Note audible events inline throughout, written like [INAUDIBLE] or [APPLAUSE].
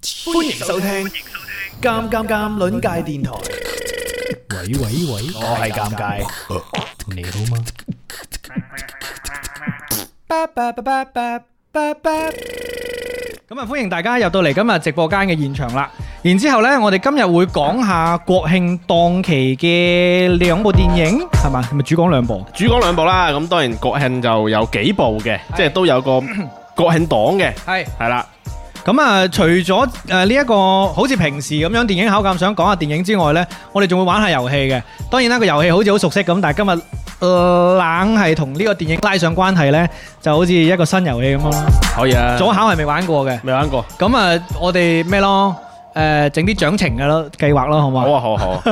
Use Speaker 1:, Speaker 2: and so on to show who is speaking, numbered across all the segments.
Speaker 1: 歡迎收聽《尷尷尷》鄰界電台。
Speaker 2: 喂喂喂，
Speaker 1: 我係尷尬，
Speaker 2: 你好嗎？
Speaker 3: 咁啊，歡迎大家入到嚟今日直播間嘅現場啦。然之後呢，我哋今日會講下國慶檔期嘅兩部電影，係嘛？係咪主講兩部？
Speaker 4: 主講兩部啦，咁當然國慶就有幾部嘅，即係都有個國慶檔嘅，
Speaker 3: 係。
Speaker 4: 係啦，
Speaker 3: 咁啊，除咗誒呢一個好似平時咁樣電影考鑑想講下電影之外呢，我哋仲會玩下遊戲嘅。當然啦，個遊戲好似好熟悉咁，但係今日、呃冷係同呢個電影拉上關係呢，就好似一個新遊戲咁樣啦。
Speaker 4: 可以啊。
Speaker 3: 左考係未玩過嘅，
Speaker 4: 未玩過，
Speaker 3: 咁啊，我哋咩咯？誒，整啲獎懲嘅咯，計劃咯，好嘛
Speaker 4: 好？啊，好啊好啊。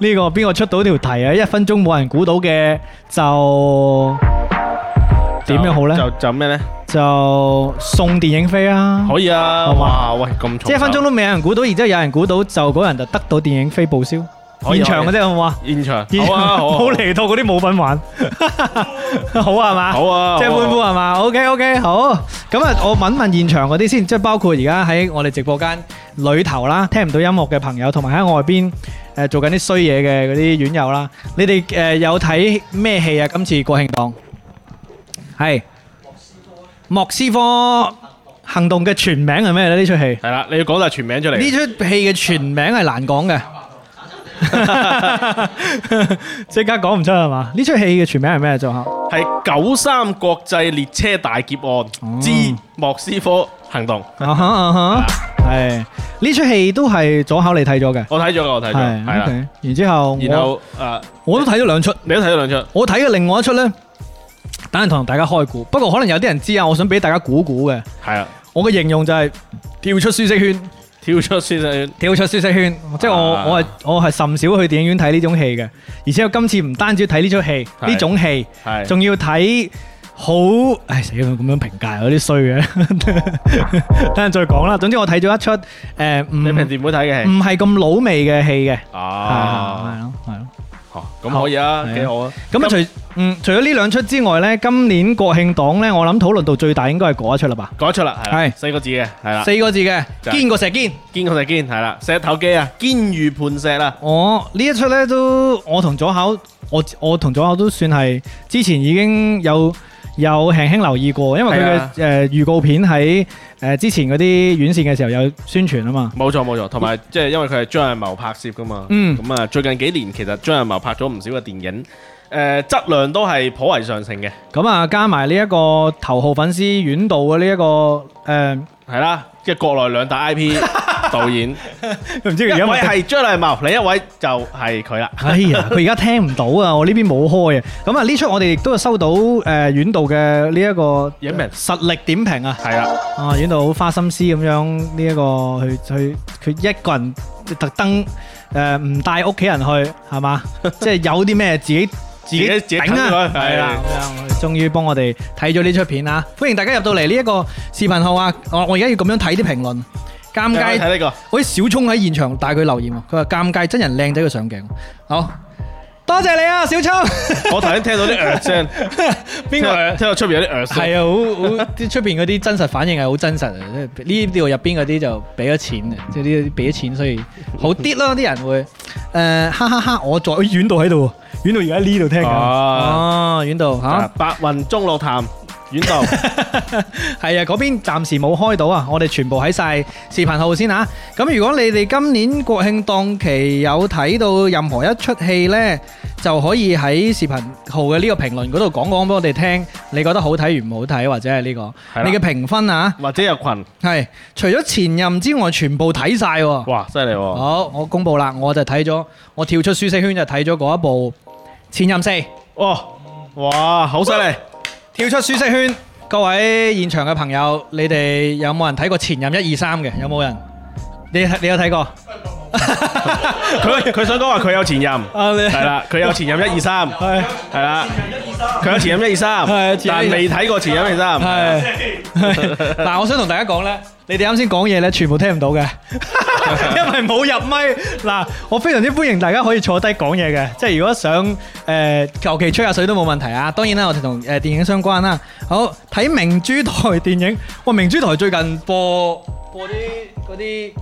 Speaker 3: 呢個邊個出到條題啊？一分鐘冇人估到嘅就 [LAUGHS] 點樣好
Speaker 4: 就
Speaker 3: 呢？
Speaker 4: 就咩咧？
Speaker 3: 就送電影飛啊！
Speaker 4: 可以啊。
Speaker 3: 好
Speaker 4: 哇，喂，咁重手。
Speaker 3: 即係一分鐘都未有人估到，然之後有人估到，就嗰人就得到電影飛報銷，
Speaker 4: 可以
Speaker 3: 現場嘅啫，好唔好啊？ [LAUGHS]
Speaker 4: 現場。好啊，好啊。
Speaker 3: 冇嚟到嗰啲冇份玩， [LAUGHS] 好啊係嘛？
Speaker 4: 好啊。
Speaker 3: 即係
Speaker 4: 好啊
Speaker 3: 歡呼係嘛？OK à OK，好。咁啊，我問問現場嗰啲先，即係包括而家喺我哋直播間裏頭啦，聽唔到音樂嘅朋友，同埋喺外邊誒做緊啲衰嘢嘅嗰啲院友啦。你哋誒有睇咩戲啊？今次國慶檔係莫斯科行動嘅全名係咩咧？呢出戲？
Speaker 4: 係啦，你要講晒全名出
Speaker 3: 呢
Speaker 4: 嚟。
Speaker 3: 出戲嘅全名係難講 [LAUGHS] 嘅，即刻講唔出係嘛？呢出戲嘅全名係咩？做下
Speaker 4: 係九三國際列車大劫案之莫斯科行動。
Speaker 3: 啊哈啊哈，係呢出戲都係左考你睇咗嘅，
Speaker 4: 我睇咗㗎，我睇咗。
Speaker 3: 係
Speaker 4: 係啦。
Speaker 3: OK 然之後
Speaker 4: 然後誒，
Speaker 3: 我我都睇咗兩出，
Speaker 4: 你都睇咗兩出。
Speaker 3: 我睇嘅另外一出呢，等陣同大家開估，不過可能有啲人知啊，我想俾大家估估嘅，
Speaker 4: 係啊，
Speaker 3: 我嘅形容就係跳出舒適圈。
Speaker 4: 跳出先生。
Speaker 3: 跳出舒適圈，即係我
Speaker 4: 啊
Speaker 3: 我係我係甚少去電影院睇呢種戲嘅，而且我今次唔單止睇呢出戲
Speaker 4: 係
Speaker 3: 呢種戲，
Speaker 4: 係。
Speaker 3: 仲要睇好，唉死啦！咁樣評價有啲衰嘅， [LAUGHS] 等陣再講啦。總之我睇咗一出誒嗯唔
Speaker 4: 哦你平時唔會睇嘅戲。
Speaker 3: 唔係咁老味嘅戲嘅，係係
Speaker 4: 啊。
Speaker 3: 咯係咯。
Speaker 4: 哦咁可以啊，
Speaker 3: 係啊
Speaker 4: 幾好啊。
Speaker 3: 咁啊除嗯除咗呢兩出之外呢，今年國慶檔呢，我諗討論到最大應該係嗰一出啦吧。
Speaker 4: 講得出啦，係啦
Speaker 3: 係
Speaker 4: 四個字嘅，係啦，
Speaker 3: 四個字嘅，
Speaker 4: 就係
Speaker 3: 堅過石堅。
Speaker 4: 堅確就堅，係啦，石頭機啊，堅如磐石啦，
Speaker 3: 我呢一出咧都，我同左考，我我同左考都算係之前已經有有輕輕留意過，因為佢
Speaker 4: 係
Speaker 3: 嘅
Speaker 4: 啊
Speaker 3: 誒預告片喺誒、呃之前嗰啲院線嘅時候有宣傳啊嘛。
Speaker 4: 冇錯冇錯，同埋即係因為佢係張藝謀拍攝噶嘛，
Speaker 3: 嗯
Speaker 4: 咁啊最近幾年其實張藝謀拍咗唔少嘅電影，誒質量都係頗為上乘嘅，
Speaker 3: 咁啊，加埋呢一個頭號粉絲院度嘅呢一個誒， [LAUGHS] 呃
Speaker 4: 係啦，即係國內兩大 IP 導演，
Speaker 3: 唔、知
Speaker 4: 一
Speaker 3: 佢
Speaker 4: 位
Speaker 3: 而家有冇
Speaker 4: 係張藝謀，另一位就係佢啦，
Speaker 3: 哎呀，
Speaker 4: [LAUGHS]
Speaker 3: 佢而家聽唔到啊！我呢邊冇開啊。咁啊，呢出我哋亦都收到誒、呃、院度嘅呢一個
Speaker 4: 影評
Speaker 3: 實力點評啊。
Speaker 4: 係啦，
Speaker 3: 啊，演到好花心思咁樣，呢、一個去去佢一個人特登誒唔帶屋企人去係
Speaker 4: [LAUGHS]
Speaker 3: 嘛？即係有啲咩自己自己
Speaker 4: 自己自己
Speaker 3: 頂啊，
Speaker 4: 啃佢
Speaker 3: 係啦咁樣。我哋終於幫我哋睇咗呢出片啊！歡迎大家入到嚟呢一個視頻號啊！我我而家要咁樣睇啲評論，尷
Speaker 4: 睇
Speaker 3: 尬。
Speaker 4: 睇呢個，
Speaker 3: 好似小聰喺現場帶佢留言喎，佢話尷尬真人靚仔佢上鏡。好多謝你啊，小聰。
Speaker 4: 我頭先聽到啲呃聲，
Speaker 3: [LAUGHS] 邊個
Speaker 4: 聽到出邊有啲呃聲，
Speaker 3: [LAUGHS] 係啊，好好啲出邊嗰啲真實反應係好真實嘅，呢度入邊嗰啲就俾咗錢嘅，即係呢啲俾咗錢，所以好啲咯，啲人會誒、哈哈哈！我在哦遠度喺度喎，遠度而家呢度聽
Speaker 4: Ờ.
Speaker 3: 緊，
Speaker 4: 哦
Speaker 3: 哦，遠度嚇，係
Speaker 4: 啊
Speaker 3: 啊，
Speaker 4: 白雲中路潭院道。
Speaker 3: [LAUGHS] 啊嗰邊暫時冇開到啊，我哋全部喺晒視頻號先嚇。咁如果你哋今年國慶檔期有睇到任何一出戲呢，就可以喺視頻號嘅呢個評論嗰度講講俾我哋聽，你覺得好睇與唔好睇，或者係呢、
Speaker 4: 係
Speaker 3: 個
Speaker 4: 啦
Speaker 3: 你嘅評分啊。
Speaker 4: 或者有群，
Speaker 3: 係，除咗前任之外，全部睇晒喎。
Speaker 4: 哇，犀利喎！
Speaker 3: 好，我公佈啦，我就睇咗，我跳出舒適圈就睇咗嗰一部《前任四》。
Speaker 4: 哦，哇，好犀利！
Speaker 3: 跳出舒適圈，各位現場嘅朋友，你哋有冇人睇過《前任一二三》嘅？有冇人？你你有睇
Speaker 4: [LAUGHS]
Speaker 3: 過？ [LAUGHS]
Speaker 4: 佢佢想講話佢有前任，
Speaker 3: 啊，你
Speaker 4: 係啦，佢有前任一二三，
Speaker 3: 係
Speaker 4: 係啦，佢有前任一二三，
Speaker 3: 係前任
Speaker 4: 但
Speaker 3: 一二三
Speaker 4: 未睇過前任
Speaker 3: [LAUGHS]
Speaker 4: 一二三，
Speaker 3: 係。嗱，我想同大家講咧，你哋啱先講嘢咧，全部聽唔到嘅。因為冇入咪。嗱，我非常之歡迎大家可以坐低講嘢嘅，即係如果想誒求其吹下水都冇問題啊。當然啦，我哋同誒電影相關啦。好睇明珠台電影，哇！明珠台最近播播啲嗰啲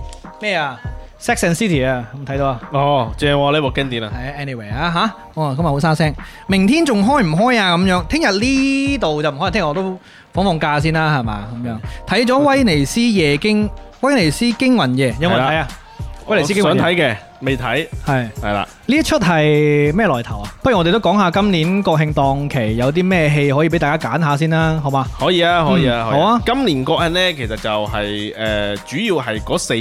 Speaker 3: 咩啊？Sex and City 啊，有冇睇到啊？
Speaker 4: 哦，正喎，呢部經典啊！
Speaker 3: 係 anyway 啊吓，哇！今日好沙聲，明天仲開唔開啊？咁樣，聽日呢度就唔開，聽日我都放放假先啦，係嘛？咁樣睇咗威尼斯夜驚，威尼斯驚魂夜有冇人睇啊？威尼斯驚
Speaker 4: 想
Speaker 3: 魂夜
Speaker 4: 睇嘅，未睇，
Speaker 3: 係
Speaker 4: 係啦。
Speaker 3: 呢一出係咩來頭啊？不如我哋都講下今年國慶檔期有啲咩戲可以俾大家揀下先啦，好嘛？
Speaker 4: 可以啊，可以啊，
Speaker 3: 嗯
Speaker 4: 可以
Speaker 3: 好啊
Speaker 4: 今年國慶呢，其實就係誒主要係嗰四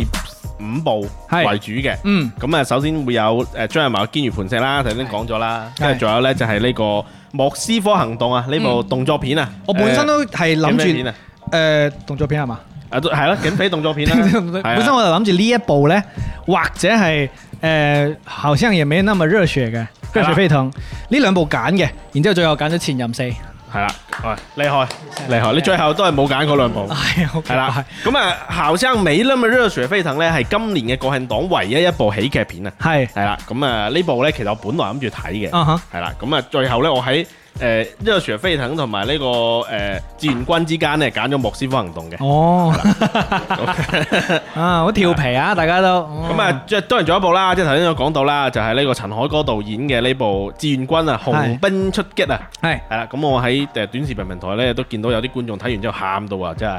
Speaker 4: 五部
Speaker 3: 係
Speaker 4: 為主嘅。
Speaker 3: 嗯，
Speaker 4: 咁啊，首先會有誒張藝謀嘅《堅如磐石》啦，頭先講咗啦，
Speaker 3: 係嗯
Speaker 4: 跟住仲有呢，就係呢個《莫斯科行動》啊，呢部動作片啊。
Speaker 3: 我本身都係
Speaker 4: 誒
Speaker 3: 諗
Speaker 4: 警匪片
Speaker 3: 住
Speaker 4: 啊，
Speaker 3: 誒動作片係嘛？
Speaker 4: 啊都係啦，警匪
Speaker 3: [LAUGHS]
Speaker 4: 動作片啦。係啊
Speaker 3: 本身我就諗住呢一部咧，或者係誒、呃，好像也沒那麼熱血嘅《熱血沸騰》呢兩部揀嘅，然之後最後揀咗《前
Speaker 4: [LAUGHS]
Speaker 3: 任四》。
Speaker 4: 係啦，喂，厲害厲害，你最後都係冇揀嗰兩部。
Speaker 3: [LAUGHS] 係好
Speaker 4: 係啦，咁啊，校生美啦嘛，《熱血沸騰》咧係今年嘅國慶檔唯一一部喜劇片啊，
Speaker 3: 係
Speaker 4: 係啦，咁啊呢部咧其實我本來諗住睇嘅，
Speaker 3: 啊哈，
Speaker 4: 係啦，咁啊最後咧我喺誒《熱血沸騰》同埋呢個誒志願軍之間咧揀咗莫斯科行
Speaker 3: [LAUGHS]
Speaker 4: 動嘅， [LAUGHS]
Speaker 3: 哦，
Speaker 4: 咁
Speaker 3: 啊好調皮啊，大家都
Speaker 4: 咁啊，即係當然仲有一部啦，即係頭先有講到啦，就係呢個陳凱歌導演嘅呢部《志願軍》啊，
Speaker 3: 係
Speaker 4: 紅兵出擊啊，
Speaker 3: 係
Speaker 4: 係啦，咁我喺誒短視頻平台咧都見到有啲觀眾睇完之後喊到啊，真係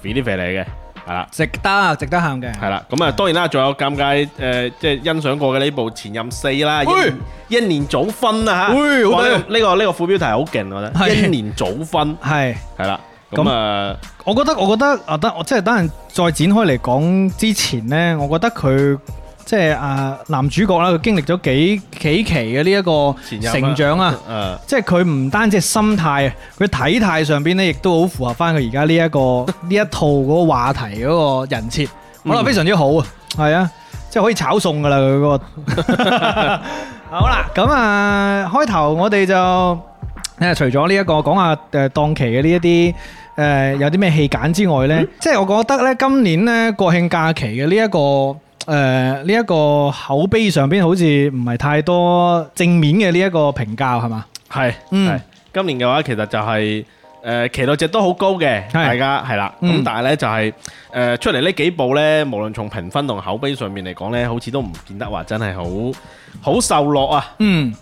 Speaker 4: 肥啲肥嚟嘅，係啦。
Speaker 3: 值得啊值得喊嘅，
Speaker 4: 係啦，咁啊當然啦，仲有尷尬誒，即係欣賞過嘅呢部《前任四》啦，
Speaker 3: 喂
Speaker 4: 一一年早婚啊嚇，
Speaker 3: 喂好
Speaker 4: 哇
Speaker 3: 睇
Speaker 4: 呢
Speaker 3: 啊
Speaker 4: 個呢個呢個副標題好勁，啊我覺得
Speaker 3: 係
Speaker 4: 一年早婚
Speaker 3: 係。
Speaker 4: 係啦，咁啊
Speaker 3: 我覺得，我覺得啊，得我即係等陣再展開嚟講之前呢，我覺得佢即係啊男主角啦，佢經歷咗幾幾期嘅呢一
Speaker 4: 前
Speaker 3: 個
Speaker 4: 任啊
Speaker 3: 成長啊。
Speaker 4: 誒
Speaker 3: 即係佢唔單止係心態啊，佢體態上邊咧，亦都好符合翻佢而家呢一個呢一套嗰個話題嗰個人設，我覺得非常之好啊，係啊，即係可以炒餸噶啦佢嗰個。好啦，咁啊，開頭我哋就誒除咗呢一個講下誒檔期嘅呢一啲。誒、有啲咩戲揀之外呢？即係我覺得呢，今年呢國慶假期嘅呢一個誒呢一個口碑上邊好似唔係太多正面嘅呢一個評價係嘛？
Speaker 4: 係
Speaker 3: 嗯
Speaker 4: 係今年嘅話，其實就係誒期待值都好高嘅，
Speaker 3: 係
Speaker 4: 大家係啦，咁
Speaker 3: 嗯
Speaker 4: 但係咧就係誒出嚟呢幾部咧，無論從評分同口碑上面嚟講咧，好似都唔見得話真係好好受落啊！
Speaker 3: 嗯，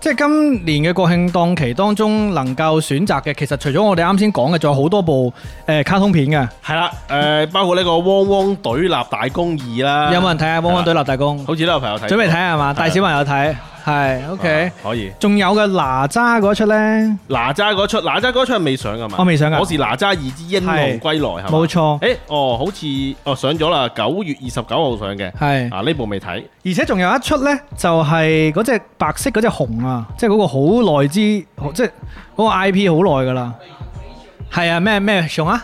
Speaker 3: 即係今年嘅國慶檔期當中，能夠選擇嘅，其實除咗我哋啱先講嘅，仲有好多部誒、呃卡通片嘅。
Speaker 4: 係啦，誒呃包括呢個《汪汪隊立大公二》啦，
Speaker 3: 有冇人睇啊？《汪汪隊立大功》
Speaker 4: 好似都有朋友睇過，
Speaker 3: 準備睇啊係嘛？帶小朋友睇，係 OK
Speaker 4: 啊。可以。
Speaker 3: 仲有嘅哪吒嗰出呢？
Speaker 4: 哪吒嗰出，哪吒嗰出係未上啊噶嘛？
Speaker 3: 我未上㗎
Speaker 4: 我是哪吒二之英雄
Speaker 3: 係
Speaker 4: 歸來係嘛？
Speaker 3: 冇。錯，
Speaker 4: 誒，哦，好似哦上咗啦，九月二十九號上嘅。
Speaker 3: 係。
Speaker 4: 啊，呢部未睇。
Speaker 3: 而且仲有一出呢，就係嗰只白色嗰只熊啊，即係嗰個好耐之，即係嗰個 IP 好耐㗎啦。係啊，咩咩熊啊？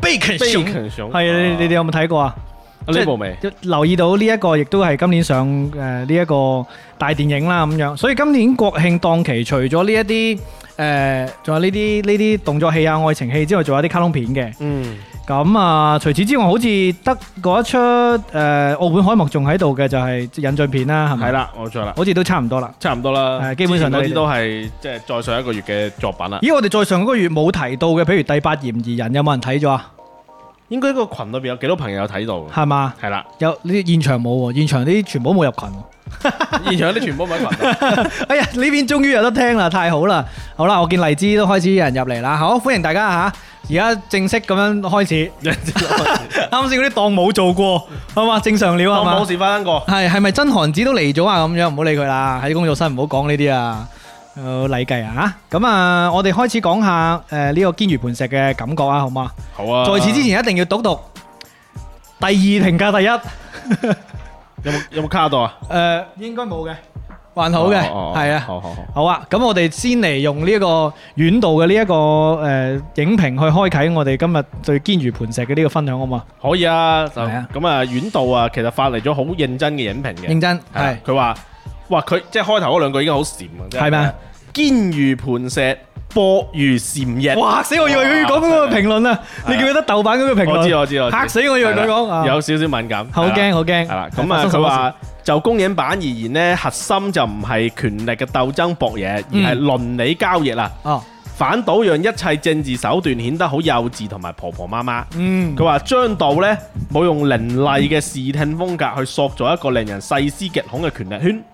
Speaker 3: 貝肯
Speaker 4: 悲
Speaker 3: 熊。
Speaker 4: 強熊。
Speaker 3: 係啊，你你哋有冇睇過啊？
Speaker 4: 啊呢部未？
Speaker 3: 即係留意到呢一個，亦都係今年上誒呢一個大電影啦咁樣。所以今年國慶檔期，除咗呢一啲誒，仲有呢啲呢啲動作戲啊、愛情戲之外，仲有啲卡通片嘅。
Speaker 4: 嗯，
Speaker 3: 咁啊，除此之外，好似得嗰一出誒澳門開幕仲喺度嘅，就係引進片啦，係咪？
Speaker 4: 係，啦，冇錯啦，
Speaker 3: 好似都差唔多啦。
Speaker 4: 差唔多啦。
Speaker 3: 係基本上都
Speaker 4: 之
Speaker 3: 係
Speaker 4: 前嗰啲都係即係再上一個月嘅作品啦。
Speaker 3: 咦，我哋再上個月冇提到嘅，譬如第八嫌疑人，有冇人睇咗啊？
Speaker 4: 應該個群裏邊有幾多朋友睇到㗎？
Speaker 3: 係嘛？
Speaker 4: 係啦，
Speaker 3: 有呢現場冇喎，現場啲全部都冇入群喎。
Speaker 4: 現場啲全部都唔喺 [LAUGHS] 群。
Speaker 3: 哎呀，呢邊終於有得聽啦，太好啦！好啦，我見荔枝都開始有人入嚟啦，好歡迎大家嚇！而家正式咁樣開始，啱先嗰啲當冇做過，係嘛？正常了 [LAUGHS] 係
Speaker 4: 當冇
Speaker 3: 嘛？
Speaker 4: 事發生過。
Speaker 3: 係係咪真韓子都嚟咗啊？咁樣唔好理佢啦，喺工作室唔好講呢啲啊，誒禮計啊嚇！咁啊，我哋開始講下誒呢個堅如磐石嘅感覺啊，好嘛？
Speaker 4: 好啊。
Speaker 3: 在此之，前一定要讀讀第二評價第一。
Speaker 4: 有冇有冇卡到啊？
Speaker 3: 誒應該冇嘅，還好嘅，
Speaker 4: 哦哦哦
Speaker 3: 係啊，
Speaker 4: 好好好
Speaker 3: 好啊，咁我哋先嚟用呢一個遠道嘅呢一個誒影評去開啟我哋今日對堅如磐石嘅呢個分享好嘛？
Speaker 4: 可以啊，就
Speaker 3: 係啊
Speaker 4: 咁啊，遠道啊，其實發嚟咗好認真嘅影評嘅，
Speaker 3: 認真
Speaker 4: 係啊
Speaker 3: 係
Speaker 4: 佢話：，哇，佢即係開頭嗰兩句已經好閃啊，真
Speaker 3: 係咩？
Speaker 4: 堅如磐石，播如禪日。
Speaker 3: 哇！嚇死我，以為佢要講嗰個評論啊！
Speaker 4: 係啊
Speaker 3: 你記唔記得豆瓣嗰個評論？
Speaker 4: 我知我知我知
Speaker 3: 嚇死我，以為佢講啊，
Speaker 4: 有少少敏感，
Speaker 3: 好
Speaker 4: 係啦
Speaker 3: 驚好驚。
Speaker 4: 系啦，咁啊，
Speaker 3: 發生什
Speaker 4: 佢
Speaker 3: 麼
Speaker 4: 話就公映版而言呢，核心就唔係權力嘅鬥爭博嘢，而
Speaker 3: 嗯
Speaker 4: 係倫理交易啦。
Speaker 3: 事哦，
Speaker 4: 反倒讓一切政治手段顯得好幼稚同埋婆婆媽媽。
Speaker 3: 嗯
Speaker 4: 佢話張導呢，冇用凌厲嘅視聽風格去塑造一個令人細思極恐嘅權力圈，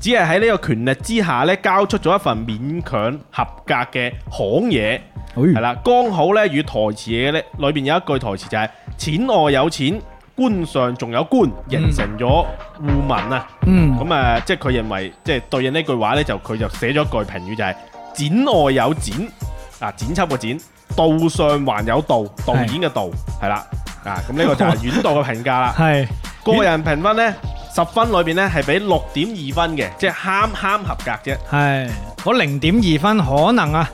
Speaker 4: 只係喺呢個權力之下呢，交出咗一份勉強合格嘅行嘢。
Speaker 3: 嗯
Speaker 4: 係啦，剛好呢，與台詞嘅呢裏邊有一句台詞就係、錢外有錢，官上仲有官，形成咗互文啊。
Speaker 3: 嗯
Speaker 4: 咁啊，即係佢認為，即係對應呢句話呢，就佢就寫咗一句評語就係、剪外有剪，啊，剪輯個剪，道上還有道，導演嘅道，係啦，啊，咁呢
Speaker 3: [LAUGHS]
Speaker 4: 個就係院度嘅評價啦。
Speaker 3: 係
Speaker 4: 個人評分呢，十分裏邊呢係俾六點二分嘅，即係啱啱合格啫，
Speaker 3: 係，我零點二分可能啊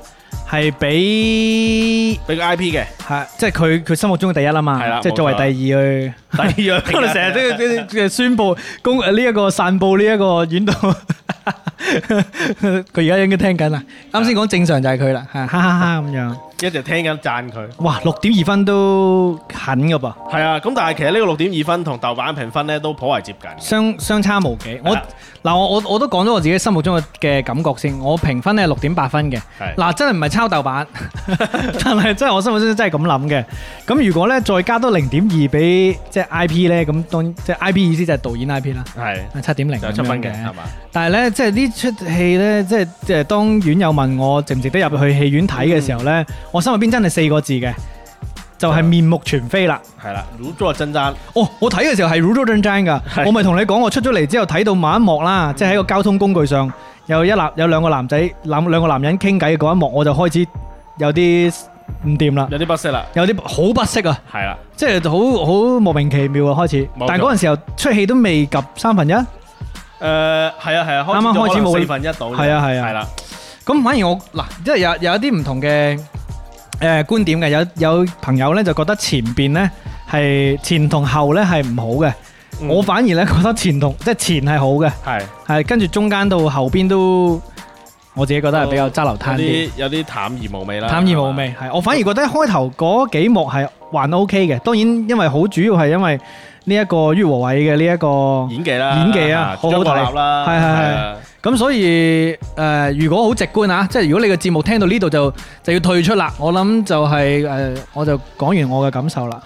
Speaker 3: 係俾
Speaker 4: 俾個
Speaker 3: [LAUGHS]
Speaker 4: I P 嘅。
Speaker 3: 係即係佢佢心目中嘅第一啦
Speaker 4: 係啦
Speaker 3: 嘛，即係作為
Speaker 4: 冇
Speaker 3: 第
Speaker 4: 錯
Speaker 3: 二去。
Speaker 4: 第二樣評
Speaker 3: [LAUGHS]
Speaker 4: 價，
Speaker 3: 我哋成日啊都要都要都要宣佈公呃呢一個散佈呢一個院度， [LAUGHS] 佢而家應該聽緊啦。啊啱先講正常就係佢啦，係哈哈哈咁樣。
Speaker 4: 一直聽緊讚佢。
Speaker 3: 哇，六點二分都狠噶噃，
Speaker 4: 係啊，咁但係其實呢個六點二分同豆瓣評分咧都頗為接近。
Speaker 3: 相相差無幾。我
Speaker 4: 係啊
Speaker 3: 嗱我我我都講咗我自己心目中嘅嘅感覺先，我評分咧六點八分嘅。
Speaker 4: 係
Speaker 3: 嗱，真係唔係抄豆瓣， [LAUGHS] 但係真係我心目中真係咁諗嘅。咁如果咧再加多零點二俾即係 I P 咧，咁當然即係 I P 意思就係導演 I P 啦，啊
Speaker 4: 係
Speaker 3: 七點零
Speaker 4: 有七分嘅係嘛？
Speaker 3: 但係咧，即係呢出戲咧，即係即係當院友問我值唔值得入去戲院睇嘅時候咧，
Speaker 4: 嗯
Speaker 3: 我心入邊真係四個字嘅，就係、面目全非啦。
Speaker 4: 係啦，如果真真
Speaker 3: 哦，我睇嘅時候係 r u d o l d 㗎，
Speaker 4: 係嗯
Speaker 3: 我咪同你講，我出咗嚟之後睇到某一幕啦，即係喺個交通工具上有一男有兩個男仔兩兩個男人傾偈嘅嗰一幕，我就開始有啲唔掂啦，
Speaker 4: 有啲不適啦，
Speaker 3: 有啲好不適啊，
Speaker 4: 係啦，
Speaker 3: 即係好好莫名其妙啊開始
Speaker 4: 冇錯。
Speaker 3: 但係嗰陣時候出戲都未及三分一。
Speaker 4: 誒係啊係啊，
Speaker 3: 啱啱開始冇
Speaker 4: 四分一到，
Speaker 3: 係啊係啊
Speaker 4: 係啦，
Speaker 3: 咁反而我嗱，即係有有一啲唔同嘅誒、呃、觀點嘅，有有朋友咧就覺得前邊咧係前同後咧係唔好嘅，
Speaker 4: 嗯
Speaker 3: 我反而咧覺得前同即係前係好嘅，
Speaker 4: 係
Speaker 3: 係跟住中間到後邊都我自己覺得係比較揸流攤
Speaker 4: 有
Speaker 3: 啲，
Speaker 4: 啲有啲淡而無味啦，
Speaker 3: 淡而無味係。我反而覺得開頭嗰幾幕係還 OK 嘅，當然因為好主要係因為呢一個於和偉嘅呢一個
Speaker 4: 係嘛，。演技啦，
Speaker 3: 演技啊好好
Speaker 4: 張國
Speaker 3: 睇
Speaker 4: 立啦，
Speaker 3: 係係係
Speaker 4: 啊
Speaker 3: 咁所以誒、呃如果好直觀啊，即係如果你個節目聽到呢度就就要退出啦。我諗就係、呃我就講完我嘅感受
Speaker 4: [LAUGHS]
Speaker 3: 啦。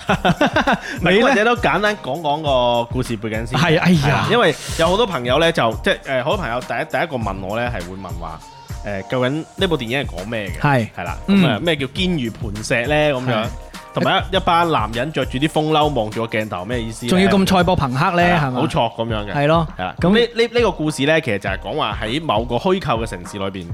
Speaker 3: 你
Speaker 4: 嗱或
Speaker 3: 咧
Speaker 4: 者都簡單講講個故事背景先。啊
Speaker 3: 係哎呀，
Speaker 4: 因為有好多朋友咧就即係誒，好多朋友第一第一個問我咧係會問話誒，究竟呢部電影係講咩嘅？
Speaker 3: 係
Speaker 4: 係啦，
Speaker 3: 嗯
Speaker 4: 咁啊咩叫堅如磐石咧？咁樣
Speaker 3: 係，
Speaker 4: 同埋一一班男人着住啲風褸望住個鏡頭，咩意思呢？
Speaker 3: 仲要咁賽博朋克
Speaker 4: 係
Speaker 3: 咧，
Speaker 4: 啦
Speaker 3: 係咪？
Speaker 4: 好錯咁樣嘅，
Speaker 3: 係咯。
Speaker 4: 係啦。咁
Speaker 3: 咁
Speaker 4: 呢呢呢個故事咧，其實就係講話喺某個虛構嘅城市裏邊，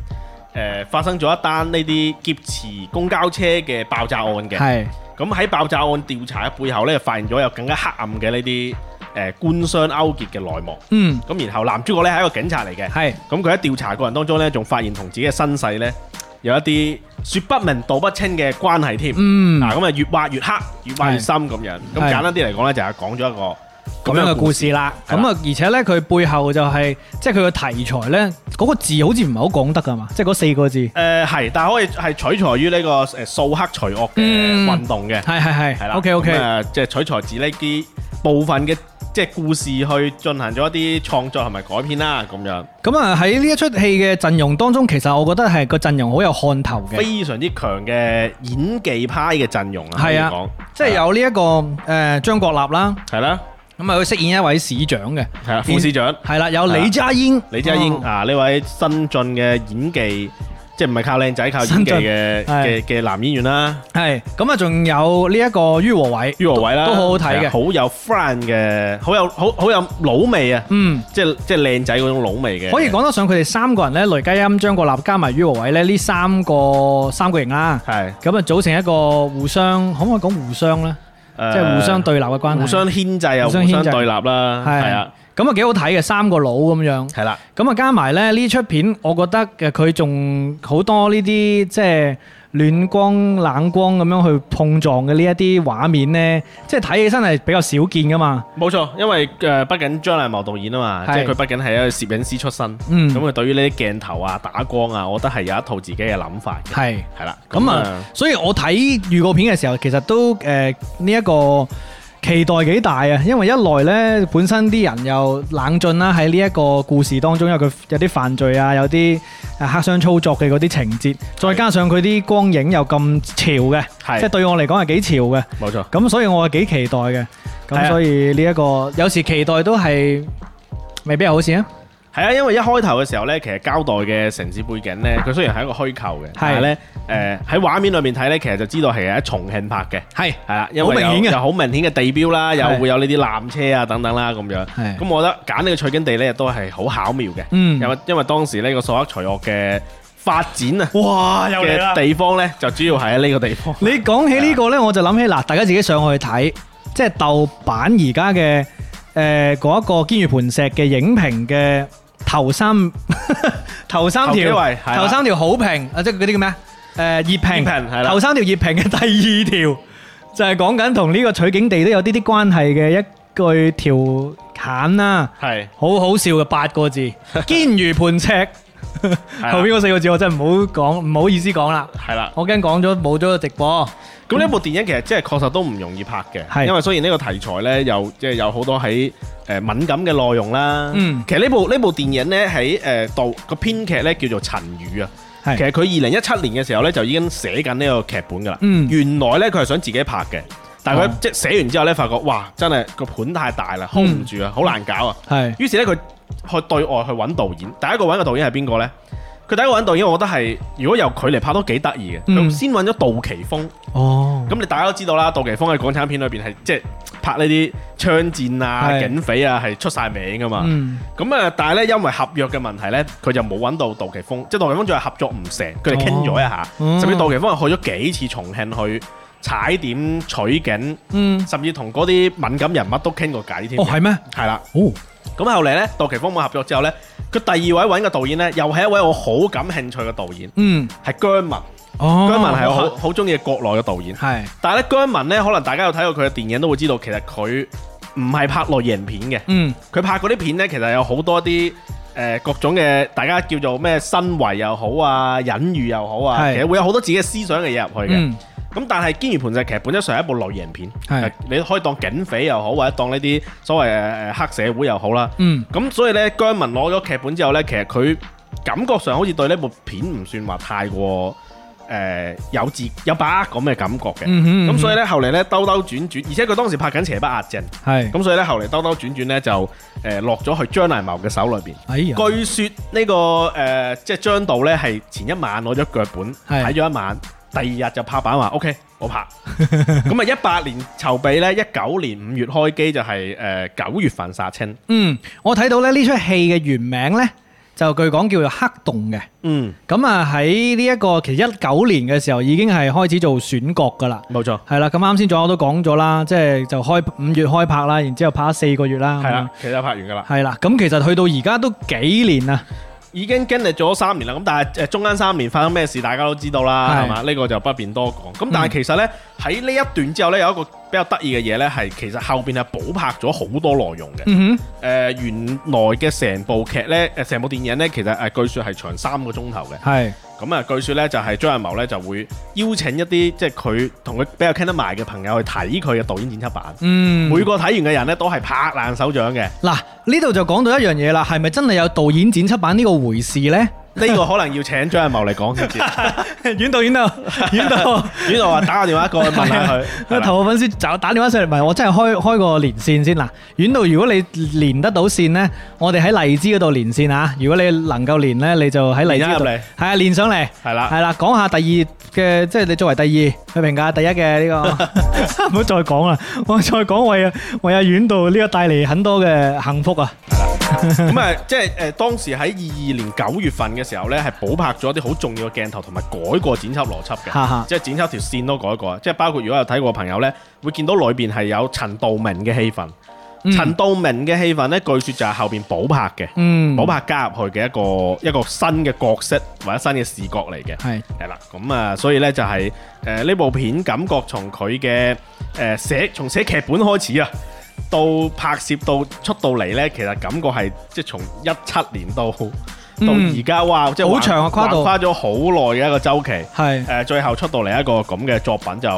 Speaker 4: 誒發生咗一單呢啲劫持公交車嘅爆炸案嘅。
Speaker 3: 係
Speaker 4: 咁喺爆炸案調查嘅背後咧，就發現咗有更加黑暗嘅呢啲誒官商勾結嘅內幕。
Speaker 3: 嗯
Speaker 4: 咁然後男主角咧係一個警察嚟嘅，
Speaker 3: 係
Speaker 4: 咁佢喺調查過程當中咧，仲發現同自己嘅身世咧有一啲説不明道不清嘅關係添。
Speaker 3: 嗯
Speaker 4: 嗱咁啊，越挖越黑，越挖越深咁樣。咁
Speaker 3: 係
Speaker 4: 簡單啲嚟講咧，就係講咗一個
Speaker 3: 咁樣嘅故事啦。
Speaker 4: 係
Speaker 3: 咁
Speaker 4: 啦
Speaker 3: 啊，而且咧佢背後就係、即係佢嘅題材咧，嗰、個字好似唔係好講得㗎嘛，即係嗰四個字。
Speaker 4: 誒係，但係可以係取材於呢個誒掃黑除惡嘅
Speaker 3: 嗯
Speaker 4: 運動嘅，
Speaker 3: 係係
Speaker 4: 係
Speaker 3: 係
Speaker 4: 啦。
Speaker 3: ，OK
Speaker 4: 咁
Speaker 3: OK，
Speaker 4: 啊即係取材自呢啲部分嘅即係故事去進行咗一啲創作同埋改編啦，咁樣
Speaker 3: 咁啊喺呢一出戲嘅陣容當中，其實我覺得係個陣容好有看頭嘅。
Speaker 4: 非常之強嘅演技派嘅陣容啊，
Speaker 3: 係啊
Speaker 4: 可以講
Speaker 3: 即係有呢、一個誒、呃、張國立啦，
Speaker 4: 係啦，
Speaker 3: 咁啊佢飾演一位市長嘅，
Speaker 4: 係啊，副市長。
Speaker 3: 係啦，有啊李嘉英，
Speaker 4: 李佳英
Speaker 3: 哦
Speaker 4: 啊，呢位新晉嘅演技，即係唔係靠靚仔，靠演技嘅
Speaker 3: 新晉係
Speaker 4: 嘅嘅男演員啦，
Speaker 3: 係咁啊，仲有呢一個於和偉，
Speaker 4: 于和偉啦，
Speaker 3: 都都好好睇
Speaker 4: 係啊
Speaker 3: 嘅，
Speaker 4: 好有 friend 嘅，好有好好有老味啊，
Speaker 3: 嗯，
Speaker 4: 即係即係靚仔嗰種老味嘅，
Speaker 3: 可以講得上佢哋三個人咧，雷嘉欣、張國立加埋於和偉咧，呢三個三個型啦，
Speaker 4: 係
Speaker 3: 咁啊組成一個互相，可唔可以講互相咧？
Speaker 4: 誒
Speaker 3: 即係互相對立嘅關係。
Speaker 4: 互相牽制啊，
Speaker 3: 互相
Speaker 4: 互
Speaker 3: 牽制
Speaker 4: 相對立啦，
Speaker 3: 係
Speaker 4: 係啊，
Speaker 3: 咁啊幾好睇嘅，三個佬咁樣。
Speaker 4: 係啦，
Speaker 3: 咁啊加埋咧呢出片，我覺得嘅佢仲好多呢啲即係暖光冷光咁樣去碰撞嘅呢一啲畫面咧，即係睇起身係比較少見噶嘛。
Speaker 4: 冇錯，因為誒畢竟張藝謀導演啊嘛，即
Speaker 3: 係
Speaker 4: 係佢畢竟係一個攝影師出身，
Speaker 3: 嗯
Speaker 4: 咁佢對於呢啲鏡頭啊、打光啊，我覺得係有一套自己嘅諗法嘅，
Speaker 3: 係。
Speaker 4: 係啦，
Speaker 3: 咁啊，所以我睇預告片嘅時候，其實都誒呢一個期待幾大啊，因為一來呢，本身啲人又冷峻啦，喺呢一個故事當中有佢有啲犯罪啊，有啲誒黑箱操作嘅嗰啲情節，再加上佢啲光影又咁潮嘅，
Speaker 4: 係
Speaker 3: 即係對我嚟講係幾潮嘅，
Speaker 4: 冇錯。
Speaker 3: 咁所以我係幾期待嘅，
Speaker 4: 係
Speaker 3: 咁
Speaker 4: 啊
Speaker 3: 所以呢、一個有時期待都係未必係好事啊，
Speaker 4: 係啊，因為一開頭嘅時候呢，其實交代嘅城市背景呢，佢雖然係一個虛構嘅，但係呢，誒喺畫面裏面睇呢，其實就知道係喺重慶拍嘅，
Speaker 3: 係
Speaker 4: 係啦，因為
Speaker 3: 好明
Speaker 4: 有
Speaker 3: 顯嘅
Speaker 4: 有好明顯嘅地標啦，又
Speaker 3: 係
Speaker 4: 會有呢啲纜車啊等等啦咁樣。
Speaker 3: 係
Speaker 4: 咁我覺得揀呢個取景地呢，都係好巧妙嘅，
Speaker 3: 嗯
Speaker 4: 因為因為當時呢個索克除惡嘅發展啊
Speaker 1: 哇，又嚟啦
Speaker 4: 嘅！地方呢，就主要係喺呢個地方。
Speaker 3: 你講起呢個呢，我就諗起嗱，大家自己上去睇，即係豆瓣而家嘅誒嗰一個《堅如磐石》嘅影評嘅頭三 [LAUGHS] 頭三
Speaker 4: 頭幾
Speaker 3: 條
Speaker 4: 位係啦
Speaker 3: 頭三條好評啊，即係嗰啲叫咩啊？誒熱評
Speaker 4: 熱評係啦
Speaker 3: 頭三條熱評嘅第二條就係講緊同呢個取景地都有啲啲關係嘅一句條簡啦，
Speaker 4: 係
Speaker 3: 好好笑嘅八個 [LAUGHS] 字，堅如磐石。
Speaker 4: 啦
Speaker 3: 後邊嗰四個字我真係唔好講，唔好意思講啦，
Speaker 4: 係啦。
Speaker 3: 我驚講咗冇咗個直播。
Speaker 4: 咁呢部電影其實真係確實都唔容易拍嘅，
Speaker 3: 嗯係
Speaker 4: 因為雖然呢個題材呢，又即係有好多喺誒敏感嘅內容啦。
Speaker 3: 嗯
Speaker 4: 其實呢部呢部電影呢，喺誒導個編劇呢叫做陳宇啊。
Speaker 3: 係
Speaker 4: 其實佢二零一七年嘅時候呢，就已經寫緊呢個劇本㗎啦。
Speaker 3: 嗯
Speaker 4: 原來呢，佢係想自己拍嘅，但係佢
Speaker 3: 哦
Speaker 4: 即係寫完之後呢，發覺哇真係個盤太大啦，hold
Speaker 3: 嗯
Speaker 4: 唔住啊，好難搞啊。
Speaker 3: 係
Speaker 4: 於是呢，佢去對外去揾導演，第一個揾嘅導演係邊個呢？佢第一個揾導演，我覺得係如果由佢嚟拍都幾得意嘅。佢
Speaker 3: 嗯
Speaker 4: 先揾咗杜琪峰。
Speaker 3: 哦，
Speaker 4: 咁你大家都知道啦，杜琪峰喺港產片裏邊係即係拍呢啲槍戰啊、
Speaker 3: 係
Speaker 4: 警匪啊，係出晒名噶嘛。
Speaker 3: 嗯，
Speaker 4: 咁啊、但係咧因為合約嘅問題咧，佢就冇揾到杜琪峰，即係杜琪峰仲係合作唔成，佢哋傾咗一下，
Speaker 3: 哦
Speaker 4: 甚至杜琪峰係去咗幾次重慶去踩點取景，
Speaker 3: 嗯，
Speaker 4: 甚至同嗰啲敏感人物都傾過偈添。
Speaker 3: 哦係咩？
Speaker 4: 係啦，
Speaker 3: 哦，
Speaker 4: 咁後嚟咧，杜琪峰冇合作之後咧，佢第二位揾嘅導演咧，又係一位我好感興趣嘅導演，
Speaker 3: 嗯，
Speaker 4: 係姜文。
Speaker 3: 哦，
Speaker 4: 姜文係我好好中意嘅國內嘅導演。
Speaker 3: 係
Speaker 4: 但係咧，姜文咧，可能大家有睇過佢嘅電影都會知道，其實佢唔係拍類型片嘅，
Speaker 3: 嗯
Speaker 4: 佢拍嗰啲片咧，其實有好多啲誒、呃各種嘅，大家叫做咩身為又好啊，隱喻又好啊，
Speaker 3: 係
Speaker 4: 其實會有好多自己嘅思想嘅嘢入去嘅。
Speaker 3: 嗯
Speaker 4: 咁、但係《堅如磐石》其實本質上係一部類型片，
Speaker 3: 係
Speaker 4: 呃你可以當警匪又好，或者當呢啲所謂誒誒黑社會又好啦。
Speaker 3: 嗯
Speaker 4: 咁所以咧，姜文攞咗劇本之後咧，其實佢感覺上好似對呢部片唔算話太過誒、呃有自有把握咁嘅感覺嘅。
Speaker 3: 嗯哼，
Speaker 4: 咁所以咧，後嚟咧兜兜轉轉，而且佢當時拍緊《邪不壓正》，
Speaker 3: 係，
Speaker 4: 咁所以咧後嚟兜兜轉轉咧就誒、呃落咗去張藝謀嘅手裏邊。
Speaker 3: 哎呀，
Speaker 4: 據說呢、個誒、呃即係張導咧係前一晚攞咗腳本
Speaker 3: 係
Speaker 4: 睇咗一晚，第二日就拍板話 OK，我 [LAUGHS] 拍。咁啊一八年籌備咧，一九年五月開機就係誒九月份殺青。
Speaker 3: 嗯，我睇到咧呢出戲嘅原名咧，就據講叫做《黑洞》嘅。
Speaker 4: 嗯，
Speaker 3: 咁啊喺呢一個其實一九年嘅時候已經係開始做選角㗎啦。
Speaker 4: 冇錯。
Speaker 3: 係啦，咁啱先左我都講咗啦，即係就開五月開拍啦，然之後拍咗四個月啦。
Speaker 4: 係啦，其實拍完㗎啦，
Speaker 3: 咁樣，係啦，咁其實去到而家都幾年啦。
Speaker 4: 已經經歷咗三年啦。咁但係誒呃中間三年發生咩事，大家都知道啦，
Speaker 3: 係
Speaker 4: 係嗯嘛？呢個就不便多講。咁但係其實呢，喺呢一段之後呢，有一個比較得意嘅嘢呢，係其實後邊係補拍咗好多內容嘅。誒、
Speaker 3: 嗯哼，
Speaker 4: 原來嘅成部劇呢，誒成部電影呢，其實誒據說係長三個鐘頭嘅。
Speaker 3: 係，
Speaker 4: 咁啊，據說呢，就係張藝謀呢，就會邀請一啲即係佢同佢比較傾得埋嘅朋友去睇佢嘅導演剪輯版。
Speaker 3: 嗯，
Speaker 4: 每個睇完嘅人呢，都係拍爛手掌嘅。
Speaker 3: 嗱，呢度就講到一樣嘢啦，係咪真係有導演剪輯版呢個回事呢？
Speaker 4: 呢個可能要請張藝謀嚟講先知。
Speaker 3: 阮 [LAUGHS] [LAUGHS] 導演啊，阮導，，
Speaker 4: 呢度話打個電話過去問下佢
Speaker 3: 投個粉絲就打電話上嚟，唔係我真係開開個連線先嗱。阮導，如果你連得到線呢，我哋喺荔枝嗰度連線啊。如果你能夠連呢，你就喺荔枝嗰度，
Speaker 4: 連
Speaker 3: 係
Speaker 4: 一入
Speaker 3: 啊，連上嚟。
Speaker 4: 係啦，
Speaker 3: 係啦，講下第二嘅，即係你作為第二去評價第一嘅呢、個， [LAUGHS] 唔好再講啦，我再講為啊為阿阮導呢個帶嚟很多嘅幸福啊，
Speaker 4: 咁啊，即係誒當時喺二二年九月份嘅時候呢，係補拍咗啲好重要嘅鏡頭，同埋改過剪輯邏輯
Speaker 3: 哈哈
Speaker 4: 嘅，即係剪輯條線都改過，即係包括如果有睇過嘅朋友呢，會見到裏邊係有陳道明嘅戲份，
Speaker 3: 嗯
Speaker 4: 陳道明嘅戲份咧，據說就係後邊補拍嘅，
Speaker 3: 嗯，
Speaker 4: 補拍加入去嘅一個一個新嘅角色或者新嘅視角嚟嘅。
Speaker 3: 係
Speaker 4: 係啦，咁啊，所以咧就係誒呢部片感覺從佢嘅誒寫從寫劇本開始啊，到拍攝到出到嚟咧，其實感覺係即係從一七年到到
Speaker 3: 嗯
Speaker 4: 而家哇，即係
Speaker 3: 好
Speaker 4: 橫
Speaker 3: 長嘅啊跨度
Speaker 4: 橫跨咗好耐嘅一個周期。
Speaker 3: 係
Speaker 4: 誒、呃最後出到嚟一個咁嘅作品就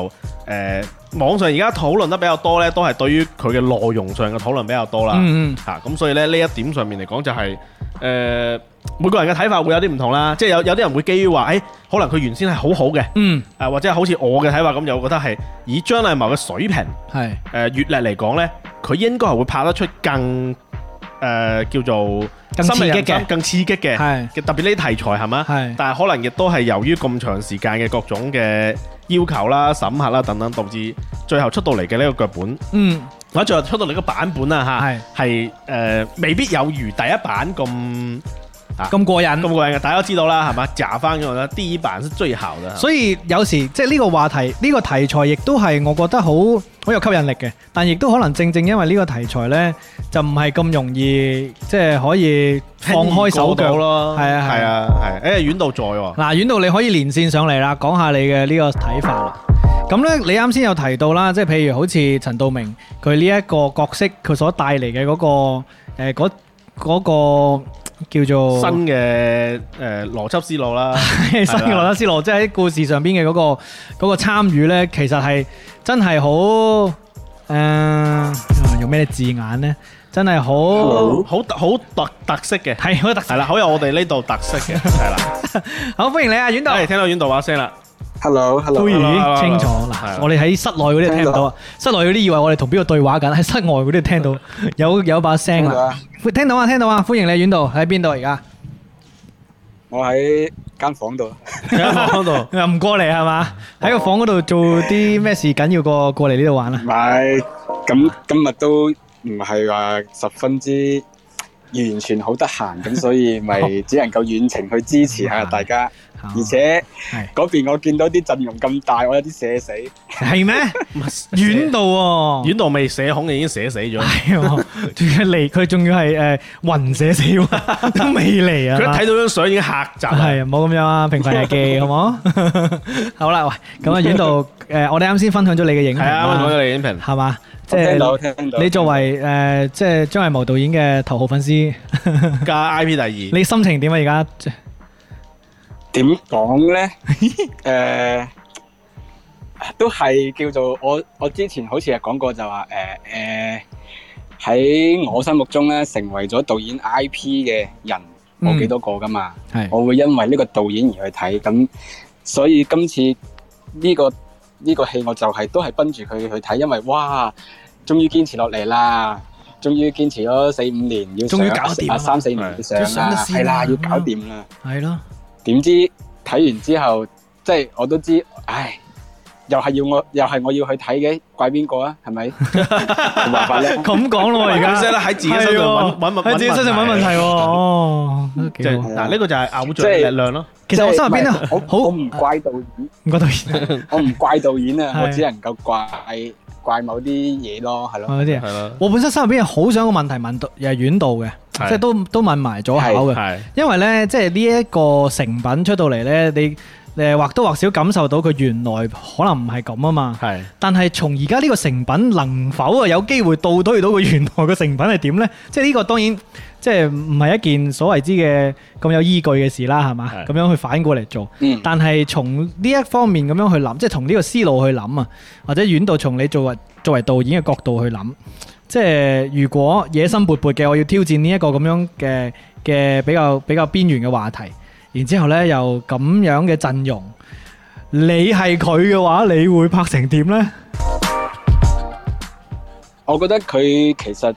Speaker 4: 誒、網上而家討論得比較多呢，都係對於佢嘅內容上嘅討論比較多啦。
Speaker 3: 嗯嗯
Speaker 4: 嚇咁、所以咧呢一點上面嚟講就係、誒、每個人嘅睇法會有啲唔同啦。即係有有啲人會基於話誒、哎可能佢原先係好好嘅，誒、啊
Speaker 3: 嗯
Speaker 4: 或者係好似我嘅睇法咁，又覺得係以張藝謀嘅水平誒、
Speaker 3: 係
Speaker 4: 閲歷嚟講呢，佢應該係會拍得出更誒、呃叫做
Speaker 3: 更刺激嘅
Speaker 4: 深入人心更刺激嘅。
Speaker 3: 係
Speaker 4: 嘅特別呢啲題材係嘛？
Speaker 3: 係
Speaker 4: 但係可能亦都係由於咁長時間嘅各種嘅要求啦、審核啦等等，導致最後出到嚟嘅呢個腳本，
Speaker 3: 嗯
Speaker 4: 或者最後出到嚟嘅版本啦
Speaker 3: 係
Speaker 4: 嚇，係誒未必有如第一版咁
Speaker 3: 嗯咁過癮。
Speaker 4: 咁過癮嘅，大家都知道啦係嘛？假翻咗啦，第一版是最好嘅。
Speaker 3: 所以有時即係呢個話題，呢、個題材亦都係我覺得好好有吸引力嘅，但亦都可能正正因為呢個題材呢，就唔係咁容易即係可以放開手腳咯。
Speaker 4: 咯
Speaker 3: 係
Speaker 4: 係
Speaker 3: 啊
Speaker 4: 啊
Speaker 3: 係
Speaker 4: 係啊係，誒遠道在喎，
Speaker 3: 嗱，遠道你可以連線上嚟啦，講下你嘅呢個睇法啦。咁呢，你啱先有提到啦，即係譬如好似陳道明佢呢一個角色，佢所帶嚟嘅嗰個誒嗰嗰個叫做
Speaker 4: 新嘅誒邏輯思路啦，
Speaker 3: [LAUGHS] 新嘅羅德斯羅，即係喺故事上邊嘅嗰個嗰、個參與咧，其實係真係好啊誒，用咩字眼咧？真係好
Speaker 4: 好特好特特色嘅，
Speaker 3: 係好特色
Speaker 4: 係。啦，好有我哋呢度特色嘅，係啦。
Speaker 3: [LAUGHS] 好歡迎你啊，阮導。
Speaker 4: 係聽到遠道把聲啦。
Speaker 3: 都
Speaker 5: Hello，Hello，
Speaker 3: 已經
Speaker 4: hello，
Speaker 3: 清楚
Speaker 4: hello，
Speaker 3: 嗱，
Speaker 4: hello
Speaker 3: 我哋喺室內嗰啲聽唔到啊，室內嗰啲以為我哋同邊個對話緊，喺室外嗰啲
Speaker 4: [LAUGHS]
Speaker 3: 聽到有有把聲
Speaker 5: 聽到
Speaker 3: 啦
Speaker 5: 啊。
Speaker 3: 喂聽到啊，聽到啊，歡迎你，阮導喺邊度而家？
Speaker 5: 我喺間房度，
Speaker 4: 喺度
Speaker 3: [LAUGHS] 又唔過嚟係嘛？喺個房嗰度做啲咩事緊要過過嚟呢度玩啊
Speaker 4: [LAUGHS]
Speaker 5: 唔？係咁今日都唔係話十分之完全好得閒，咁所以 [LAUGHS] 咪只能夠遠程去支持下大家。而且
Speaker 3: 係
Speaker 5: 嗰邊我見到啲陣容咁大，我有啲社死。
Speaker 3: 係咩？
Speaker 4: 啊
Speaker 3: 阮導喎。
Speaker 4: 遠道未寫孔已經寫死咗，
Speaker 3: 係喎，仲要嚟，佢仲要係誒暈寫死
Speaker 4: [LAUGHS]
Speaker 3: 喎，都未嚟啊！
Speaker 4: 佢一睇到張相已經嚇窒啦。
Speaker 3: 係唔好咁樣啊，平凡日記好冇？ [LAUGHS] 好啦，喂，咁啊，阮導誒，我哋啱先分享咗你嘅影評
Speaker 4: 係啊，我
Speaker 3: 啦，
Speaker 4: 講咗你影
Speaker 3: [LAUGHS]
Speaker 4: 評。
Speaker 3: 係嘛？即
Speaker 5: 我聽到，我
Speaker 3: 係
Speaker 5: 聽到。
Speaker 3: 你作為誒即係張藝謀導演嘅頭號粉絲，
Speaker 4: 加 IP 第二，
Speaker 3: 你心情點啊？而家即
Speaker 5: 點
Speaker 3: [LAUGHS]
Speaker 5: 講咧？誒，都係叫做我我之前好似係講過就話誒誒喺我心目中咧，成為咗導演 IP 嘅人冇幾多個噶嘛。
Speaker 3: 嗯係
Speaker 5: 我會因為呢個導演而去睇，咁所以今次呢、個呢、個戲我就係、都係奔住佢去睇，因為哇，終於堅持落嚟啦，終於堅持咗四五年要上，
Speaker 3: 終於搞掂啦
Speaker 5: 啊三四年要上
Speaker 3: 都上得
Speaker 5: 啦，
Speaker 3: 先
Speaker 5: 係
Speaker 3: 啦
Speaker 5: 啦，要搞掂啦。
Speaker 3: 係咯，
Speaker 5: 點知睇完之後，即係我都知，唉，又係要我，又係我要去睇嘅，怪邊個啊？係咪？冇辦法咧。
Speaker 3: 咁講咯喎，而
Speaker 4: 佢
Speaker 3: 家
Speaker 4: 寫得喺自己身上揾揾問
Speaker 3: 喺自己身上揾問題喎，哦，都
Speaker 4: 即
Speaker 3: 幾
Speaker 4: 係
Speaker 3: 好。
Speaker 4: 嗱，呢個就係偶
Speaker 5: 即
Speaker 4: 像
Speaker 5: 係
Speaker 4: 力量
Speaker 3: [LAUGHS]
Speaker 4: 咯。
Speaker 3: 其實我心入邊
Speaker 5: 即係
Speaker 3: 都
Speaker 5: 我我
Speaker 3: 好
Speaker 5: 唔怪導演，
Speaker 3: 唔該導演，
Speaker 5: 我唔怪導演啊，
Speaker 3: 係
Speaker 5: 我只能夠怪怪某啲嘢咯，係咯。
Speaker 3: 我啲人
Speaker 4: 係。咯，
Speaker 3: 我本身心入邊係好想個問題問到，又係遠道嘅，即
Speaker 4: 係
Speaker 3: 係都都問埋咗口嘅。
Speaker 4: 係
Speaker 3: 因為呢，即係呢一個成品出到嚟呢，你誒或多或少感受到佢原來可能唔係咁啊嘛。
Speaker 4: 係
Speaker 3: 但係從而家呢個成品能否啊有機會倒推到佢原來個成品係點呢？ [LAUGHS] 即係呢個當然即係唔係一件所謂之嘅咁有依據嘅事啦，係嘛？
Speaker 4: 係
Speaker 3: 咁樣去反過嚟做。
Speaker 5: 嗯，
Speaker 3: 但係從呢一方面咁樣去諗，即係從呢個思路去諗啊，或者遠到從你作為作為導演嘅角度去諗，即係如果野心勃勃嘅，我要挑戰呢一個咁樣嘅嘅比較比較邊緣嘅話題，然之後呢又咁樣嘅陣容，你係佢嘅話，你會拍成點呢？
Speaker 5: 我覺得佢其實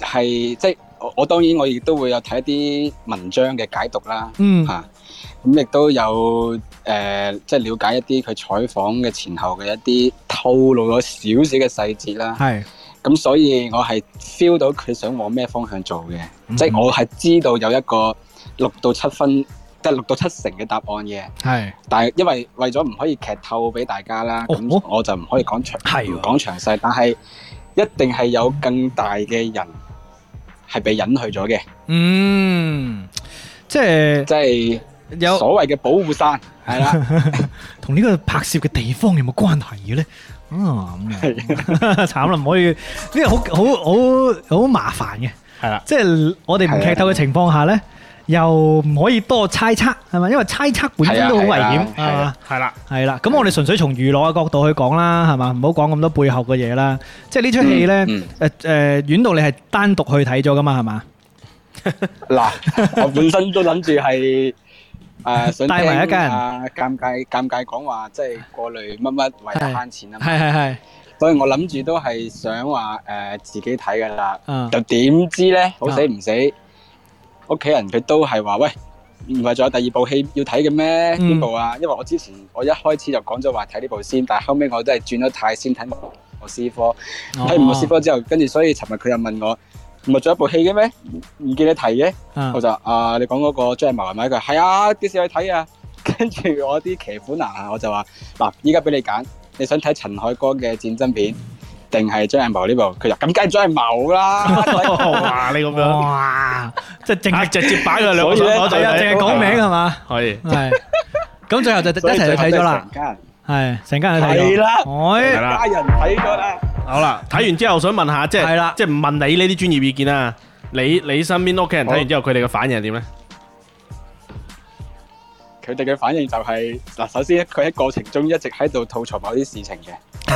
Speaker 5: 係即係我我當然我亦都會有睇一啲文章嘅解讀啦，
Speaker 3: 嗯
Speaker 5: 嚇咁亦都有誒、呃即係了解一啲佢採訪嘅前後嘅一啲透露咗少少嘅細節啦。
Speaker 3: 係，
Speaker 5: 咁所以我係 feel 到佢想往咩方向做嘅，
Speaker 3: 嗯
Speaker 5: 即係我係知道有一個六到七分，即係六到七成嘅答案嘅。
Speaker 3: 係，
Speaker 5: 但係因為為咗唔可以劇透俾大家啦，
Speaker 3: 哦
Speaker 5: 咁、我就唔可以講詳
Speaker 3: 係喎啊
Speaker 5: 唔講詳細。但係一定係有更大嘅人係被隱去咗嘅，
Speaker 3: 嗯，即係
Speaker 5: 即係
Speaker 3: 有
Speaker 5: 所謂嘅保護傘，係啦，
Speaker 3: 同呢個拍攝嘅地方有冇關係嘅咧？啊，咁啊 [LAUGHS] 慘啦，唔可以呢個好好好好麻煩嘅，
Speaker 4: 係啦，
Speaker 3: 即係我哋唔劇透嘅情況下咧，又唔可以多猜測係咪？因為猜測本身都好危險
Speaker 5: 係
Speaker 3: 係
Speaker 5: 啊係啊
Speaker 3: 嘛
Speaker 5: 係啊。
Speaker 4: 係啦，
Speaker 3: 係啦，咁我哋純粹從娛樂嘅角度去講啦，係嘛？唔好講咁多背後嘅嘢啦。即係呢出戲咧，誒誒、
Speaker 5: 嗯
Speaker 3: 遠道你係單獨去睇咗噶嘛，係嘛？ [LAUGHS]
Speaker 5: 嗱，我本身都諗住係誒想
Speaker 3: 帶
Speaker 5: 聽
Speaker 3: 埋一家人
Speaker 5: 啊尷尬尷尬講話，即係過濾乜乜為咗慳錢啊嘛，
Speaker 3: 係係係，
Speaker 5: 所以我諗住都係想話誒自己睇㗎啦。
Speaker 3: 啊
Speaker 5: 就點知咧，好死唔死，屋企人佢都係話：喂，唔係仲有第二部戲要睇嘅咩？
Speaker 3: 嗯
Speaker 5: 邊、部啊？因為我之前我一開始就講咗話睇呢部先，但係後尾我都係轉咗態先睇莫斯科。睇完莫
Speaker 3: 哦
Speaker 5: 斯科之後，跟住所以尋日佢又問我。唔係仲有一部戲嘅咩？唔唔見你提嘅，
Speaker 3: 啊
Speaker 5: 我就啊，你講嗰個張藝謀係咪？佢話係啊，幾時去睇啊？ [LAUGHS] 跟住我啲騎虎難下，我就話嗱，依家俾你揀，你想睇陳凱歌嘅戰爭片，定係張藝謀呢部？佢就咁梗係張藝謀啦，
Speaker 4: [LAUGHS]
Speaker 3: [LAUGHS]
Speaker 4: 哇你咁樣，
Speaker 3: 哇！即係淨
Speaker 4: 啊
Speaker 3: 係
Speaker 4: 直接擺佢兩個
Speaker 5: 所以
Speaker 4: 上
Speaker 5: 呢
Speaker 4: 攞
Speaker 3: 係啊，淨係講名係嘛？
Speaker 4: 係
Speaker 3: 係。咁最後就一齊去睇咗啦，係成家人去睇咗。
Speaker 5: 係啦，
Speaker 4: 係
Speaker 3: 係
Speaker 4: 啦
Speaker 5: 家人睇咗啦，
Speaker 4: 好啦，睇完之後想問下，即
Speaker 3: 係啦
Speaker 4: 係即係唔問你呢啲專業意見啦，你你身邊屋企人睇完之後，佢哋嘅反應係點咧？
Speaker 5: 佢哋嘅反應就係、嗱，首先佢喺過程中一直喺度吐槽某啲事情嘅。
Speaker 3: [LAUGHS]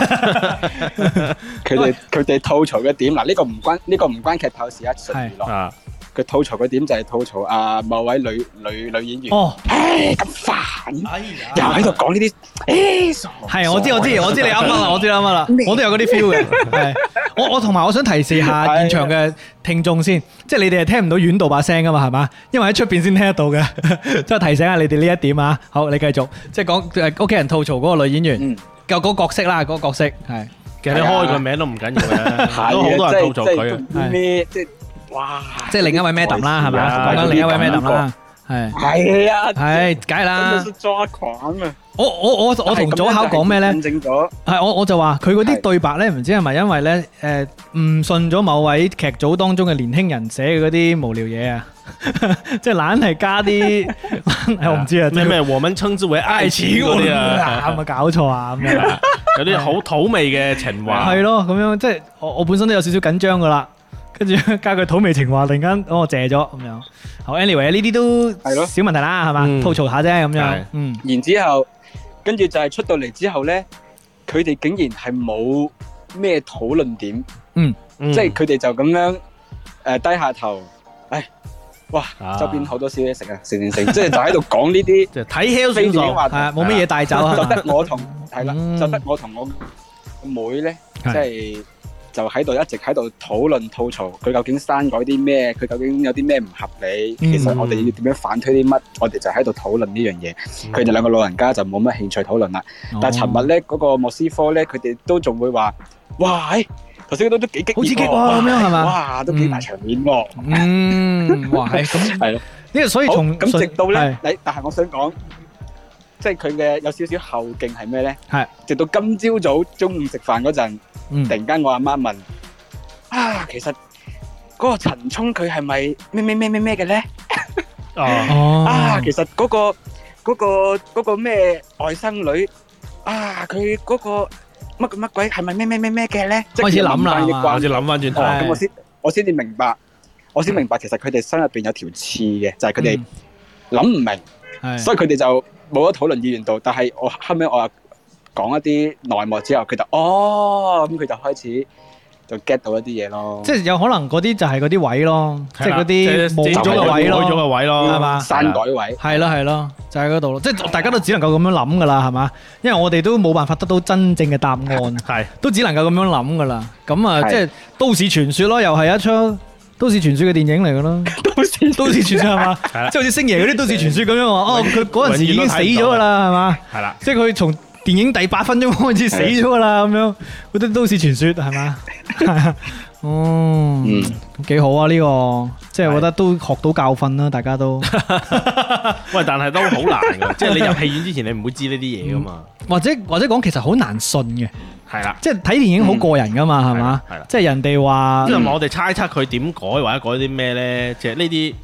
Speaker 5: 佢哋佢哋吐槽嘅點嗱，呢、個唔關呢、個唔關劇透事啊，純娛樂。
Speaker 4: 啊，
Speaker 5: 佢吐槽嘅點就係吐槽啊某位女女女演員，
Speaker 3: 哦，
Speaker 5: 唉咁煩，又喺度講呢啲，唉傻。
Speaker 3: 係，我知我知我知你啱啱啦，我知你啱啱啦，我都有嗰啲 feel 嘅。係，我我同埋我想提示下
Speaker 5: 係
Speaker 3: 現場嘅聽眾先，即係你哋係聽唔到遠道把聲噶嘛，係嘛？因為喺出邊先聽得到嘅， [LAUGHS] 即係提醒下你哋呢一點啊。好，你繼續，即係講誒屋企人吐槽嗰個女演員，
Speaker 5: 嗯
Speaker 3: 夠嗰個角色啦，嗰個角色係
Speaker 4: 其實你開佢名都唔緊要嘅，
Speaker 5: 係
Speaker 4: 都好多人吐槽
Speaker 5: 即
Speaker 4: 佢
Speaker 5: 係
Speaker 4: 啊。
Speaker 5: 即係咩？即係哇！
Speaker 3: 即係另一位 madam 啦，係咪啊？講緊另一位 madam 啦，係
Speaker 5: 係啊，
Speaker 3: 係，梗係
Speaker 5: 真
Speaker 3: 啦
Speaker 5: 係。抓狂啊！
Speaker 3: 我我我我同左考講咩咧？
Speaker 5: 印證咗
Speaker 3: 係我我就話佢嗰啲
Speaker 5: 係
Speaker 3: 對白咧，唔知係咪因為咧誒唔信咗某位劇組當中嘅年輕人寫嘅嗰啲無聊嘢啊， [LAUGHS] 即係懶係
Speaker 4: [LAUGHS]
Speaker 3: 加啲，懶 [LAUGHS] 我唔知啊，即
Speaker 4: 咩
Speaker 3: 係
Speaker 4: 咩，我們稱之為愛情嗰
Speaker 3: [LAUGHS]
Speaker 4: 啲 [LAUGHS]
Speaker 3: 啊，
Speaker 4: 啊
Speaker 3: 有，咪搞錯啊咁樣。
Speaker 4: 有啲好土味嘅情話。
Speaker 3: 係咯，咁樣即係我我本身都有少少緊張噶啦，跟住 [LAUGHS] 加句土味情話，突然間哦我謝咗咁樣。好，anyway 呢啲都
Speaker 5: 係咯
Speaker 3: 小問題啦，係嘛？
Speaker 4: 嗯
Speaker 3: 吐槽下啫咁樣
Speaker 4: 係，
Speaker 3: 嗯，
Speaker 5: 然之後，跟住就係出到嚟之後咧，佢哋竟然係冇咩討論點，
Speaker 4: 嗯
Speaker 5: 即係佢哋就咁樣誒、呃低下頭，唉，哇！
Speaker 4: 啊
Speaker 5: 周邊好多燒嘢食啊，成成成，即係就喺度講呢啲
Speaker 4: 即係睇 hell
Speaker 5: 非
Speaker 4: 算
Speaker 5: 典
Speaker 4: 數。
Speaker 5: 話題
Speaker 3: 係，啊冇乜嘢帶走係
Speaker 5: 就
Speaker 3: 嘛
Speaker 5: 得我同係啦
Speaker 3: 嗯，
Speaker 5: 就得我同我妹咧，即
Speaker 3: 係
Speaker 5: 係就喺度一直喺度討論吐槽，佢究竟刪改啲咩，佢究竟有啲咩唔合理，
Speaker 3: 嗯
Speaker 5: 其實我哋要點樣反推啲乜，我哋就喺度討論呢樣嘢。佢哋兩個老人家就冇乜興趣討論啦。 [LAUGHS] 但係尋日咧嗰個莫斯科咧，佢哋都仲會話：，哇！唉頭先都都幾激烈喎，
Speaker 3: 好刺激喎咁樣係嘛
Speaker 5: 哇，都幾大場面喎。
Speaker 3: 嗯，
Speaker 5: [LAUGHS]
Speaker 3: 哇，係咁
Speaker 5: 係咯
Speaker 3: 呢個所以
Speaker 5: 好，
Speaker 3: 從
Speaker 5: 咁直到啊
Speaker 3: 係
Speaker 5: 咧，你但係我想講，即係佢嘅有少少後勁係咩咧？
Speaker 3: 係
Speaker 5: 直到今朝早中午食飯嗰陣，
Speaker 3: 嗯
Speaker 5: 突然間我阿媽問：啊，其實嗰個陳聰佢係咪咩咩咩咩咩嘅咧？
Speaker 4: 啊
Speaker 3: 哦
Speaker 5: 啊，其實嗰、個嗰、個嗰、個咩外甥女啊，佢嗰、個乜鬼乜鬼係咪咩咩咩咩嘅咧？即係
Speaker 3: 開始諗啦
Speaker 5: 佢問翻啲
Speaker 3: 係嘛
Speaker 5: 關
Speaker 4: 開始諗翻轉頭
Speaker 5: 哦，
Speaker 3: 係
Speaker 5: 咁我先我先至明白，我先明白其實佢哋心入邊有條刺嘅，就係佢哋諗唔明，
Speaker 3: 嗯係
Speaker 5: 所以佢哋就冇咗討論意願度。但係我後尾我又講一啲內幕之後，佢就哦咁，佢就開始就 get 到一啲嘢咯。
Speaker 3: 即係有可能嗰啲就係嗰啲位咯，即係嗰啲冇
Speaker 5: 係
Speaker 3: 咗
Speaker 5: 就係
Speaker 3: 嘅位
Speaker 4: 冇咗
Speaker 3: 咯，嗯
Speaker 4: 嘅位咯，
Speaker 3: 係嘛
Speaker 5: 刪改位，
Speaker 3: 係咯係咯，就喺嗰度咯，即係大家都只能夠咁樣諗噶啦，係嘛？因為我哋都冇辦法得到真正嘅答
Speaker 5: [LAUGHS]
Speaker 3: 案，
Speaker 4: 係
Speaker 3: 都只能夠咁樣諗噶啦。咁啊，
Speaker 5: 係
Speaker 3: 即係都市傳說咯，又係一出都市傳說嘅電影嚟噶
Speaker 5: [LAUGHS]
Speaker 3: 咯，
Speaker 5: 都是
Speaker 3: 都市傳說係嘛？
Speaker 4: 係啦
Speaker 3: 即係好似星爺嗰啲都市傳說咁樣話，哦，佢嗰陣時已經死咗噶啦，係嘛？
Speaker 4: 係啦，
Speaker 3: 即係佢從電影第八分鐘開始死咗㗎啦，咁樣嗰啲都市傳說係嘛？ [LAUGHS] 哦，
Speaker 5: 嗯，
Speaker 3: 咁幾好啊呢個，即係我覺得都學到教訓啦，大家都。
Speaker 4: 喂，但係都好難
Speaker 3: [LAUGHS]
Speaker 4: 噶，即係你入戲院之前你唔會知呢啲嘢噶嘛。
Speaker 3: 或者或者講其實好難信嘅，
Speaker 4: 係啦，
Speaker 3: 即係睇電影好過人噶嘛，係嘛
Speaker 4: 係啦係嗯啦？
Speaker 3: 即係人哋話
Speaker 4: 即係我哋猜測佢點改或者改啲咩咧，即係呢啲。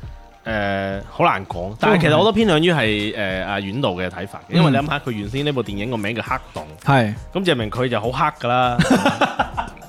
Speaker 4: 誒好、難
Speaker 3: 嗯
Speaker 4: 講，但係其實我都偏向於係誒阿阮導嘅睇法，因為你諗下佢原先呢部電影個名叫《黑洞》，
Speaker 3: 係
Speaker 4: 咁證明佢就好黑㗎啦。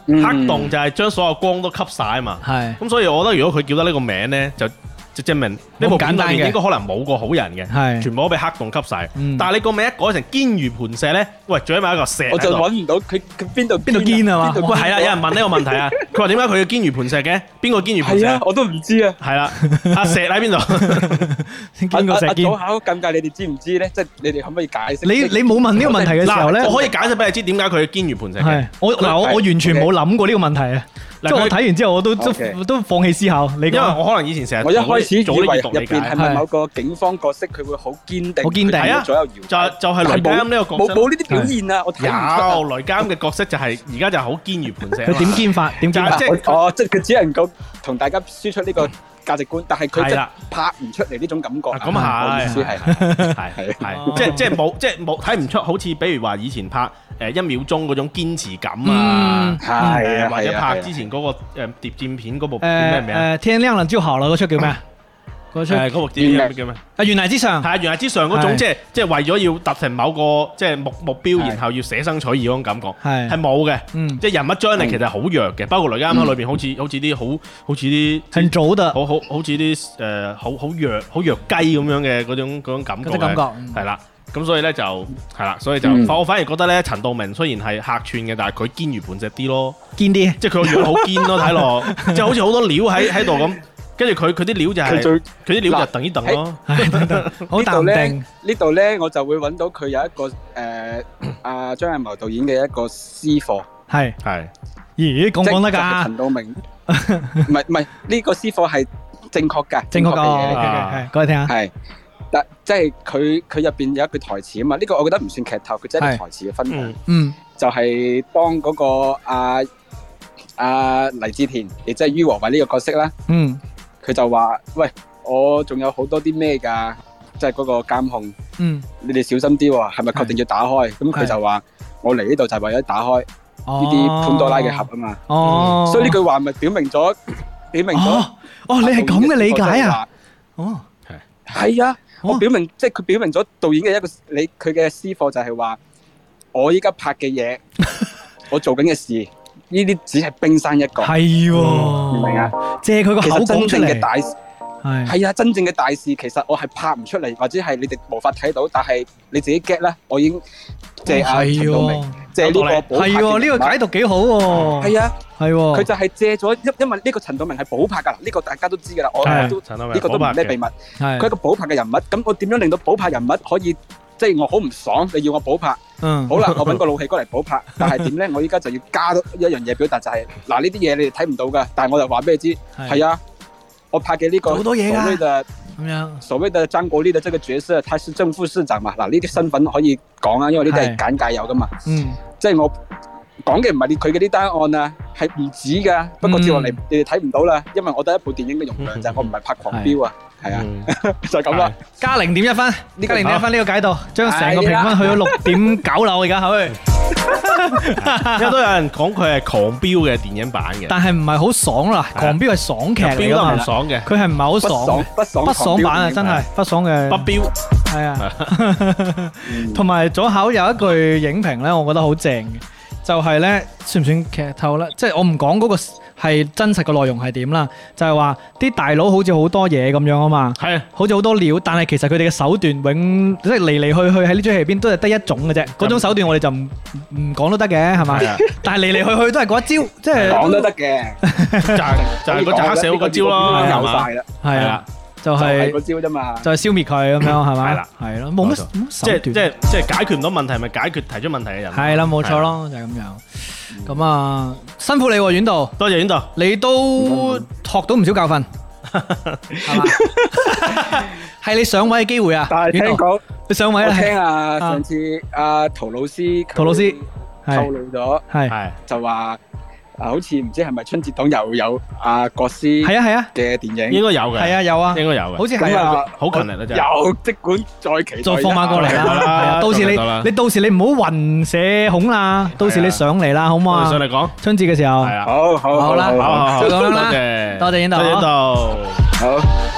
Speaker 5: 嗯
Speaker 4: 黑洞就係將所有光都吸晒嘛。
Speaker 3: 係
Speaker 4: 咁所以我覺得如果佢叫得呢個名呢，就就證明呢部片裏面應該可能冇個好人嘅，
Speaker 3: 係
Speaker 4: 全部都俾黑洞吸晒。
Speaker 3: 嗯
Speaker 4: 但係你個名一改成堅如磐石呢，喂，最起碼有一個石
Speaker 5: 我
Speaker 4: 喺
Speaker 5: 就
Speaker 4: 度。
Speaker 5: 揾唔到佢佢邊度
Speaker 3: 邊度堅啊嘛
Speaker 5: 邊度
Speaker 4: 喂，係啦，有人
Speaker 5: 堅
Speaker 4: 問呢個問
Speaker 3: [LAUGHS]
Speaker 4: 題啊，佢話點解佢要堅如磐石嘅？邊個堅如磐石
Speaker 5: 係
Speaker 4: 啊
Speaker 5: 啊，？我都唔知啊。
Speaker 4: 係啦，阿石喺邊度？
Speaker 3: 先
Speaker 5: 阿
Speaker 3: 經過石
Speaker 5: 阿
Speaker 3: 堅
Speaker 5: 阿。早考咁介，你哋知唔知咧？即係你哋可唔可以解釋？
Speaker 3: 你你冇問呢個問題嘅時候咧
Speaker 4: 嗱，，我可以解釋俾你知點解佢堅如磐石嘅
Speaker 3: 係。我嗱我我完全冇諗過呢個問題啊！即
Speaker 4: 嗱
Speaker 3: 係我
Speaker 4: 佢
Speaker 3: 睇完之後，我都都
Speaker 5: OK
Speaker 3: 都放棄思考。你
Speaker 4: 因為
Speaker 3: 講
Speaker 4: 我可能以前成日
Speaker 5: 我一開始以
Speaker 4: 做
Speaker 5: 為
Speaker 4: 呢啲閱
Speaker 5: 入
Speaker 4: 讀理
Speaker 5: 邊係
Speaker 4: 解，
Speaker 3: 係
Speaker 5: 咪某個警方角色佢會好堅定，
Speaker 3: 好堅定
Speaker 5: 佢
Speaker 4: 係啊
Speaker 5: 左右搖
Speaker 4: 就
Speaker 5: 擺，
Speaker 4: 就係雷佳音呢個角
Speaker 5: 冇
Speaker 4: 色。
Speaker 5: 冇呢啲表現啊！我睇唔出啊。
Speaker 4: 有雷佳音嘅角色就係而家就係好堅如磐石啊嘛。
Speaker 3: 佢點堅法？點堅
Speaker 4: 但
Speaker 3: 法
Speaker 4: 係即？係佢
Speaker 5: 哦，即係佢只能夠同大家輸出呢個價值觀，但係佢
Speaker 4: 係
Speaker 5: 真係
Speaker 4: 啦
Speaker 5: 拍唔出嚟呢種感覺。
Speaker 4: 啊咁啊
Speaker 5: 我意
Speaker 4: 係，
Speaker 5: 思
Speaker 4: 係 [LAUGHS]
Speaker 5: 係
Speaker 4: 係係
Speaker 5: 係
Speaker 3: 哦
Speaker 4: 係，即係即係冇即係冇睇唔出，好似比如話以前拍誒一秒鐘嗰種堅持感啊
Speaker 3: 嗯，
Speaker 5: 係
Speaker 4: 誒
Speaker 5: 啊，
Speaker 4: 或者
Speaker 5: 係啊
Speaker 4: 拍
Speaker 5: 係啊
Speaker 4: 之前嗰個誒諜戰片嗰部叫咩
Speaker 3: 誒
Speaker 4: 名啊？
Speaker 3: 誒，天亮了就好啦，嗰出叫 [COUGHS] 咩啊？嗰出
Speaker 4: 誒嗰部叫咩叫咩？
Speaker 3: 啊，懸崖之上
Speaker 4: 係。啊，原來之上嗰種
Speaker 3: 係
Speaker 4: 即係即係為咗要達成某個即係目目標，
Speaker 5: 係
Speaker 4: 然後要捨生取義嗰種感覺
Speaker 3: 係
Speaker 4: 係冇嘅。
Speaker 3: 嗯，
Speaker 4: 即係人物張力其實係好弱嘅，包括雷佳音喺裏邊好似好似啲好好似啲
Speaker 3: 很早的。
Speaker 4: 好好好似啲誒好好弱好弱雞咁樣嘅嗰種嗰種感覺啊
Speaker 3: 嗰種感覺
Speaker 4: 呢
Speaker 3: 嗯
Speaker 4: 係啦。咁所以咧就係啦，所以就、
Speaker 5: 嗯
Speaker 4: 我反而覺得咧，陳道明雖然係客串嘅，但係佢堅如磐石啲咯，
Speaker 3: 堅 [LAUGHS] 啲，
Speaker 4: 即係佢個樣好堅咯，睇落即係好似好多料喺喺度咁。跟住佢佢啲料就
Speaker 5: 佢
Speaker 4: 係
Speaker 5: 最
Speaker 4: 佢啲料就等一等咯，
Speaker 3: 唉，等等，好
Speaker 5: 呢度
Speaker 3: 淡
Speaker 5: 呢
Speaker 3: 定，
Speaker 5: 呢度咧，我就會揾到佢有一個誒阿張藝謀導演嘅一個私貨。
Speaker 3: 係，
Speaker 4: 係
Speaker 3: 咦，講唔講得
Speaker 5: 即係
Speaker 3: 㗎？
Speaker 5: 陳道明，唔係唔係呢個師傅係正確㗎，
Speaker 3: 正確
Speaker 5: 嘅
Speaker 3: 㗎
Speaker 5: 嘢
Speaker 4: 㗎
Speaker 5: 嚟
Speaker 3: ，OK，OK，講嚟聽
Speaker 5: 嘅，
Speaker 3: 下。
Speaker 5: 係。但即係佢佢入邊有一句台詞啊嘛，呢、個我覺得唔算劇透，佢真係
Speaker 3: 係
Speaker 5: 台詞嘅分享，
Speaker 4: 嗯
Speaker 3: 嗯，
Speaker 5: 就係當嗰、個阿阿、黎志田，亦即係於和偉呢個角色啦，
Speaker 3: 嗯，
Speaker 5: 佢就話：喂，我仲有好多啲咩㗎，即係嗰個監控，
Speaker 3: 嗯，
Speaker 5: 你哋小心啲喎，係咪確定要打開？咁佢
Speaker 3: 係
Speaker 5: 就話：我嚟呢度就係為咗打開呢
Speaker 3: 哦，
Speaker 5: 啲潘多拉嘅盒啊嘛。
Speaker 3: 哦，
Speaker 5: 所以呢句話咪表明咗，表明咗。
Speaker 3: 哦，哦，你係咁嘅理解啊？哦，
Speaker 5: 係啊，
Speaker 3: 哦
Speaker 5: 我表明即係佢表明咗導演嘅一個你佢嘅私貨就係話，我依家拍嘅嘢，我做緊嘅事， [LAUGHS] 呢啲只係冰山一角，
Speaker 3: 係
Speaker 5: 明唔明
Speaker 3: 喎
Speaker 5: 啊，？
Speaker 3: 借佢個
Speaker 5: 其
Speaker 3: 口
Speaker 5: 實
Speaker 3: 講
Speaker 5: 真
Speaker 3: 出
Speaker 5: 正嘅
Speaker 3: 嚟，
Speaker 5: 大事
Speaker 3: 係，
Speaker 5: 係啊，真正嘅大事其實我係拍唔出嚟，或者係你哋無法睇到，但係你自己 get 啦。我已經借
Speaker 3: 哦
Speaker 5: 阿
Speaker 3: 係
Speaker 5: 陳道明，
Speaker 3: 喎，
Speaker 5: 借呢個補拍
Speaker 3: 係
Speaker 5: 嘅
Speaker 3: 喎，呢個哦
Speaker 5: 人
Speaker 3: 解讀幾好喎，
Speaker 5: 物係啊，
Speaker 3: 係喎，
Speaker 5: 佢就係借咗，因因為呢個陳道明係補拍㗎，呢個大家都知㗎啦，我
Speaker 3: 係
Speaker 5: 我都
Speaker 4: 陳道明
Speaker 5: 呢個都唔
Speaker 4: 好拍
Speaker 5: 係咩
Speaker 4: 嘅
Speaker 5: 秘密。
Speaker 3: 係
Speaker 5: 佢係一個補拍嘅人物，咁我點樣令到補拍人物可以，即係我好唔爽，你要我補
Speaker 3: [LAUGHS]
Speaker 5: 拍，
Speaker 3: 嗯，
Speaker 5: 好啦，我揾個老戲骨嚟補拍，但係點呢？我依家就要加多一樣嘢表達，就係嗱呢啲嘢你哋睇唔到噶，但係我就話俾你知，係啊，我拍嘅呢個
Speaker 3: 做好多嘢
Speaker 5: 所
Speaker 3: 㗎
Speaker 5: 謂嘅
Speaker 3: 咁樣，
Speaker 5: 所謂嘅張國立嘅這個角色，他是正副市長嘛，嗱呢啲身份可以講啊，因為呢啲係簡介有噶嘛，
Speaker 3: 嗯，
Speaker 5: 即係我講嘅唔係你佢嘅啲單案啊，係唔止㗎，不過接落嚟
Speaker 3: 嗯
Speaker 5: 你哋睇唔到啦，因為我得一部電影嘅容
Speaker 3: [LAUGHS]
Speaker 5: 量就係我唔係拍狂飆啊，係啊，
Speaker 4: 嗯
Speaker 5: 就係咁啦。
Speaker 3: 加零點一分，
Speaker 5: 呢個
Speaker 3: 加零點一分呢個解讀，將成個
Speaker 5: 係
Speaker 3: 評
Speaker 5: 啦
Speaker 3: 分去到六點九啦，我而家去。
Speaker 4: 因為都有人講佢係狂飆嘅電影版嘅，
Speaker 3: 但係唔係好爽啦，狂飆係爽劇嚟
Speaker 4: 飆
Speaker 3: 噶
Speaker 4: 得唔
Speaker 3: 嘛，
Speaker 4: 爽嘅，
Speaker 3: 佢係唔係好
Speaker 5: 不
Speaker 3: 爽
Speaker 5: 爽
Speaker 3: 嘅，
Speaker 5: 不爽
Speaker 3: 不爽版啊，真係不爽嘅
Speaker 4: 不，飆
Speaker 3: 係啊。同埋左考有一句影評咧，我覺得好正嘅，就係咧算唔算劇透咧？即係我唔講嗰個係真實嘅內容係點啦，就係話啲大佬好似好多嘢咁樣啊嘛。
Speaker 4: 係啊
Speaker 3: 好似好多料，但係其實佢哋嘅手段永即係嚟嚟去去喺呢出戲入邊都係得一種嘅啫。嗰種手段我哋就唔唔講都得嘅，係嘛
Speaker 4: 係啊？
Speaker 3: 但係嚟嚟去去都係嗰一招，即係
Speaker 5: 講都得嘅，
Speaker 4: 就係就係嗰隻黑社會嗰招咯，係
Speaker 5: 有
Speaker 4: 嘛
Speaker 5: 晒啦，
Speaker 3: 係
Speaker 4: 係
Speaker 3: 啊
Speaker 4: 啦。，
Speaker 3: 就
Speaker 5: 就係
Speaker 3: 係
Speaker 5: 嗰招啫嘛。
Speaker 3: 就係消滅佢咁樣係嘛？
Speaker 4: 係啦，
Speaker 3: 係咯，冇乜
Speaker 4: 冇錯
Speaker 3: 冇乜手
Speaker 4: 即係
Speaker 3: 段，
Speaker 4: 即係即係解決唔到問題，咪解決提出問題嘅人。
Speaker 3: 係啦，冇錯咯，就係咁樣。咁啊，辛苦你喎，阮導，
Speaker 4: 多謝院導。
Speaker 3: 你都學到唔少教訓，係嘛？係你上位嘅機會啊，
Speaker 5: 但係聽
Speaker 3: 阮導，
Speaker 5: 講，
Speaker 3: 你上位
Speaker 5: 我
Speaker 3: 啦，係
Speaker 5: 聽啊上次阿陶老師，
Speaker 3: 陶老師
Speaker 5: 透露咗
Speaker 3: 係
Speaker 4: 係
Speaker 5: 就話啊，好似唔知係咪春節檔又有阿國師
Speaker 3: 係啊係啊
Speaker 5: 嘅電
Speaker 4: 應
Speaker 5: 影，
Speaker 4: 該有嘅，
Speaker 3: 係啊有啊，
Speaker 4: 應該有嘅，
Speaker 3: 好似係
Speaker 5: 咁
Speaker 3: 啊，
Speaker 5: 啊，
Speaker 4: 好勤力啦真係。
Speaker 5: 又即管再期待一
Speaker 3: [LAUGHS]
Speaker 5: 下
Speaker 3: 再放馬過嚟啦，
Speaker 4: 得啦
Speaker 3: 係啊，到時你
Speaker 4: 得啦
Speaker 3: 你到時你唔好雲社恐啦，到時你上嚟啦，好唔好
Speaker 4: 我哋上
Speaker 3: 啊？
Speaker 4: 嚟講，
Speaker 3: 春節嘅時候
Speaker 4: 係。啊，
Speaker 5: 好好
Speaker 3: 好啦
Speaker 4: 好好好，
Speaker 3: 就咁樣啦
Speaker 4: 多謝
Speaker 3: 多謝影導
Speaker 4: 多謝影導。
Speaker 5: 好。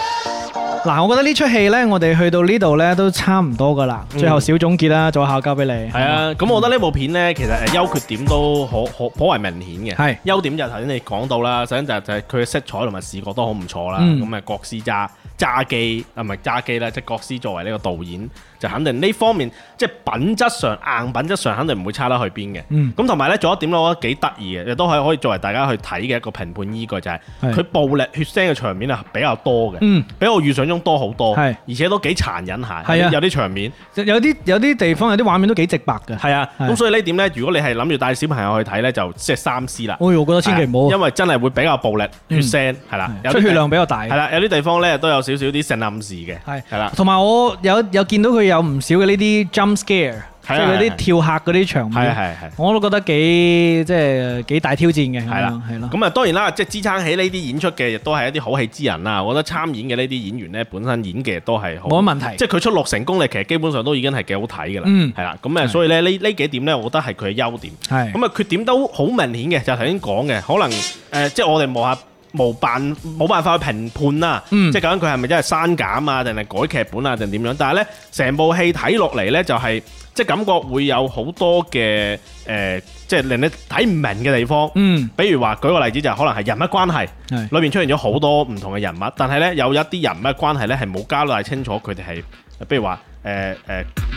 Speaker 3: 嗱，我覺得呢出戲呢，我哋去到呢度呢都差唔多噶啦，最後小總結啦，做下交俾你。
Speaker 4: 係啊，咁我覺得呢部片呢，其實誒優缺點都可可頗為明顯嘅。
Speaker 3: 係
Speaker 4: 優點就係頭先你講到啦，首先就係就係佢嘅色彩同埋視覺都好唔錯啦。
Speaker 3: 嗯
Speaker 4: 咁啊，國師揸揸機啊，唔係揸機啦，即係國師作為呢個導演，就肯定呢方面即係品質上硬品質上肯定唔會差得去邊嘅。
Speaker 3: 嗯
Speaker 4: 咁同埋呢，仲有一點我覺得幾得意嘅，亦都係可以作為大家去睇嘅一個評判依據，就係
Speaker 3: 係
Speaker 4: 佢暴力血腥嘅場面啊比較多嘅，
Speaker 3: 嗯，
Speaker 4: 比我預想中多好多，
Speaker 3: 係
Speaker 4: 而且都幾殘忍下，
Speaker 3: 係啊
Speaker 4: 有啲場面。
Speaker 3: 有啲有啲地方有啲畫面都幾直白嘅。
Speaker 4: 係啊，
Speaker 3: 係
Speaker 4: 咁所以呢點呢，如果你係諗住帶小朋友去睇呢，就即係三思啦。
Speaker 3: 哎呀，我覺得千祈唔
Speaker 4: 係啊
Speaker 3: 好
Speaker 4: 因為真係會比較暴力、血
Speaker 3: 嗯
Speaker 4: 腥，係啦，有
Speaker 3: 出
Speaker 4: 啲
Speaker 3: 血
Speaker 4: 地
Speaker 3: 量比較大。
Speaker 4: 係啦，有啲地方呢都有少少啲性暗示嘅，
Speaker 3: 係
Speaker 4: 係啦，
Speaker 3: 同埋我有有見到佢有唔少嘅呢啲 jump scare，即
Speaker 4: 係啊
Speaker 3: 係嗰
Speaker 4: 係啊係
Speaker 3: 啲
Speaker 4: 啊
Speaker 3: 跳嚇嗰啲場
Speaker 4: 係啊
Speaker 3: 面，
Speaker 4: 係啊係啊。
Speaker 3: 我都覺得幾即係幾大挑戰嘅。
Speaker 4: 係啦
Speaker 3: 咁樣係咯。
Speaker 4: 咁啊，當然啦，即係支撐起呢啲演出嘅，亦都係一啲好戲之人啦。我覺得參演嘅呢啲演員呢，本身演技都係好，
Speaker 3: 冇乜問題
Speaker 4: 即係佢出六成功力，其實基本上都已經係幾好睇㗎啦。
Speaker 3: 嗯
Speaker 4: 係啦，咁啊，所以咧呢呢幾點呢，我覺得係佢嘅優點。
Speaker 3: 係
Speaker 4: 咁啊，缺點都好明顯嘅，就係頭先講嘅，可能誒、呃即係我哋冇下冇辦冇辦法去評判啦，
Speaker 3: 嗯
Speaker 4: 即係究竟佢係咪真係刪減啊，定係改劇本啊，定點樣？但係呢，成部戲睇落嚟呢，就係、即係感覺會有好多嘅誒、呃即係令你睇唔明嘅地方。
Speaker 3: 嗯
Speaker 4: 比如話舉個例子就係可能係人物關係
Speaker 3: 係，
Speaker 4: 裏面出現咗好多唔同嘅人物，但係呢，有一啲人物關係呢係冇交代清楚佢哋係，比如話誒誒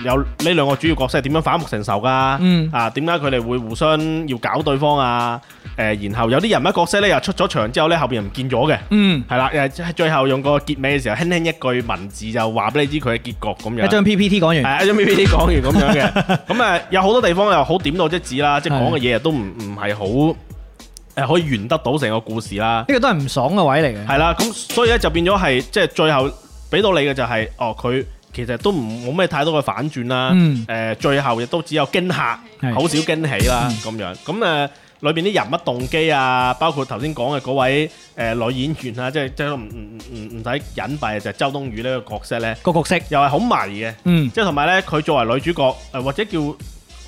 Speaker 4: 有呢兩個主要角色係點樣反目成仇㗎？
Speaker 3: 嗯
Speaker 4: 啊點解佢哋會互相要搞對方啊？誒、然後有啲人物角色呢又出咗場之後呢，後邊又唔見咗嘅。
Speaker 3: 嗯，
Speaker 4: 係啦，誒最後用個結尾嘅時候，輕輕一句文字就話俾你知佢嘅結局咁樣。
Speaker 3: 一張 PPT 講完。
Speaker 4: 啊係一張 PPT 講完咁樣嘅，咁誒有好多地方又好點到即止啦，即係
Speaker 3: 係
Speaker 4: 講嘅嘢都唔唔係好誒可以圓得到成個故事啦，
Speaker 3: 呢個都係唔爽嘅位嚟嘅，
Speaker 4: 係啦，咁所以咧就變咗係即係最後俾到你嘅就係、哦佢其實都唔冇咩太多嘅反轉啦，誒、
Speaker 3: 嗯
Speaker 4: 最後亦都只有驚嚇，
Speaker 3: 係
Speaker 4: 好少驚喜啦咁樣，咁誒。裏邊啲人物動機啊，包括頭先講嘅嗰位誒、女演員啊，即係即係都唔唔唔唔唔使隱蔽，就係、周冬雨呢個角色咧，
Speaker 3: 個角色。
Speaker 4: 又係好迷嘅，
Speaker 3: 嗯，
Speaker 4: 即係同埋咧，佢作為女主角，誒、或者叫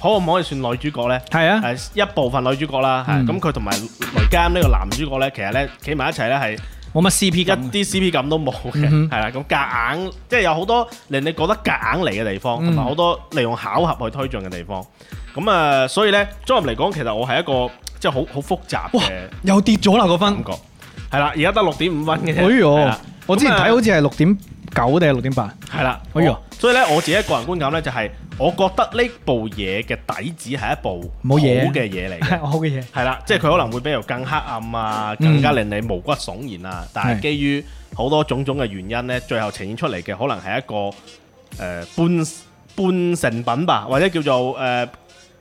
Speaker 4: 可唔可以算女主角咧？
Speaker 3: 係啊
Speaker 4: 誒、，一部分女主角啦，係
Speaker 3: 嗯
Speaker 4: 咁佢同埋雷監呢個男主角咧，其實咧企埋一齊咧係
Speaker 3: 冇乜 CP 感
Speaker 4: 一
Speaker 3: 嘅。
Speaker 4: 啲 CP 感都冇嘅，
Speaker 3: 嗯哼
Speaker 4: 係啦、咁夾硬即係有好多令你覺得夾硬嚟嘅地方，同埋
Speaker 3: 嗯
Speaker 4: 好多利用巧合去推進嘅地方。咁啊、所以咧綜合嚟講，其實我係一個即係好好複雜
Speaker 3: 哇
Speaker 4: 嘅
Speaker 3: 又跌咗啦個分
Speaker 4: 感。覺。係啦，而家得六點五分嘅啫。
Speaker 3: 哎
Speaker 4: 係
Speaker 3: 呦
Speaker 4: 啦，啊
Speaker 3: 我之前睇好似係六點九定係六點八。
Speaker 4: 係啦，
Speaker 3: 哎呦
Speaker 4: 我所以咧我自己個人觀感咧就係、我覺得呢部嘢嘅底子係一部
Speaker 3: 冇嘢
Speaker 4: 好嘅嘢
Speaker 3: [LAUGHS]
Speaker 4: 嚟嘅。
Speaker 3: 係我好嘅嘢。
Speaker 4: 係啦，即係佢可能會比較更黑暗啊，
Speaker 3: 嗯
Speaker 4: 更加令你毛骨悚然啊。但
Speaker 3: 係
Speaker 4: 係基於好多種種嘅原因呢，最後呈現出嚟嘅可能係一個誒、呃半半成品吧，或者叫做誒、呃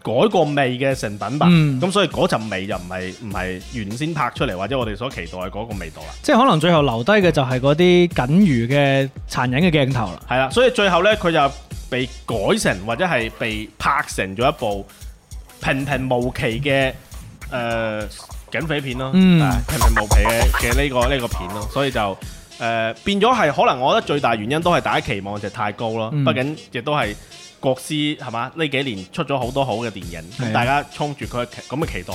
Speaker 4: 改過味嘅成品吧。
Speaker 3: 嗯
Speaker 4: 咁、所以嗰陣味就唔係唔係原先拍出嚟或者我哋所期待嘅嗰個味道啦。
Speaker 3: 即係可能最後留低嘅就係嗰啲僅餘嘅殘忍嘅鏡頭啦。
Speaker 4: 係啦，所以最後呢，佢就被改成或者係被拍成咗一部平平無奇嘅誒、呃警匪片咯，
Speaker 3: 嗯
Speaker 4: 啊平平無奇嘅嘅呢個呢、個片咯，所以就誒、呃、變咗係可能我覺得最大原因都係大家期望就太高咯，
Speaker 3: 嗯
Speaker 4: 畢竟亦都係國師係嘛呢幾年出咗好多好嘅電影，
Speaker 3: 係啊
Speaker 4: 咁大家衝住佢嘅期咁嘅期待。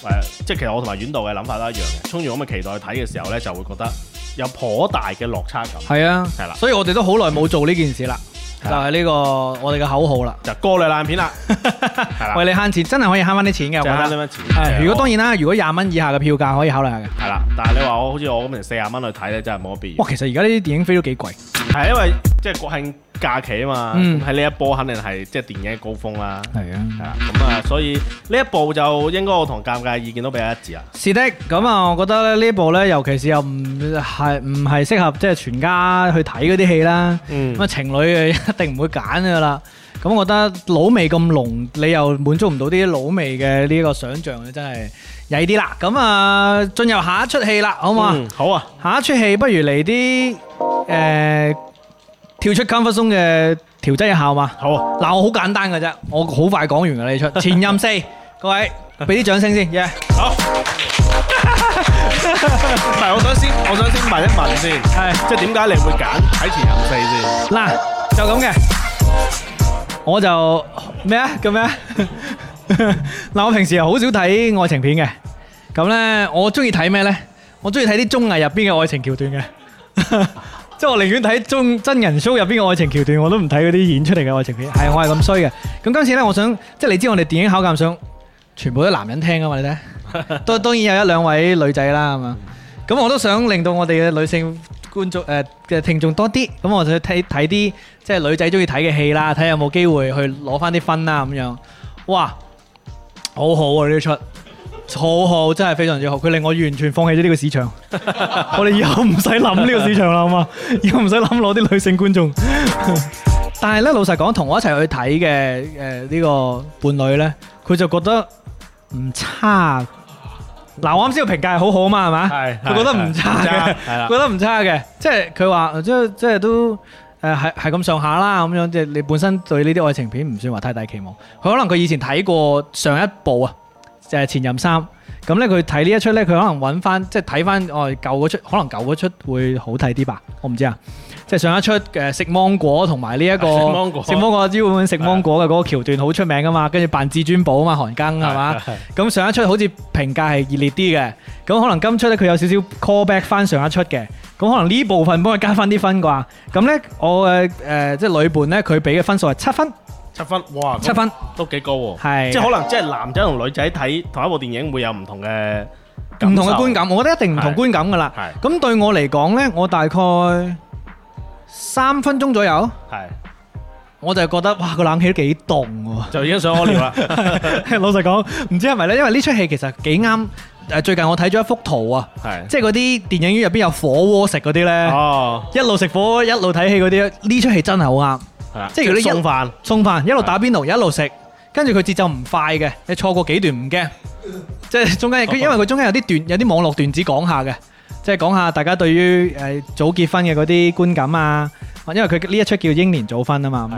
Speaker 4: 誒、即係其實我同埋阮導嘅諗法都一樣嘅，衝住咁嘅期待去睇嘅時候呢，就會覺得有頗大嘅落差感。
Speaker 3: 係啊，
Speaker 4: 係啦
Speaker 3: 所以我哋都好耐冇做呢件事啦，就
Speaker 4: 係啦
Speaker 3: 係呢個我哋嘅口號啦。
Speaker 4: 就過濾爛片啦， [LAUGHS] 係啦
Speaker 3: 為，你慳錢，真係可以慳翻啲錢嘅，我覺
Speaker 4: 就係慳呢
Speaker 3: 得。
Speaker 4: 蚊錢。
Speaker 3: 係，如果當
Speaker 4: 然
Speaker 3: 然啦，如果廿蚊以下嘅票價可以考慮下嘅。
Speaker 4: 係啦，但係你話我好似我咁成四廿蚊去睇咧，真係冇乜必要
Speaker 3: 哇，。其實而家呢啲電影飛都幾貴。
Speaker 4: 係因為即係國慶假期啊嘛，
Speaker 3: 嗯
Speaker 4: 咁喺呢一波肯定係即係電影嘅高峰啦。
Speaker 3: 係啊。
Speaker 4: 係啦，咁啊，所以呢一部就應該我同尷尬嘅意見都比較一致啊。
Speaker 3: 是的，咁啊，我覺得咧呢部咧，尤其是又唔係唔係適合即係全家去睇嗰啲戲啦。
Speaker 4: 嗯
Speaker 3: 咁啊，情侶嘅一定唔會揀噶啦。咁我覺得老味咁濃，你又滿足唔到啲老味嘅呢個想像，你真係曳啲啦。咁啊，進入下一出戲啦，好嘛？
Speaker 4: 嗯好啊，
Speaker 3: 下一出戲不如嚟啲誒跳出 comfort zone 嘅調劑一下好嘛？
Speaker 4: 好啊，
Speaker 3: 嗱，我好簡單嘅啫，我好快講完㗎啦呢出前任四，各位俾啲掌聲先，yeah。
Speaker 4: 好。唔係，我想先，我想先問一問先，
Speaker 3: 係
Speaker 4: 即係點解你會揀睇前任四先？
Speaker 3: 嗱，就咁嘅，我就咩啊？叫咩啊？ [LAUGHS] 嗱，我平時好少睇愛情片嘅，咁咧我中意睇咩咧？我中意睇啲綜藝入邊嘅愛情橋段嘅， [LAUGHS] 即係我寧願睇中真人 show 入邊嘅愛情橋段，我都唔睇嗰啲演出嚟嘅愛情片。係，我係咁衰嘅。咁今次咧，我想即係你知我哋電影考鑑想全部都男人聽啊嘛，你睇，當當然有一兩位女仔啦，咁啊，咁我都想令到我哋嘅女性觀眾誒嘅聽眾多啲，咁我就睇睇啲即係女仔中意睇嘅戲啦，睇下有冇機會去攞翻啲分啊啦咁樣。哇，好好啊呢出！好好，真係非常之好。佢令我完全放棄咗呢個市
Speaker 4: [LAUGHS]
Speaker 3: 場，我哋以後唔使諗呢個市場啦，好嘛？以後唔使諗攞啲女性觀眾。但係咧，老實講，同我一齊去睇嘅誒呢個伴侶咧，佢就覺得唔差。嗱，我啱先個評價係好好嘛，係嘛？
Speaker 4: 係
Speaker 3: 佢覺得唔差嘅，
Speaker 4: 係啦
Speaker 3: 覺得唔差嘅，即係佢話呃即係即係都誒係係咁上下啦咁樣，即係你本身對呢啲愛情片唔算話太大期望，佢可能佢以前睇過上一部啊，就係《前任三》，咁咧佢睇呢一出咧，佢可能揾翻即係睇翻我哋舊嗰出，可能舊嗰出會好睇啲吧，我唔知啊。即係上一出誒食芒果同埋呢一個
Speaker 4: 啊食芒果
Speaker 3: 食芒果招喚食芒果嘅嗰個橋段好出名噶嘛，跟住扮至尊寶啊嘛，韓庚係嘛？咁上一出好似評價係熱烈啲嘅，咁可能今出咧佢有少少 call back 翻上一出嘅，咁可能呢部分幫佢加翻啲分啩。咁咧我誒誒、呃即係女伴咧，佢俾嘅分數係七分，
Speaker 4: 七分，哇，
Speaker 3: 七分
Speaker 4: 都幾高喎。
Speaker 3: 係
Speaker 4: 哦即係可能即係男仔同女仔睇同一部電影會有唔同嘅
Speaker 3: 唔同嘅觀
Speaker 4: 感
Speaker 3: 感，我覺得一定唔同觀感噶啦。
Speaker 4: 係
Speaker 3: 咁對我嚟講咧，我大概三分鐘左右，
Speaker 4: 受，係
Speaker 3: 我就覺得哇個冷氣都幾凍
Speaker 4: [LAUGHS]
Speaker 3: 喎。
Speaker 4: 就已經想屙尿啦。
Speaker 3: 老實講，唔知係咪咧？因為呢出戲其實幾啱誒，最近我睇咗一幅圖啊，
Speaker 4: 係
Speaker 3: 即 [LAUGHS] 係嗰啲電影院入邊有火鍋食嗰啲咧，
Speaker 4: 哦，
Speaker 3: 一路食火鍋一路睇戲嗰啲，呢出戲真係好啱。
Speaker 4: 係啦，
Speaker 3: 即係如果你一
Speaker 4: 送飯
Speaker 3: 送飯一路打邊爐一路食，跟住佢節奏唔快嘅，你錯過幾段唔驚。即係中間佢因為佢中間有啲段有啲網絡段子講下嘅，即係講下大家對於誒早結婚嘅嗰啲觀感啊。因為佢呢一出叫《英年早婚》啊嘛。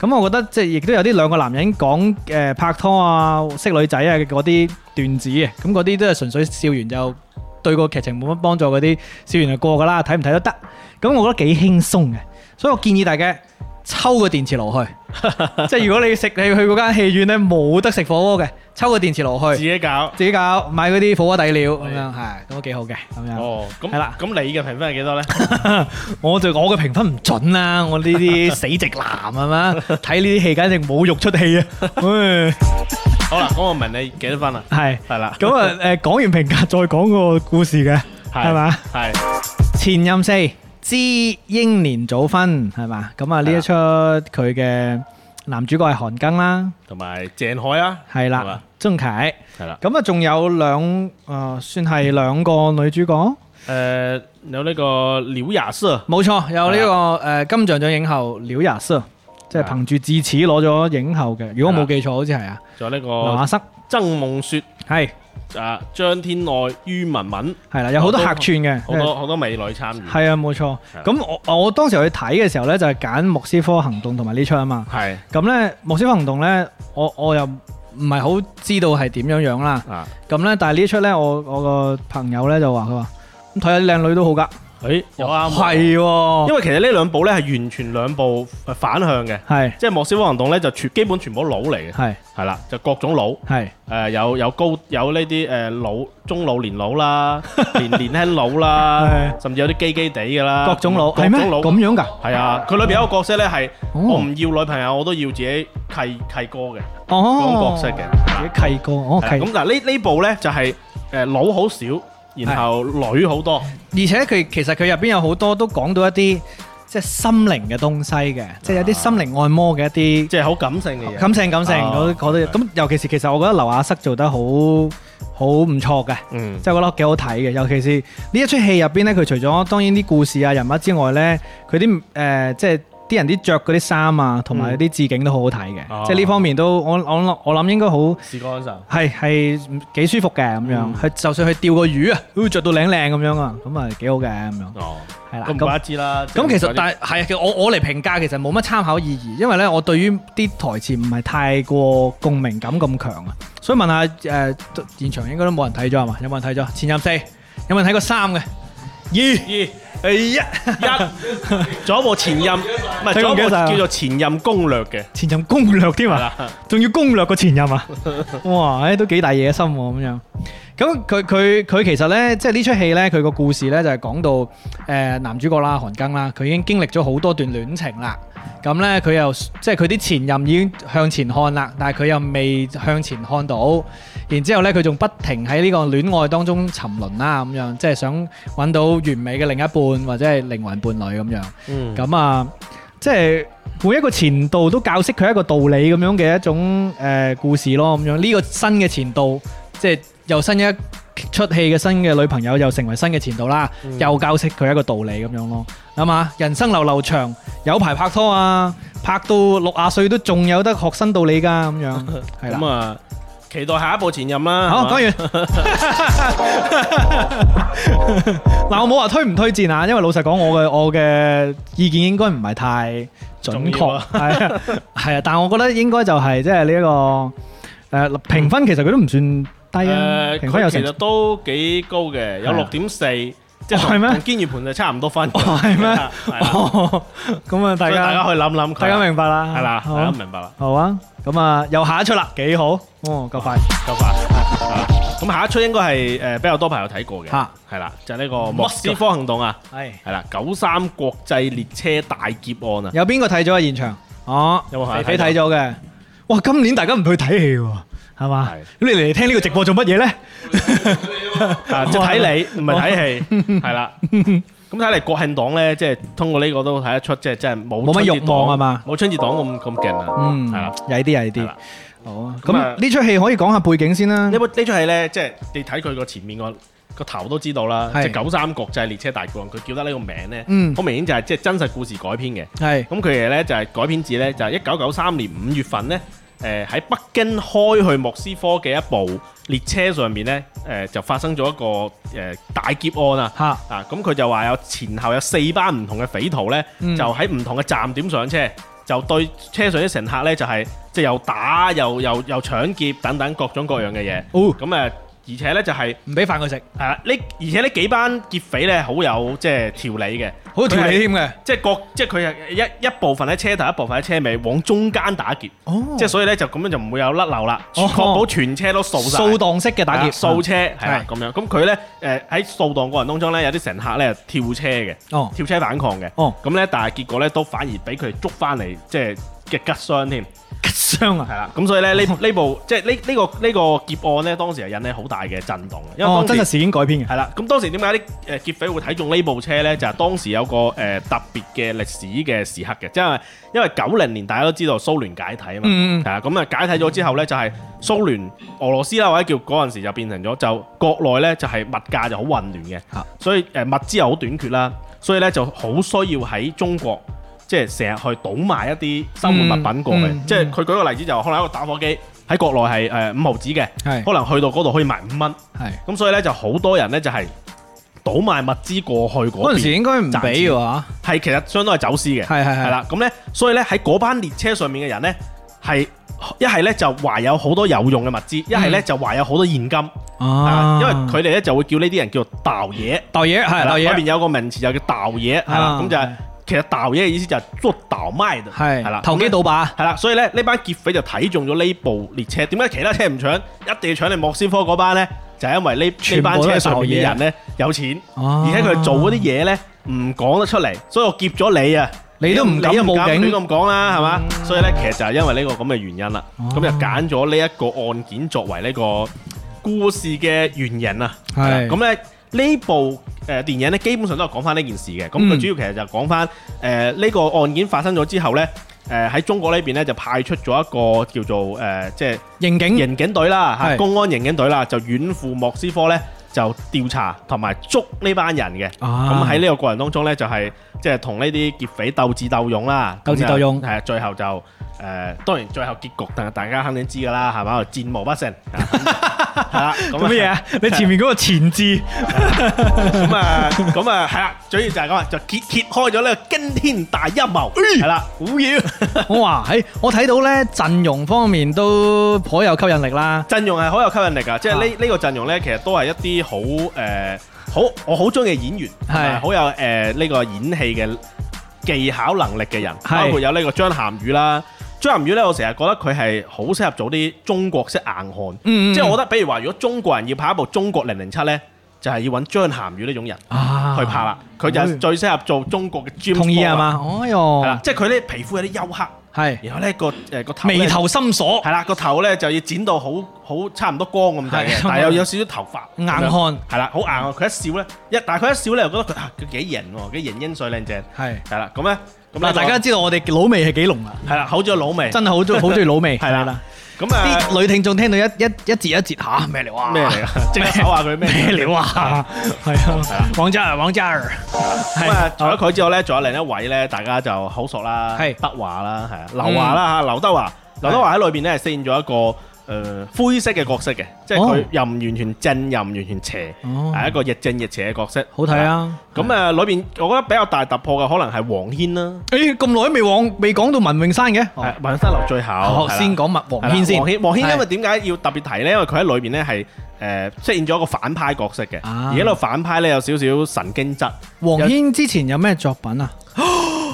Speaker 3: 咁
Speaker 4: 係
Speaker 3: 咁我覺得即係亦都有啲兩個男人講誒、呃拍拖啊、識女仔啊嘅嗰啲段子嘅，咁嗰啲都係純粹笑完就對個劇情冇乜幫助嗰啲，笑完就過噶啦，睇唔睇都得。咁我覺得幾輕鬆嘅，所以我建議大家抽個電磁爐
Speaker 4: [LAUGHS]
Speaker 3: 去，即係如果你食你去嗰間戲院咧冇得食火鍋嘅，抽個電磁爐
Speaker 4: 自
Speaker 3: 去，
Speaker 4: 己搞。
Speaker 3: 自己搞買嗰啲火鍋底料咁樣，係咁都幾好嘅咁樣。
Speaker 4: 哦，咁
Speaker 3: 啊係啦
Speaker 4: 咁你嘅評分係幾多
Speaker 3: [LAUGHS]
Speaker 4: 咧？
Speaker 3: 我就我嘅評分唔準啦，我呢啲死直男係
Speaker 4: [LAUGHS]
Speaker 3: 嘛，睇呢啲戲簡直侮辱出戲啊！唉
Speaker 4: 好啦，咁我問你幾多分啊？
Speaker 3: 係
Speaker 4: 係啦，
Speaker 3: 咁啊，誒講完評價再講個故事嘅，
Speaker 4: 係
Speaker 3: 係嘛？
Speaker 4: 係
Speaker 3: 前任四之英年早婚係嘛？咁啊呢一出佢嘅男主角係韓庚啦，
Speaker 4: 同埋鄭海啊，
Speaker 3: 係
Speaker 4: 係嘛
Speaker 3: 啦，曾啟。
Speaker 4: 係啦。
Speaker 3: 咁啊仲有兩誒、呃算係兩個女主角，
Speaker 4: 誒有呢個廖雅瑟，
Speaker 3: 冇錯，有呢、個誒、呃金像獎影后廖雅瑟，即係
Speaker 4: 係
Speaker 3: 憑住智齒攞咗影后嘅，如果我冇記錯好似係啊，
Speaker 4: 仲有呢
Speaker 3: 劉
Speaker 4: 個
Speaker 3: 雅瑟
Speaker 4: 曾夢雪
Speaker 3: 係
Speaker 4: 啊，張天愛、于文文，
Speaker 3: 係啦，有好多客串嘅，
Speaker 4: 好多好多美女參與。
Speaker 3: 係啊冇錯。
Speaker 4: 係
Speaker 3: 咁我我當時去睇嘅時候咧，就係揀《莫斯科行動》同埋呢出啊嘛。
Speaker 4: 係
Speaker 3: 咁咧《莫斯科行動》咧，我我又唔係好知道係點樣樣啦。
Speaker 4: 啊，
Speaker 3: 咁咧，但係呢出咧，我我個朋友咧就話佢話咁睇下啲靚女都好㗎，
Speaker 4: 誒有啱啊喎。
Speaker 3: 係喎，
Speaker 4: 因為其實呢兩部咧係完全兩部呃反向嘅，
Speaker 3: 係
Speaker 4: 即係莫斯科行動咧就全基本全部都佬嚟嘅，
Speaker 3: 係
Speaker 4: 係啦，就各種佬，誒、
Speaker 3: 係
Speaker 4: 有有高有呢啲誒老中老年
Speaker 3: [LAUGHS]
Speaker 4: 佬啦，年年輕佬啦，
Speaker 3: 係
Speaker 4: 甚至有啲基基地嘅啦，
Speaker 3: 各種佬
Speaker 4: 各
Speaker 3: 係咩
Speaker 4: 種佬
Speaker 3: 咁樣㗎？
Speaker 4: 係啊，佢裏邊有一個角色咧係我唔
Speaker 3: 哦
Speaker 4: 要女朋友，我都要自己契契哥嘅，
Speaker 3: 哦，
Speaker 4: 講角色嘅
Speaker 3: 自己契哥哦
Speaker 4: 係啦
Speaker 3: 契，
Speaker 4: 咁嗱呢呢部咧就係誒佬好少，然後女好多，
Speaker 3: 而且佢其實佢入邊有好多都講到一啲即係心靈嘅東西嘅，即係有啲心靈按摩嘅一啲。
Speaker 4: 即係好感性嘅嘢。
Speaker 3: 感性感性嗰
Speaker 4: 哦
Speaker 3: 嗰啲，咁尤其是其實我覺得劉亞瑟做得好好唔錯嘅，
Speaker 4: 嗯，
Speaker 3: 即係我覺得幾好睇嘅。尤其是呢一出戲入邊咧，佢除咗當然啲故事啊人物之外咧，佢啲誒即係啲人啲着嗰啲衫啊，同埋啲置景都好好睇嘅，
Speaker 4: 嗯哦
Speaker 3: 即係呢方面都我我諗我諗應該好。
Speaker 4: 視覺感受。
Speaker 3: 係係幾舒服嘅咁
Speaker 4: 嗯
Speaker 3: 樣，佢、就算去釣個魚啊，都會着到靚靚咁樣啊，咁啊幾好嘅咁樣，
Speaker 4: 哦，
Speaker 3: 係啦。
Speaker 4: 咁唔
Speaker 3: 咁
Speaker 4: 怪得知啦。
Speaker 3: 咁其實
Speaker 4: 即係
Speaker 3: 但係係啊，其實我我嚟評價其實冇乜參考意義，因為咧我對於啲台詞唔係太過共鳴感咁強啊，所以問下誒、呃、現場應該都冇人睇咗係嘛？有冇人睇咗？前任四有冇人睇過三嘅？二
Speaker 4: 二誒一一，仲有一部前任，唔係
Speaker 3: 睇過唔
Speaker 4: 仲有一
Speaker 3: 記得
Speaker 4: 部
Speaker 3: 晒啊
Speaker 4: 叫做前任攻
Speaker 3: [LAUGHS]
Speaker 4: 略嘅，
Speaker 3: 前任攻略添
Speaker 4: 係
Speaker 3: 啊！
Speaker 4: 啦，
Speaker 3: 仲要攻略個前任啊！哇，誒都幾大野心喎咁樣。咁佢佢佢其實呢，即係呢出戲呢，佢個故事呢，就係講到誒、呃男主角啦，韓庚啦，佢已經經歷咗好多段戀情啦。咁呢，佢又即係佢啲前任已經向前看啦，但係佢又未向前看到。然之後呢，佢仲不停喺呢個戀愛當中沉淪啦，咁樣即係想揾到完美嘅另一半或者係靈魂伴侶咁樣。
Speaker 4: 嗯，
Speaker 3: 咁啊，即係每一個前度都教識佢一個道理咁樣嘅一種誒、呃故事咯，咁樣呢、個新嘅前度，即係又新一出戲嘅新嘅女朋友，又成為新嘅前度啦，又教識佢一個道理咁樣咯，係嘛？人生流流長，有排拍拖啊，拍到六啊歲都仲有得學新道理㗎咁樣，係
Speaker 4: 咁
Speaker 3: 啦。
Speaker 4: 啊，期待下一部前任
Speaker 3: [LAUGHS]
Speaker 4: 啦。
Speaker 3: 好，
Speaker 4: 係
Speaker 3: 講
Speaker 4: 嘛
Speaker 3: 完。嗱，我冇話推唔推薦啊，因為老實講，我嘅我嘅意見應該唔係太準
Speaker 4: 重要
Speaker 3: 確
Speaker 4: 啊，
Speaker 3: [LAUGHS] 係啊係啊，但係我覺得應該就係即係呢一個誒評分，其實佢都唔算低啊，
Speaker 4: 誒，
Speaker 3: 評分有
Speaker 4: 佢其
Speaker 3: 成
Speaker 4: 實都幾高嘅，有
Speaker 3: 係
Speaker 4: 六
Speaker 3: 啊
Speaker 4: 點四，即係
Speaker 3: 哦係
Speaker 4: 同
Speaker 3: 咩
Speaker 4: 同堅如盤就差唔多分。
Speaker 3: 係咩
Speaker 4: 係啊
Speaker 3: [LAUGHS] 哦咁啊，大
Speaker 4: 所以大家
Speaker 3: 家
Speaker 4: 可以諗諗佢。
Speaker 3: 大家明白啦，
Speaker 4: 係啦，
Speaker 3: 好
Speaker 4: 大家明白啦，
Speaker 3: 好啊，咁啊又下一出啦，幾好哦，夠快
Speaker 4: 夠快。係啦咁下一出應該係誒比較多朋友睇過嘅
Speaker 3: 嚇，
Speaker 4: 係啦，就係呢個莫斯科行動啊，
Speaker 3: 係
Speaker 4: 係啦，九三國際列車大劫案 [LAUGHS] 啊，
Speaker 3: 有邊個睇咗啊？現場哦，
Speaker 4: 有冇朋友
Speaker 3: 肥肥
Speaker 4: 睇
Speaker 3: 睇咗嘅？哇！今年大家唔去睇戲喎，係嘛
Speaker 4: 係？
Speaker 3: 咁你嚟聽呢個直播做乜嘢咧？
Speaker 4: [LAUGHS] 啊即係睇你唔係睇戲，係啦。咁睇嚟國慶檔咧，即係通過呢個都睇得出，即係真係冇
Speaker 3: 冇乜
Speaker 4: 春節
Speaker 3: 慾望
Speaker 4: 檔
Speaker 3: 係嘛
Speaker 4: 冇春節檔咁咁勁啊，
Speaker 3: 嗯，
Speaker 4: 係啦。
Speaker 3: 曳啲曳
Speaker 4: 係
Speaker 3: 啲
Speaker 4: 啦。
Speaker 3: 好啊，
Speaker 4: 咁啊
Speaker 3: 咁呢出戲可以講下背景先啦
Speaker 4: 呢。部呢出戲咧，即係你睇佢個前面個個頭都知道啦，即
Speaker 3: 係
Speaker 4: 係九三國際列車大劫案，佢叫得呢個名咧，
Speaker 3: 嗯
Speaker 4: 好明顯就係即係真實故事改編嘅。
Speaker 3: 係
Speaker 4: 咁佢哋咧就係改編自咧就係一九九三年五月份咧，誒喺北京開去莫斯科嘅一部列車上面咧，誒就發生咗一個誒大劫案啊！
Speaker 3: 嚇，
Speaker 4: 啊，咁佢就話有前後有四班唔同嘅匪徒呢，
Speaker 3: 嗯
Speaker 4: 就喺唔同嘅站點上車，就對車上啲乘客呢，就係即係又打又又又搶劫等等各種各樣嘅嘢。
Speaker 3: 哦
Speaker 4: 咁誒，呃而且呢，就係
Speaker 3: 唔俾飯佢食，
Speaker 4: 係啦，呢而且呢幾班劫匪呢，好有即係條理嘅，
Speaker 3: 好條理添嘅。
Speaker 4: 即係各即係佢係一一部分喺車頭，一部分喺車尾，往中間打劫。
Speaker 3: 哦
Speaker 4: 即係所以呢，就咁樣就唔會有甩漏啦，
Speaker 3: 哦
Speaker 4: 確保全車都掃晒。
Speaker 3: 掃蕩式嘅打劫，嗯
Speaker 4: 係啊掃車係啦
Speaker 3: 係
Speaker 4: 咁樣。咁佢咧誒喺掃蕩過程當中咧，有啲乘客咧跳車嘅，
Speaker 3: 哦
Speaker 4: 跳車反抗嘅。
Speaker 3: 哦，
Speaker 4: 咁咧，但係結果咧都反而俾佢捉翻嚟，即係嘅吉傷添。
Speaker 3: 吉傷啊！
Speaker 4: 係啦，咁所以咧呢呢部即係呢呢個呢個劫案咧，當時係引起好大嘅震動嘅，因
Speaker 3: 哦
Speaker 4: 為，
Speaker 3: 真
Speaker 4: 當
Speaker 3: 實
Speaker 4: 時
Speaker 3: 事件改編嘅。
Speaker 4: 係啦。咁當時點解啲誒劫匪會睇中呢部車咧？就係當時有個誒特別嘅歷史嘅時刻嘅，即係因為九零年大家都知道蘇聯解體啊嘛。
Speaker 3: 嗯嗯
Speaker 4: 係啊，咁啊解體咗之後呢，就係蘇聯、俄羅斯啦，或者叫嗰陣時就變成咗就國內呢，就係物價就好混亂嘅
Speaker 3: 啊，
Speaker 4: 所以誒物資又好短缺啦，所以呢就好需要喺中國即係成日去倒賣一啲生活物品過去，
Speaker 3: 嗯嗯
Speaker 4: 即係佢舉個例子就可能一個打火機喺國內係呃誒五毫子嘅，
Speaker 3: 係
Speaker 4: 可能去到嗰度可以賣五蚊，
Speaker 3: 係
Speaker 4: 咁所以呢，就好多人呢，就係倒賣物資過去嗰
Speaker 3: 嗰陣時
Speaker 4: 邊，
Speaker 3: 應該唔俾嘅話，
Speaker 4: 係其實相當係走私嘅。
Speaker 3: 係係
Speaker 4: 係
Speaker 3: 係。
Speaker 4: 啦，咁咧，所以咧喺嗰班列車上面嘅人咧，係一係咧就懷有好多有用嘅物資，一係咧就懷有好多現金，啊
Speaker 3: 嗯啊，
Speaker 4: 因為佢哋咧就會叫呢啲人叫做盜嘢，
Speaker 3: 豆嘢係豆
Speaker 4: 裏邊
Speaker 3: 嘢，
Speaker 4: 有個名詞就叫盜嘢，係啦，
Speaker 3: 啊
Speaker 4: 咁就係
Speaker 3: 係
Speaker 4: 其實盜嘢嘅意思就係捉盜賣的，
Speaker 3: 係
Speaker 4: 係啦，
Speaker 3: 投機
Speaker 4: 咁呢
Speaker 3: 倒把。
Speaker 4: 係啦，所以咧呢班劫匪就睇中咗呢部列車，點解其他車唔搶，一定要搶你莫斯科嗰班咧？就係因為呢呢
Speaker 3: 全部
Speaker 4: 班
Speaker 3: 都係
Speaker 4: 車上面
Speaker 3: 盜
Speaker 4: 啲
Speaker 3: 嘢
Speaker 4: 人咧有錢，
Speaker 3: 哦
Speaker 4: 而且佢做嗰啲嘢咧唔講得出嚟，所以我劫咗你啊！
Speaker 3: 你都唔敢報警嗯
Speaker 4: 亂咁講啦，係嘛？所以咧，其實就係因為呢個咁嘅原因啦，
Speaker 3: 哦
Speaker 4: 咁就揀咗呢一個案件作為呢個故事嘅原型啊。
Speaker 3: 係
Speaker 4: 係啦咁咧呢部誒電影咧，基本上都係講翻呢件事嘅。咁佢
Speaker 3: 嗯
Speaker 4: 主要其實就講翻誒呢個案件發生咗之後咧，誒喺中國呢邊咧就派出咗一個叫做誒即係
Speaker 3: 刑警
Speaker 4: 刑警隊啦，
Speaker 3: 嗯
Speaker 4: 嚇
Speaker 3: 係
Speaker 4: 公安刑警隊啦，就遠赴莫斯科咧就調查同埋捉呢班人嘅。咁
Speaker 3: 啊
Speaker 4: 喺呢個過程當中呢，就係即係同呢啲劫匪鬥智鬥勇啦，
Speaker 3: 鬥智鬥勇
Speaker 4: 咁就係啊最後就誒、當然最後結局，但係大家肯定知㗎啦，係嘛？戰無不勝，
Speaker 3: [LAUGHS]
Speaker 4: 係啦，咁
Speaker 3: 做乜嘢
Speaker 4: 啊？
Speaker 3: 啊？你前面嗰個
Speaker 4: [LAUGHS]
Speaker 3: 前置
Speaker 4: 咁啊，咁啊，係啦，主要就係咁啊，就揭揭開咗呢個驚天大陰謀，
Speaker 3: 哎
Speaker 4: 係啦，好嘢，
Speaker 3: 我話喺我睇到咧陣容方面都頗有吸引力啦。
Speaker 4: 陣容係好有吸引力㗎，即係呢
Speaker 3: 啊
Speaker 4: 呢個陣容呢，其實都係一啲好誒好，我好中意演員，同埋好有誒呢個演戲嘅技巧能力嘅人，
Speaker 3: 係
Speaker 4: 包括有呢個張涵予啦。張涵予咧，我成日覺得佢係好適合做啲中國式硬漢，
Speaker 3: 嗯嗯
Speaker 4: 即係我覺得，比如話，如果中國人要拍一部中國零零七咧，就係要揾張涵予呢種人
Speaker 3: 啊
Speaker 4: 去拍啦。佢就
Speaker 3: 哎
Speaker 4: 最適合做中國嘅 James
Speaker 3: 同意
Speaker 4: Bond
Speaker 3: 係
Speaker 4: 啦？
Speaker 3: 嘛？哦
Speaker 4: 係啦
Speaker 3: 哟，，
Speaker 4: 即係佢咧皮膚有啲黝黑，
Speaker 3: 係
Speaker 4: 然後咧個誒個頭呢
Speaker 3: 眉頭深鎖，
Speaker 4: 係啦，個頭咧就要剪到好好差唔多光咁滯嘅
Speaker 3: 係，
Speaker 4: 但係又有少少頭髮
Speaker 3: 硬漢
Speaker 4: 係啦，好硬啊！佢一笑咧，一但係佢一笑咧，又覺得佢啊佢幾型喎，幾型英帥靚正
Speaker 3: 係
Speaker 4: 係啦。咁咧咁呢
Speaker 3: 嗱，大家知道我哋老味係幾濃啦，
Speaker 4: 係啦，口咗老味，
Speaker 3: 真係
Speaker 4: [LAUGHS]
Speaker 3: 好中好中意老味。
Speaker 4: 係啦。咁啊
Speaker 3: 啲女聽眾聽到一一一節一節吓咩料啊？
Speaker 4: 咩嚟㗎？即刻搜下佢咩
Speaker 3: 咩料啊？係啊，王嘉爾，王嘉爾，
Speaker 4: 咁啊，除咗
Speaker 3: 係
Speaker 4: 佢之後咧，仲有另一位咧，大家就好熟啦，
Speaker 3: 係嗯
Speaker 4: 德華啦，係啊，劉華啦嚇，劉德華，劉德華喺裏邊咧飾演咗一個。誒、灰色嘅角色嘅，即係佢
Speaker 3: 哦
Speaker 4: 又唔完全正，又唔完全邪，係、
Speaker 3: 哦
Speaker 4: 一個亦正亦邪嘅角色。
Speaker 3: 好睇啊！
Speaker 4: 咁啊，裏邊我覺得比較大突破嘅可能係黃軒啦，
Speaker 3: 誒咁耐都未往未講到文詠珊嘅，
Speaker 4: 係《雲山樓最後》
Speaker 3: 好
Speaker 4: 係啦
Speaker 3: 哦先講麥黃
Speaker 4: 係啦
Speaker 3: 軒先。
Speaker 4: 黃軒黃軒因為
Speaker 3: 係
Speaker 4: 點解要特別提呢？因為佢喺裏邊呢係誒飾演咗一個反派角色嘅，
Speaker 3: 啊
Speaker 4: 而呢個反派呢有少少神經質。
Speaker 3: 黃軒之前有咩作品啊？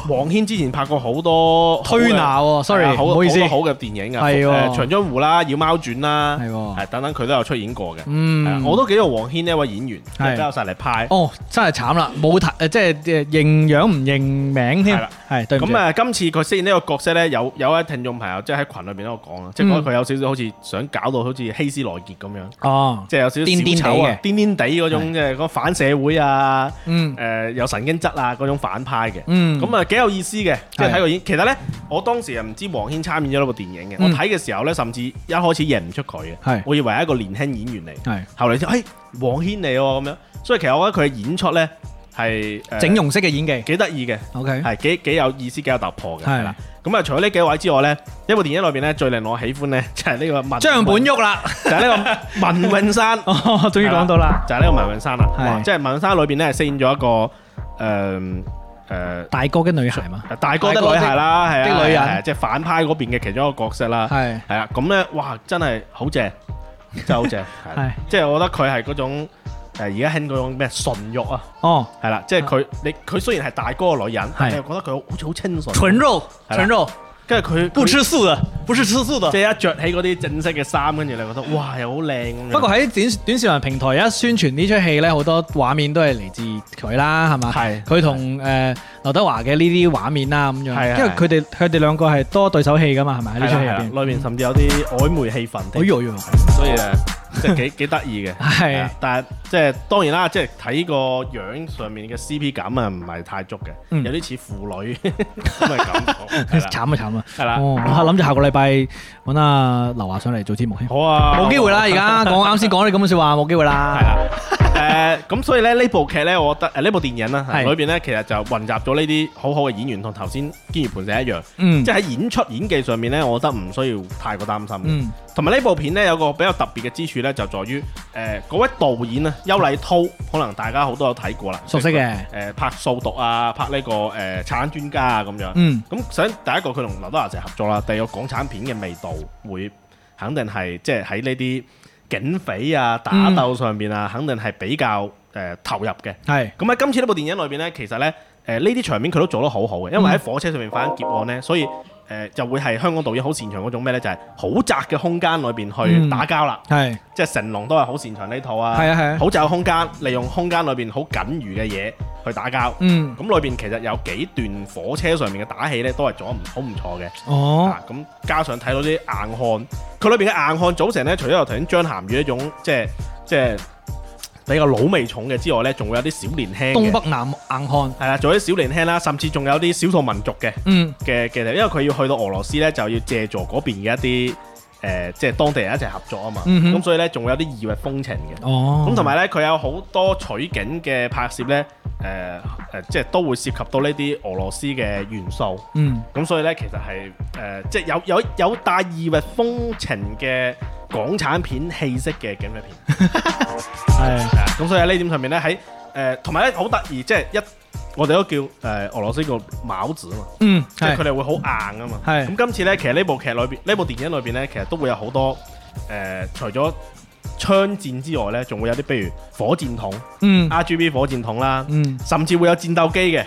Speaker 4: 黃軒之前拍過好多
Speaker 3: 推拿喎，sorry，
Speaker 4: 係啊好
Speaker 3: 唔好意思
Speaker 4: 好多好嘅電影啊，
Speaker 3: 係喎
Speaker 4: 誒長津湖啦、妖貓傳啦，
Speaker 3: 係喎
Speaker 4: 係等等佢都有出演過嘅。係啊
Speaker 3: 嗯，
Speaker 4: 我都幾中意黃軒呢一位演員，
Speaker 3: 係
Speaker 4: 比較實力派。
Speaker 3: 哦，真係慘啦，冇睇呃誒，即係誒認樣唔認名添
Speaker 4: 係啦，
Speaker 3: 係對唔住
Speaker 4: 咁。啊，今次佢飾演呢個角色咧，有有位聽眾朋友即係喺群裏邊都講啦，啊即係
Speaker 3: 嗯
Speaker 4: 覺得佢有少少好似想搞到好似希斯萊傑咁樣，
Speaker 3: 哦，
Speaker 4: 即係有少少小丑啊，癲癲地嗰種，即係嗰個反社會啊，
Speaker 3: 嗯
Speaker 4: 誒有神經質啊嗰種反派嘅。
Speaker 3: 嗯，
Speaker 4: 咁啊幾有意思嘅，即係
Speaker 3: 係
Speaker 4: 睇個演。其實咧，我當時又唔知黃軒參演咗呢部電影嘅，
Speaker 3: 嗯
Speaker 4: 我睇嘅時候咧，甚至一開始認唔出佢嘅
Speaker 3: 係，
Speaker 4: 我以為係一個年輕演員嚟。
Speaker 3: 係
Speaker 4: 後嚟先，誒黃軒嚟喎咁樣，所以其實我覺得佢嘅演出咧係誒
Speaker 3: 整容式嘅演技
Speaker 4: 幾得意嘅。
Speaker 3: ，OK，
Speaker 4: 係幾幾有意思，幾有突破嘅。
Speaker 3: 係
Speaker 4: 係啦，咁啊，除咗呢幾位之外咧，呢部電影裏邊咧最令我喜歡咧就係呢 [LAUGHS] 個文
Speaker 3: 張本旭啦，
Speaker 4: 就係呢
Speaker 3: [LAUGHS]
Speaker 4: 個文詠珊，
Speaker 3: 哦， [LAUGHS] 終於講到啦，
Speaker 4: 就係呢個文詠珊啦。
Speaker 3: 係
Speaker 4: 哇即係文詠珊裏邊咧係飾演咗一個誒
Speaker 3: 大哥嘅女孩嘛，
Speaker 4: 誒大哥的女孩啦，係啊
Speaker 3: 的女人
Speaker 4: 係啊係啊即係反派嗰邊嘅其中一個角色啦。
Speaker 3: 係
Speaker 4: 係啊，咁咧哇，真係好正，真係好正。
Speaker 3: [LAUGHS]
Speaker 4: 係
Speaker 3: 係
Speaker 4: 啊即係我覺得佢係嗰種誒而家興嗰種咩純欲啊，
Speaker 3: 哦，
Speaker 4: 係啦，即係佢你佢雖然係大哥嘅女人，啊
Speaker 3: 係
Speaker 4: 但係你又覺得佢好似好清純。
Speaker 3: 純肉，
Speaker 4: 係啦
Speaker 3: 純肉，
Speaker 4: 跟住佢
Speaker 3: 不吃素的，不是吃素的
Speaker 4: 即。係一着起嗰啲正式嘅衫，跟住你覺得哇又好靚咁樣。
Speaker 3: 不過喺短短視頻平台而家宣傳呢出戲咧，好多畫面都係嚟自佢啦，係嘛？
Speaker 4: 係
Speaker 3: 佢同誒劉德華嘅呢啲畫面啦咁
Speaker 4: 係
Speaker 3: 樣，
Speaker 4: 啊
Speaker 3: 因為佢哋佢哋兩個係多對手戲噶嘛，係咪？喺呢
Speaker 4: 係
Speaker 3: 出
Speaker 4: 啦
Speaker 3: 戲
Speaker 4: 係啦
Speaker 3: 入邊，
Speaker 4: 裏面甚至有啲曖昧氣氛
Speaker 3: 哎
Speaker 4: 添，
Speaker 3: 呦哎呦，
Speaker 4: 所以咧即 [LAUGHS] 係幾幾得意嘅。係
Speaker 3: 係
Speaker 4: 啊，但係即係當然啦，即係睇個樣上面嘅 CP 感啊，唔係太足嘅，
Speaker 3: 嗯
Speaker 4: 有啲似腐女咁嘅感覺。 [LAUGHS] 係啦
Speaker 3: 慘啊慘啊！
Speaker 4: 係啦，
Speaker 3: 哦，我諗住下個禮拜揾阿劉華上嚟做節目添，
Speaker 4: 好啊，
Speaker 3: 冇機會啦！而
Speaker 4: [LAUGHS]
Speaker 3: 家講啱先講啲咁嘅説話，冇機會
Speaker 4: 係
Speaker 3: 啦。
Speaker 4: 啦，誒咁所以咧呢部劇咧，我覺得誒呢部電影啦，
Speaker 3: 係
Speaker 4: 裏邊咧其實就混雜咗呢啲好好嘅演員，同頭先《堅如磐石》一樣。
Speaker 3: 嗯
Speaker 4: 即係喺演出演技上面呢，我覺得唔需要太過擔心嘅。
Speaker 3: 嗯，
Speaker 4: 同埋呢部片呢，有個比較特別嘅之處呢，就在於誒嗰位導演啊，邱禮濤，可能大家好多有睇過啦，
Speaker 3: 熟悉嘅
Speaker 4: 誒、拍《掃毒》啊，拍呢、個誒、產專家啊咁樣。
Speaker 3: 嗯
Speaker 4: 咁想第一個佢同劉德華成日合作啦，第二個港產片嘅味道會肯定係即係喺呢啲警匪啊打鬥上邊
Speaker 3: 嗯
Speaker 4: 啊，肯定係比較誒、呃投入嘅。
Speaker 3: 係
Speaker 4: 咁啊喺今次呢部電影裏邊呢，其實呢，誒呢啲場面佢都做得好好嘅，因
Speaker 3: 嗯
Speaker 4: 為喺火車上面發生劫案呢，所以誒、呃就會係香港導演好擅長嗰種咩呢？就係、好窄嘅空間裏邊去
Speaker 3: 嗯
Speaker 4: 打交啦，
Speaker 3: 係
Speaker 4: 即係成龍都係好擅長呢套啊，
Speaker 3: 係啊係啊，
Speaker 4: 好窄嘅空間，利用空間裏邊好僅餘嘅嘢去打交。
Speaker 3: 嗯
Speaker 4: 咁裏邊其實有幾段火車上面嘅打戲呢，都係做得唔好唔錯嘅。
Speaker 3: 哦
Speaker 4: 啊，咁加上睇到啲硬漢，佢裏邊嘅硬漢組成咧，除咗有頭先張涵予一種即係即係比較老味重嘅之外咧，仲會有啲小年輕
Speaker 3: 東
Speaker 4: 嘅，
Speaker 3: 北南硬漢，
Speaker 4: 係啦，仲有啲小年輕啦，甚至仲有啲少數民族嘅
Speaker 3: 嗯
Speaker 4: 嘅嘅，因為佢要去到俄羅斯咧，就要借助嗰邊嘅一啲誒、呃即係當地人一齊合作啊嘛，咁、
Speaker 3: 嗯哼
Speaker 4: 所以咧仲會有啲異域風情嘅。
Speaker 3: 哦，
Speaker 4: 咁同埋咧，佢有好多取景嘅拍攝咧，誒、誒，即係都會涉及到呢啲俄羅斯嘅元素。
Speaker 3: 嗯
Speaker 4: 咁所以咧，其實係誒、呃即係有有有帶異域風情嘅港產片氣息嘅警匪片。
Speaker 3: [LAUGHS] 係
Speaker 4: 係啊咁所以喺呢點上面咧，喺誒同埋咧好得意，即係一我哋都叫誒、呃俄羅斯叫矛子啊嘛，
Speaker 3: 嗯
Speaker 4: 即係佢
Speaker 3: 係
Speaker 4: 哋會好硬啊嘛。
Speaker 3: 係
Speaker 4: 咁今次咧，其實呢部劇裏邊，呢部電影裏邊咧，其實都會有好多誒、呃除咗槍戰之外呢，仲會有啲譬如火箭筒、
Speaker 3: 嗯
Speaker 4: RGB 火箭筒啦，
Speaker 3: 嗯，
Speaker 4: 甚至會有戰鬥
Speaker 3: [LAUGHS]
Speaker 4: 機嘅，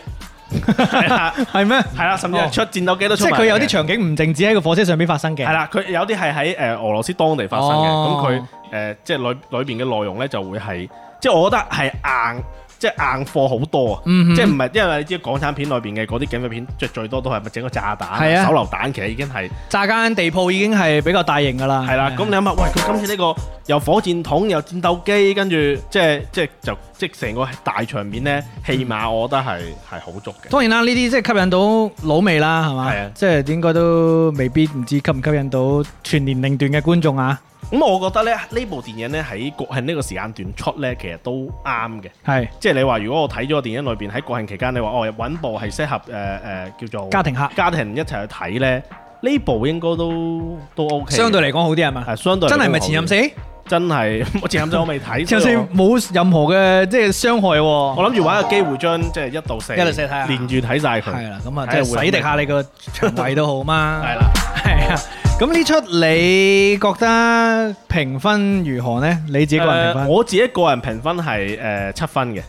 Speaker 4: 係啦
Speaker 3: 係咩？
Speaker 4: 係啦，甚至係出戰鬥機都出
Speaker 3: 哦即係
Speaker 4: 埋嚟嘅。
Speaker 3: 佢有啲場景唔淨止喺個火車上邊發生嘅。
Speaker 4: 係啦，佢有啲係喺誒俄羅斯當地發生嘅，
Speaker 3: 哦
Speaker 4: 咁佢誒即係裏裏邊嘅內容咧就會係，即係我覺得係硬，即係硬貨好多啊！
Speaker 3: 嗯哼
Speaker 4: 即係唔係因為你知港產片裏邊嘅嗰啲警匪片，即係最多都係咪整個炸彈、
Speaker 3: 係啊
Speaker 4: 手榴彈，其實已經係
Speaker 3: 炸間地鋪已經係啊比較大型㗎啦。
Speaker 4: 係啦。咁你諗下，喂，佢今次呢個又火箭筒又戰鬥機，跟住即係即係就即係成個大場面咧，戲碼我覺得係係好足嘅。
Speaker 3: 當然啦，呢啲即係吸引到老味啦，係嘛？
Speaker 4: 係啊
Speaker 3: 即係應該都未必唔知吸唔吸引到全年齡段嘅觀眾啊。
Speaker 4: 咁我覺得咧，呢部電影咧喺國慶呢個時間段出咧，其實都啱嘅。
Speaker 3: 係
Speaker 4: 即係你話，如果我睇咗個電影裏邊喺國慶期間，你話哦揾部係適合誒誒、呃呃叫做
Speaker 3: 家庭客，
Speaker 4: 家庭一齊去睇咧，呢部應該都都 OK 啊嘅。
Speaker 3: 相對嚟講好啲係嘛？
Speaker 4: 係相對嚟
Speaker 3: 真係唔係
Speaker 4: 講
Speaker 3: 前任
Speaker 4: 好
Speaker 3: 死？
Speaker 4: 啲？真係我 [LAUGHS] 前任死我未睇。
Speaker 3: 前任哦
Speaker 4: 所以
Speaker 3: 死冇任何嘅即係傷害喎。
Speaker 4: 我我諗住揾個機會將即係一到四
Speaker 3: 一到四睇下
Speaker 4: 連住睇晒佢。
Speaker 3: 係啦，咁啊，
Speaker 4: 睇
Speaker 3: 即係
Speaker 4: 下
Speaker 3: 洗滌下你個腸胃都好嘛。
Speaker 4: [LAUGHS] 係啦，
Speaker 3: 係啊。咁呢出你覺得評分如何呢？你自己個人評
Speaker 4: 呃
Speaker 3: 分？
Speaker 4: 我自己個人評分係誒七分嘅，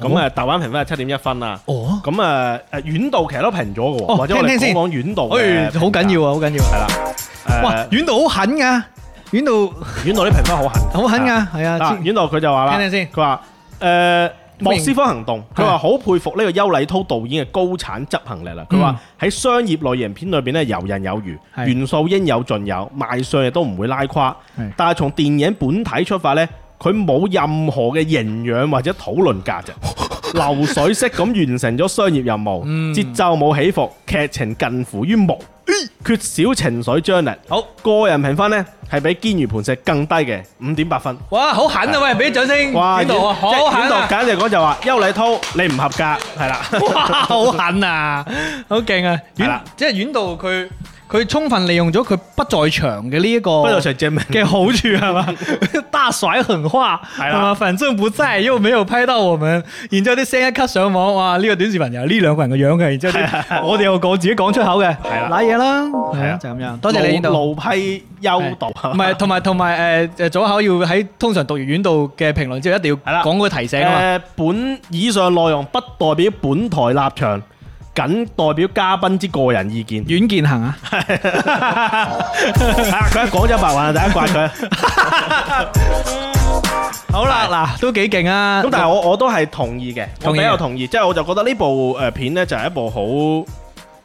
Speaker 4: 咁誒豆瓣評分係七點一分啦。
Speaker 3: 哦，
Speaker 4: 咁誒誒遠度其實都評咗嘅
Speaker 3: 哦
Speaker 4: 喎，或者我哋
Speaker 3: 聽聽
Speaker 4: 講
Speaker 3: 先
Speaker 4: 講遠度嘅
Speaker 3: 誒，
Speaker 4: 評價。
Speaker 3: 好緊要啊，好緊要。
Speaker 4: 係啦，
Speaker 3: 哇，
Speaker 4: 誒
Speaker 3: 遠度好狠㗎，遠度
Speaker 4: 遠度啲評分好狠。
Speaker 3: 好狠㗎，係啊。
Speaker 4: 嗱，遠度佢就話啦，
Speaker 3: 聽聽先
Speaker 4: 佢話誒莫斯科行動，佢話好佩服呢個邱禮濤導演嘅高產執行力啦。佢話喺商業類型片裏邊咧游刃有餘，
Speaker 3: 嗯係
Speaker 4: 元素應有盡有，賣相亦都唔會拉胯
Speaker 3: 係。
Speaker 4: 但係從電影本體出發呢，佢冇任何嘅營養或者討論
Speaker 3: [LAUGHS]
Speaker 4: 價值。流水式咁完成咗商業任務，
Speaker 3: 嗯
Speaker 4: 節奏冇起伏，劇情近乎於無，缺少情緒張力。
Speaker 3: 好，
Speaker 4: 個人評分呢，係比《堅如磐石》更低嘅五點八分。
Speaker 3: 哇，好狠啊！喂，俾啲掌聲。
Speaker 4: 哇！
Speaker 3: 遠度啊，
Speaker 4: 即係
Speaker 3: 好狠
Speaker 4: 遠
Speaker 3: 啊
Speaker 4: 度！簡直講就話邱禮濤你唔合格，
Speaker 3: [LAUGHS]
Speaker 4: 係啦，
Speaker 3: 哇，好狠啊，好勁啊！
Speaker 4: 係
Speaker 3: 遠
Speaker 4: 啦
Speaker 3: 即係遠度佢佢充分利用咗佢不在場嘅呢一個
Speaker 4: 不就上證明。
Speaker 3: 嘅好處係
Speaker 4: [LAUGHS]
Speaker 3: 嘛？大甩狠話
Speaker 4: 係
Speaker 3: 係
Speaker 4: 啦
Speaker 3: 嘛？反正不在，又沒有拍到我們，然之後啲聲一 cut 上網，哇！呢個短視頻又係呢兩個人嘅樣嘅，然之後啲我哋又講自己講出口嘅，
Speaker 4: 啊係啦
Speaker 3: 攋嘢啦，係
Speaker 4: 係啊
Speaker 3: 啊，就咁樣。多謝你遠
Speaker 4: 路
Speaker 3: 度。
Speaker 4: 路批邱度，
Speaker 3: 唔係，同埋同埋誒誒，左口要喺通常讀完院度嘅評論之後，一定
Speaker 4: 係
Speaker 3: 要
Speaker 4: 啦
Speaker 3: 講嗰個提醒啊嘛。
Speaker 4: 誒本以上內容不代表本台立場，僅代表嘉賓之個人意見。 [LAUGHS]
Speaker 3: 阮健行啊，
Speaker 4: 啊佢一講咗白話，大家怪佢。
Speaker 3: 好啦，嗱都幾勁啊！
Speaker 4: 咁但係我我都係同意嘅，我
Speaker 3: 同
Speaker 4: 比
Speaker 3: 意嘅啊
Speaker 4: 較同意，即係我就覺得呢部誒片呢，就係一部好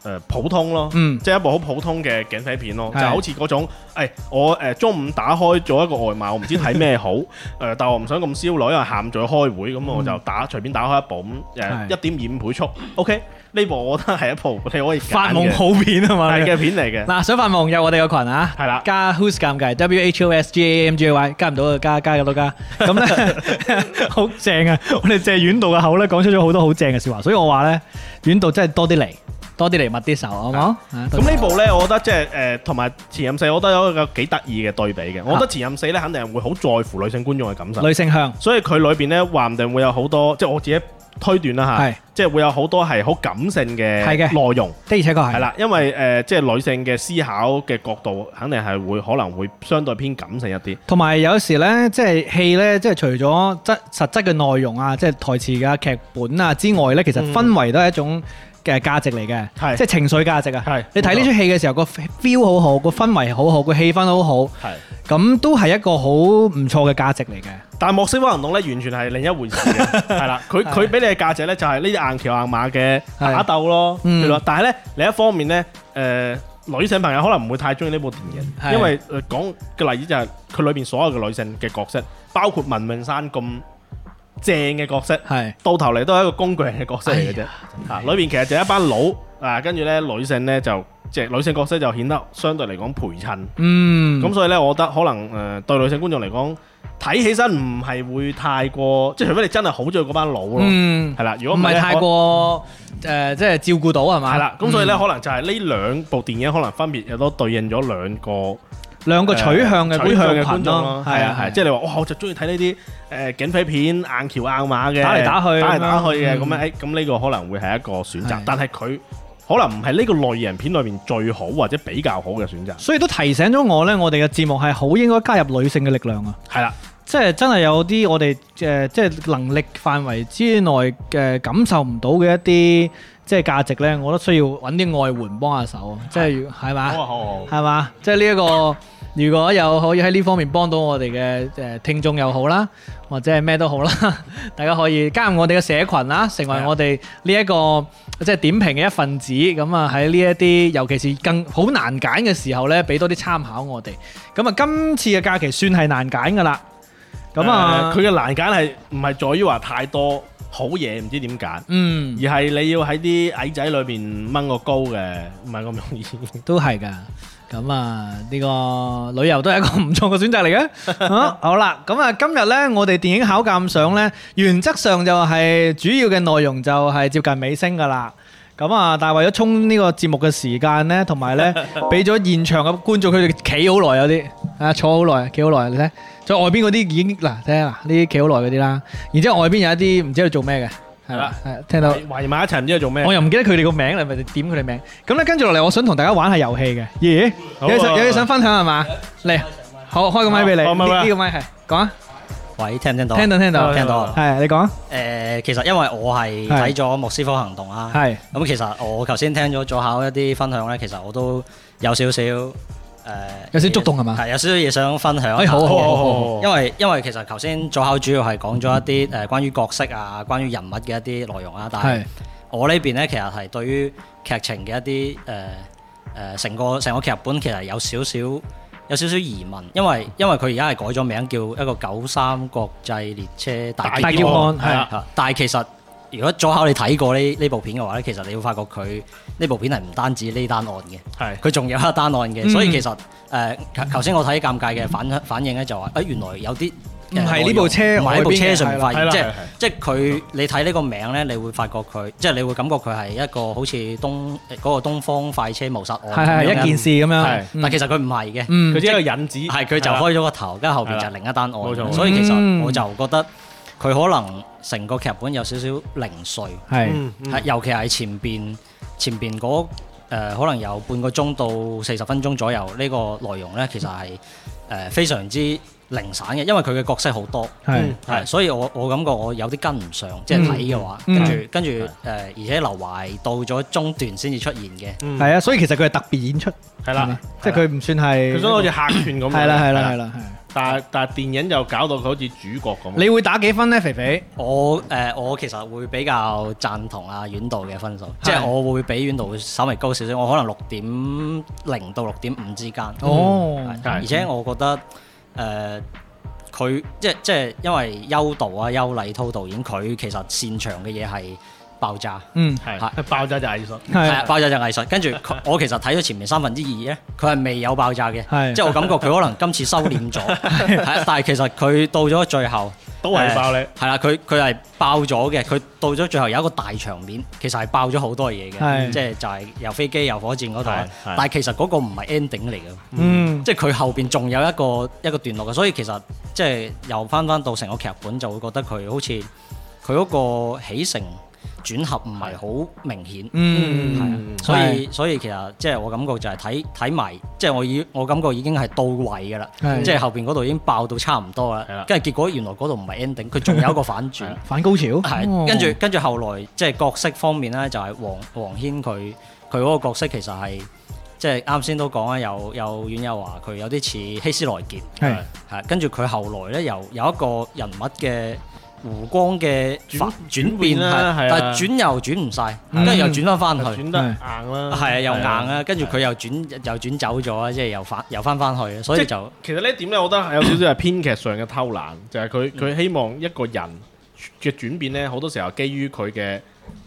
Speaker 4: 誒普通咯，
Speaker 3: 嗯
Speaker 4: 即係一部好普通嘅警匪片咯，
Speaker 3: 係
Speaker 4: 就好似嗰種誒我誒中午打開咗一個外賣，我唔知睇咩好
Speaker 3: [LAUGHS]
Speaker 4: 誒，但我唔想咁燒腦，因為下午仲要開會，咁我就打隨便打開一部咁
Speaker 3: 嗯係
Speaker 4: 誒一點二五倍速，OK 呢部我覺得係一部你可以
Speaker 3: 發夢
Speaker 4: 好
Speaker 3: 好片啊嘛。
Speaker 4: 係
Speaker 3: 呢個
Speaker 4: 嘅片嚟
Speaker 3: [LAUGHS]
Speaker 4: 嘅，
Speaker 3: 嗱，想發夢入我哋個群啊，
Speaker 4: 係啦
Speaker 3: 加 Who's 尷尬，W H O S G A M G A Y，加唔到就加，加咁多加，咁 [LAUGHS] 咧好正啊！我哋借遠道嘅口咧，講出咗好多好正嘅説話，所以我話咧，遠道真係多啲嚟，多啲嚟密啲手，好唔好？啊
Speaker 4: 咁
Speaker 3: 多啲
Speaker 4: 呢部呢，我覺得即係誒，呃同埋前任四，我覺得有一個幾得意嘅對比嘅。
Speaker 3: 啊
Speaker 4: 我覺得前任四呢，肯定係會好在乎女性觀眾嘅感受。
Speaker 3: 女性向
Speaker 4: 所以佢裏邊咧話唔定會有好多，即係我自己推斷啦
Speaker 3: 係
Speaker 4: 嚇，即係會有好多係好感性嘅
Speaker 3: 係嘅
Speaker 4: 內容，
Speaker 3: 的而且確係
Speaker 4: 係，啦，因為誒、呃即係女性嘅思考嘅角度，肯定係會可能會相對偏感性一啲，
Speaker 3: 同埋有時咧，即係戲咧，即係除咗質實質嘅內容啊，即係台詞啊、劇本啊之外咧，其實
Speaker 4: 嗯
Speaker 3: 氛圍都係一種嘅價值嚟嘅。
Speaker 4: 係
Speaker 3: 即係情緒價值啊！
Speaker 4: 係
Speaker 3: 你睇呢出戲嘅時候，個 feel 好好，個氛圍好好，個氣氛好好，
Speaker 4: 係。
Speaker 3: 咁都係一個好唔錯嘅價值嚟嘅。
Speaker 4: 但係莫斯科行動咧，完全係另一回事嘅，係啦。佢佢俾你嘅價值咧，就係呢啲硬橋硬馬嘅打鬥咯，
Speaker 3: 嗯
Speaker 4: 對咯。但係咧，另一方面咧，誒、女性朋友可能唔會太中意呢部電影，
Speaker 3: 係
Speaker 4: 因為誒講嘅例子就係佢裏邊所有嘅女性嘅角色，包括文詠珊咁正嘅角色，
Speaker 3: 係
Speaker 4: 到頭嚟都係一個工具人嘅角色嚟嘅啫。啊，裏邊其實就係一班佬啊，跟住咧女性咧就即係女性角色就顯得相對嚟講陪襯。
Speaker 3: 嗯，
Speaker 4: 咁所以咧，我覺得可能誒、呃、對女性觀眾嚟講，睇起身唔係會太過，即係除非你真係好中意嗰班佬咯，係
Speaker 3: 嗯，
Speaker 4: 啦、如
Speaker 3: 唔
Speaker 4: 果係
Speaker 3: 係
Speaker 4: 呢
Speaker 3: 太
Speaker 4: 可
Speaker 3: 過誒，即係照顧到係嘛？
Speaker 4: 係啦，咁所以咧，
Speaker 3: 嗯
Speaker 4: 可能就係呢兩部電影可能分別有都對應咗兩個
Speaker 3: 兩個取向嘅
Speaker 4: 呃取向嘅
Speaker 3: 觀
Speaker 4: 觀眾
Speaker 3: 眾
Speaker 4: 咯，係啊係，即
Speaker 3: 係
Speaker 4: 係你話哇，我就中意睇呢啲誒警匪片硬橋硬馬嘅，
Speaker 3: 打嚟打去
Speaker 4: 打嚟打去
Speaker 3: 咁樣嗯
Speaker 4: 嘅咁樣，誒哎咁呢個可能會係一個選擇
Speaker 3: 係，
Speaker 4: 但係佢可能唔係呢個類型片裏面最好或者比較好嘅選擇，
Speaker 3: 所以都提醒咗我咧，我哋嘅節目係好應該加入女性嘅力量啊！
Speaker 4: 係啦，
Speaker 3: 即係真係有啲我哋誒、呃即係能力範圍之內嘅感受唔到嘅一啲即係價值咧，我覺得需要揾啲外援幫下手，即係係嘛？
Speaker 4: 好啊好啊好啊，
Speaker 3: 係嘛？即係呢一個，如果有可以喺呢方面幫到我哋嘅誒聽眾又好啦，或者係咩都好啦， [LAUGHS] 大家可以加入我哋嘅社群啦，成
Speaker 4: 啊
Speaker 3: 為我哋呢一個即係點評嘅一份子。咁啊喺呢一啲，尤其是更好難揀嘅時候呢，俾多啲參考我哋。咁啊，今次嘅假期算係難揀㗎啦。咁啊，
Speaker 4: 誒佢嘅難揀係唔係在於話太多好嘢唔知點揀，
Speaker 3: 嗯
Speaker 4: 而係你要喺啲矮仔裏邊掹個高嘅，唔係咁容
Speaker 3: [LAUGHS]
Speaker 4: 易。
Speaker 3: 都係㗎。咁啊，呢、個旅遊都係一個唔錯嘅選擇嚟嘅。 [LAUGHS] 好好啦，咁啊，今日呢，我哋電影考鑑賞呢，原則上就係主要嘅內容就係接近尾聲㗎啦。咁啊，但係為咗衝呢個節目嘅時間呢，同埋 [LAUGHS] 呢，俾咗現場嘅觀眾佢哋企好耐有啲，啊坐好耐，企好耐，你睇，再外邊嗰啲已經嗱睇下嗱，呢啲企好耐嗰啲啦，然之後外邊有一啲唔知佢做咩嘅，係啦，係聽到。
Speaker 4: 圍埋一齊唔知佢做咩
Speaker 3: 我。又唔記得佢哋個名啦，咪點佢哋名。咁咧跟住落嚟，我想同大家玩下遊戲嘅。咦，有
Speaker 4: 好啊
Speaker 3: 嘢想有嘢想分享係嘛？嚟，好開個麥俾你，
Speaker 4: 哦唔係唔係
Speaker 3: 呢呢個麥係講啊，
Speaker 6: 喂，聽唔聽到？
Speaker 3: 聽到聽到，
Speaker 6: 聽到
Speaker 3: 係你講啊，
Speaker 6: 誒，其實因為我係睇咗莫斯科行動啦，
Speaker 3: 係
Speaker 6: 咁其實我頭先聽咗左考一啲分享咧，其實我都有少少誒，
Speaker 3: 有少觸動係嘛
Speaker 6: 係有少少嘢想分享。
Speaker 3: 哎好好好好
Speaker 4: 好
Speaker 6: 因為因為其實頭先左考主要係講咗一啲誒關於角色啊、關於人物嘅一啲內容啦，啊但係
Speaker 3: 係
Speaker 6: 我呢邊咧其實係對於劇情嘅一啲誒誒成個成個劇本其實有少少有少少疑問，因為因為佢而家係改咗名叫一個九三國際列車大
Speaker 3: 大
Speaker 6: 劫
Speaker 3: 劫案
Speaker 6: 係
Speaker 3: 係
Speaker 6: 啊，但係其實如果左考你睇過呢呢部片嘅話咧，其實你會發覺佢呢部片係唔單止呢單案嘅。
Speaker 4: 係
Speaker 6: 佢仲有一單案
Speaker 3: 嗯
Speaker 6: 嘅，所以其實誒頭頭先我睇尷尬嘅反反應咧，就話誒原來有啲呃
Speaker 3: 唔係呢部車
Speaker 6: 唔係呢部
Speaker 3: 外邊嘅
Speaker 6: 車上
Speaker 3: 係
Speaker 6: 面
Speaker 3: 啦
Speaker 6: 發
Speaker 4: 係
Speaker 6: 現，
Speaker 4: 啦
Speaker 6: 即
Speaker 4: 係
Speaker 6: 係
Speaker 4: 係
Speaker 6: 即係佢你睇呢個名咧，你會發覺佢即係你會感覺佢係一個好似東嗰個東方快車謀殺
Speaker 3: 係係
Speaker 6: 案咁樣
Speaker 3: 一件事咁樣
Speaker 4: 係，
Speaker 3: 嗯
Speaker 6: 但其實佢唔係嘅，
Speaker 3: 嗯
Speaker 4: 佢只係一個引子，
Speaker 6: 係佢就
Speaker 4: 係啦
Speaker 6: 開咗個頭，跟住後
Speaker 4: 係
Speaker 6: 邊
Speaker 4: 啦
Speaker 6: 就另一單
Speaker 4: 冇錯
Speaker 6: 案，所以其
Speaker 3: 嗯
Speaker 6: 實我就覺得佢可能成個劇本有少少零碎。
Speaker 3: 係
Speaker 4: 嗯，嗯。
Speaker 6: 係尤其係前邊前邊嗰、呃、可能有半個鐘到四十分鐘左右呢、個內容呢，其實係誒、呃非常之零散嘅，因為佢嘅角色好多，
Speaker 3: 係
Speaker 6: 係所以我我感覺我有啲跟唔上，即係睇嘅話，
Speaker 3: 嗯
Speaker 6: 跟住跟住誒，呃而且劉華到咗中段先至出現嘅，
Speaker 4: 嗯
Speaker 3: 係啊，所以其實佢係特別演出，
Speaker 4: 係啦
Speaker 3: 係咪，即係佢唔算係
Speaker 4: 佢想好似客串咁樣。
Speaker 3: 係啦係啦係啦，係
Speaker 4: 但係但係電影又搞到佢好似主角咁。
Speaker 3: 你會打幾分呢？肥肥
Speaker 6: 我誒、呃我其實會比較贊同阿阮導嘅分數，即係
Speaker 3: 係
Speaker 6: 我會比阮導稍微高少少，我可能六點零到六點五之間。嗯
Speaker 3: 哦，
Speaker 4: 係
Speaker 6: 而且我覺得誒呃佢、即即係因為邱導啊、邱禮滔導演，佢其實擅長嘅嘢係爆炸，
Speaker 3: 嗯
Speaker 4: 係
Speaker 6: 係
Speaker 4: 爆炸就藝術，
Speaker 6: 係啊
Speaker 3: 係
Speaker 6: 爆炸就藝術。跟住佢我其實睇咗前面三分之二咧，佢係未有爆炸嘅
Speaker 3: 係，
Speaker 6: 即係我感覺佢可能今次收斂咗，係啊但係其實佢到咗最後。
Speaker 4: 都係爆你。
Speaker 6: 係啦，佢佢係爆咗嘅，佢到咗最後有一個大場面，其實係爆咗好多嘢
Speaker 3: 係
Speaker 6: 嘅，即係就係由飛機由火箭嗰度啊
Speaker 4: 係係，
Speaker 6: 但係其實嗰個唔係 ending 嚟嘅。
Speaker 3: 嗯
Speaker 6: 即係佢後邊仲有一個一個段落嘅，所以其實即係又翻翻到成個劇本，就會覺得佢好似佢嗰個起承轉合唔係好明顯，啊
Speaker 3: 嗯，
Speaker 4: 嗯
Speaker 6: 所以所以其實即係我感覺就係睇睇埋，即係我已我感覺已經係到位㗎啦
Speaker 3: 係，
Speaker 6: 即係後邊嗰度已經爆到差唔多
Speaker 4: 係
Speaker 6: 啦
Speaker 4: 啦，
Speaker 6: 跟住結果原來嗰度唔係 ending，佢仲有一個反轉。
Speaker 3: 反高潮，
Speaker 6: 係，跟住跟住後來即係角色方面咧，就係黃黃軒佢佢嗰個角色其實係即係啱先都講啦，有有阮友華佢有啲似希斯萊傑，
Speaker 3: 係
Speaker 6: 係跟住佢後來咧又有一個人物嘅湖光嘅
Speaker 4: 轉
Speaker 6: 發轉
Speaker 4: 變
Speaker 6: 變
Speaker 4: 啦係啊
Speaker 6: 係但係轉又轉唔晒，
Speaker 3: 嗯
Speaker 6: 跟住又轉翻翻去。
Speaker 4: 轉得硬啦，
Speaker 6: 係啊，又硬啊，跟住佢又轉又轉走咗啊，即係又翻又翻翻去啊，所以
Speaker 4: 即
Speaker 6: 就
Speaker 4: 其實呢一點咧，我覺得係有少少係編劇上嘅偷懶，就係佢佢希望一個人嘅轉變咧，好多時候基於佢嘅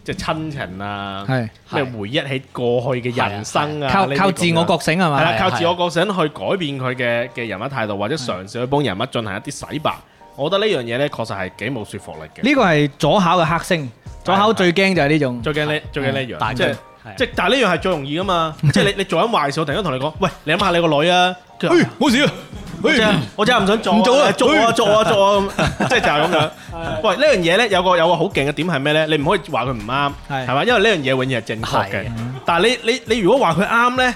Speaker 4: 即係親情啊，
Speaker 3: 係
Speaker 4: 咩回憶起過去嘅人生啊，
Speaker 3: 靠
Speaker 4: 呢啲
Speaker 3: 靠
Speaker 4: 咁
Speaker 3: 自
Speaker 4: 樣
Speaker 3: 我覺醒係
Speaker 4: 係
Speaker 3: 嘛？
Speaker 4: 啦，靠自我覺醒去改變佢嘅嘅人物態度，或者嘗試去幫人物進行一啲洗白。我覺得呢樣嘢咧，確實係幾冇說服力嘅。
Speaker 3: 呢個係左考嘅黑星，左考最驚就係呢種。
Speaker 4: 最驚呢，最驚呢
Speaker 6: 大
Speaker 4: 樣，即
Speaker 6: 家
Speaker 4: 係即係，但係呢樣係最容易噶 [LAUGHS] 嘛。即係你你做緊壞事，我突然間同你講，喂，你諗下你個女啊，
Speaker 3: [LAUGHS]
Speaker 4: 佢話
Speaker 3: 冇事啊，
Speaker 4: [LAUGHS] 我真係我真係唔想做啊，
Speaker 3: 唔做啦
Speaker 4: 哎做啊做
Speaker 3: [LAUGHS]
Speaker 4: 啊做啊咁，即係就係咁樣。喂，呢樣嘢咧有個有個好勁嘅點係咩咧？你唔可以話佢唔啱，
Speaker 3: 係
Speaker 4: 係嘛？因為呢樣嘢永遠係正確嘅
Speaker 6: 係。
Speaker 4: 但係你你你如果話佢啱咧，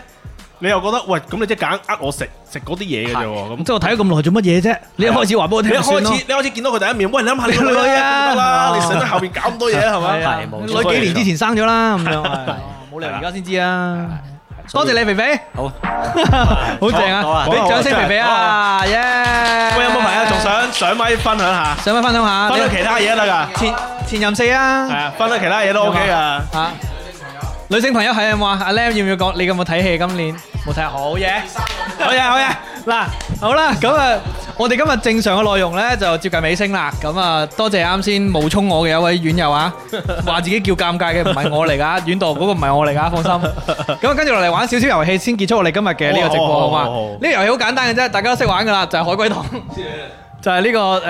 Speaker 4: 你又覺得喂，咁你即係揀呃我食食嗰啲嘢嘅啫喎，咁
Speaker 3: 即係我睇咗咁耐做乜嘢啫？你一開始話俾我
Speaker 4: 你
Speaker 3: 聽
Speaker 4: 一
Speaker 3: 就
Speaker 4: 開
Speaker 3: 算咯，
Speaker 4: 始你一開始見到佢第一面，喂，你諗下你個女
Speaker 3: 你個女啊
Speaker 4: 啊，得
Speaker 3: [LAUGHS]
Speaker 4: 啦，
Speaker 3: 哦
Speaker 4: 你使得後邊搞
Speaker 3: [LAUGHS]
Speaker 4: 咁多嘢係咪？
Speaker 6: 係冇
Speaker 3: 女
Speaker 6: 錯。
Speaker 3: 幾年之前生咗啦，咁樣係
Speaker 6: 係
Speaker 3: 冇理由而家先知啊！
Speaker 6: 所
Speaker 3: 多
Speaker 6: 以
Speaker 3: 謝你肥肥，
Speaker 6: 好，
Speaker 3: [LAUGHS] 好正
Speaker 6: 好啊
Speaker 3: 啊！
Speaker 6: 好
Speaker 3: 俾
Speaker 4: 啊好啊
Speaker 3: 掌聲肥肥啊！耶！
Speaker 4: 喂，有冇朋友仲想上咪分享下？
Speaker 3: 想翻分享下？
Speaker 4: 分享其他嘢得㗎，
Speaker 3: 前前任四
Speaker 4: 係
Speaker 3: 啊！
Speaker 4: 啊，分享其他嘢都 OK à. 㗎。
Speaker 3: 啊！女性朋友係啊嘛，阿 Lam 要唔要講？你有冇睇戲今年？冇睇好
Speaker 4: [LAUGHS]
Speaker 3: 嘢，好嘢好嘢。嗱，好啦，咁啊，我哋今日正常嘅內容咧就接近尾聲啦。咁啊，多謝啱先冒充我嘅一位院友
Speaker 4: [LAUGHS]
Speaker 3: 啊，話自己叫尷尬嘅唔係我嚟㗎，院度嗰個唔係我嚟㗎，放
Speaker 4: [LAUGHS]
Speaker 3: 心。咁啊，跟住落嚟玩少少遊戲先結束我哋今日嘅呢個直播好嘛？
Speaker 4: 好好好好
Speaker 3: 呢個遊戲好簡單嘅啫，大家都識玩㗎啦，就係海龜湯。就係呢個誒誒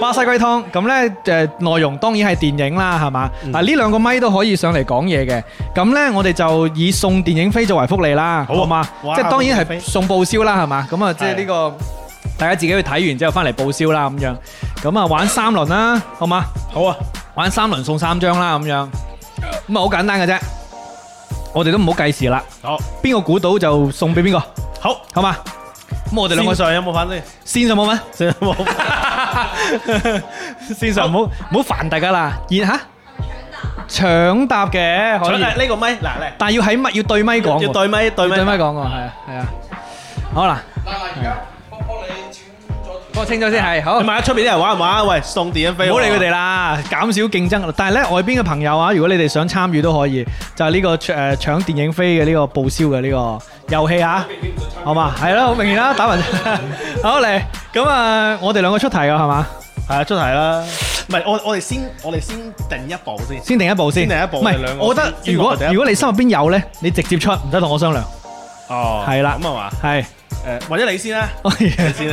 Speaker 3: 巴西龜湯，咁咧誒內容當然係電影啦，係嘛？啊呢兩個咪都可以上嚟講嘢嘅，咁咧我哋就以送電影飛作為福利啦，
Speaker 4: 好啊
Speaker 3: 好嘛？
Speaker 4: 哇
Speaker 3: 即係當然
Speaker 4: 電影飛
Speaker 3: 係送報銷啦，係嘛？咁啊，即係呢個大家自己去睇完之後翻嚟報銷啦，咁樣，咁啊玩三輪啦，好嘛？
Speaker 4: 好啊，
Speaker 3: 玩三輪送三張啦，咁樣，咁啊好簡單嘅啫，我哋都唔好計時啦，
Speaker 4: 好，
Speaker 3: 邊個估到就送俾邊個，
Speaker 4: 好，
Speaker 3: 好嘛？咁我哋兩個
Speaker 4: 線上有冇反應？
Speaker 3: 先上冇咩？
Speaker 4: 線上冇，
Speaker 3: [LAUGHS] 線上唔好唔好煩大家啦，然嚇搶答嘅可以，
Speaker 4: 呢個咪嗱嚟，
Speaker 3: 但係要喺咪要對咪講喎，
Speaker 4: 要對咪對
Speaker 3: 要對咪
Speaker 4: 咪，
Speaker 3: 講喎，係啊係啊，好啦，幫清咗先係好
Speaker 4: 你。萬一出邊啲人玩唔玩？喂，送電影飛，
Speaker 3: 唔好理佢哋啦，減少競爭。但係咧，外邊嘅朋友啊，如果你哋想參與都可以，就係、呢、個誒、呃、搶電影飛嘅呢個報銷嘅呢個遊戲啊，好嘛？係啦，好明顯啦，打暈。 [LAUGHS] 好嚟，咁啊，我哋兩個出題㗎係嘛？
Speaker 4: 係啊，出題啦。唔係，我我哋先，我哋先定一步先。
Speaker 3: 先定一步先，
Speaker 4: 先定一步
Speaker 3: 唔
Speaker 4: 我哋兩
Speaker 3: 係，
Speaker 4: 個
Speaker 3: 我覺得
Speaker 4: 先
Speaker 3: 如果
Speaker 4: 先落第一步
Speaker 3: 如果你心入邊有咧，你直接出，唔使同我商量。
Speaker 4: 哦
Speaker 3: 係啦
Speaker 4: 咁啊嘛。
Speaker 3: 係，
Speaker 4: 誒，或者你先啦，你先啦，你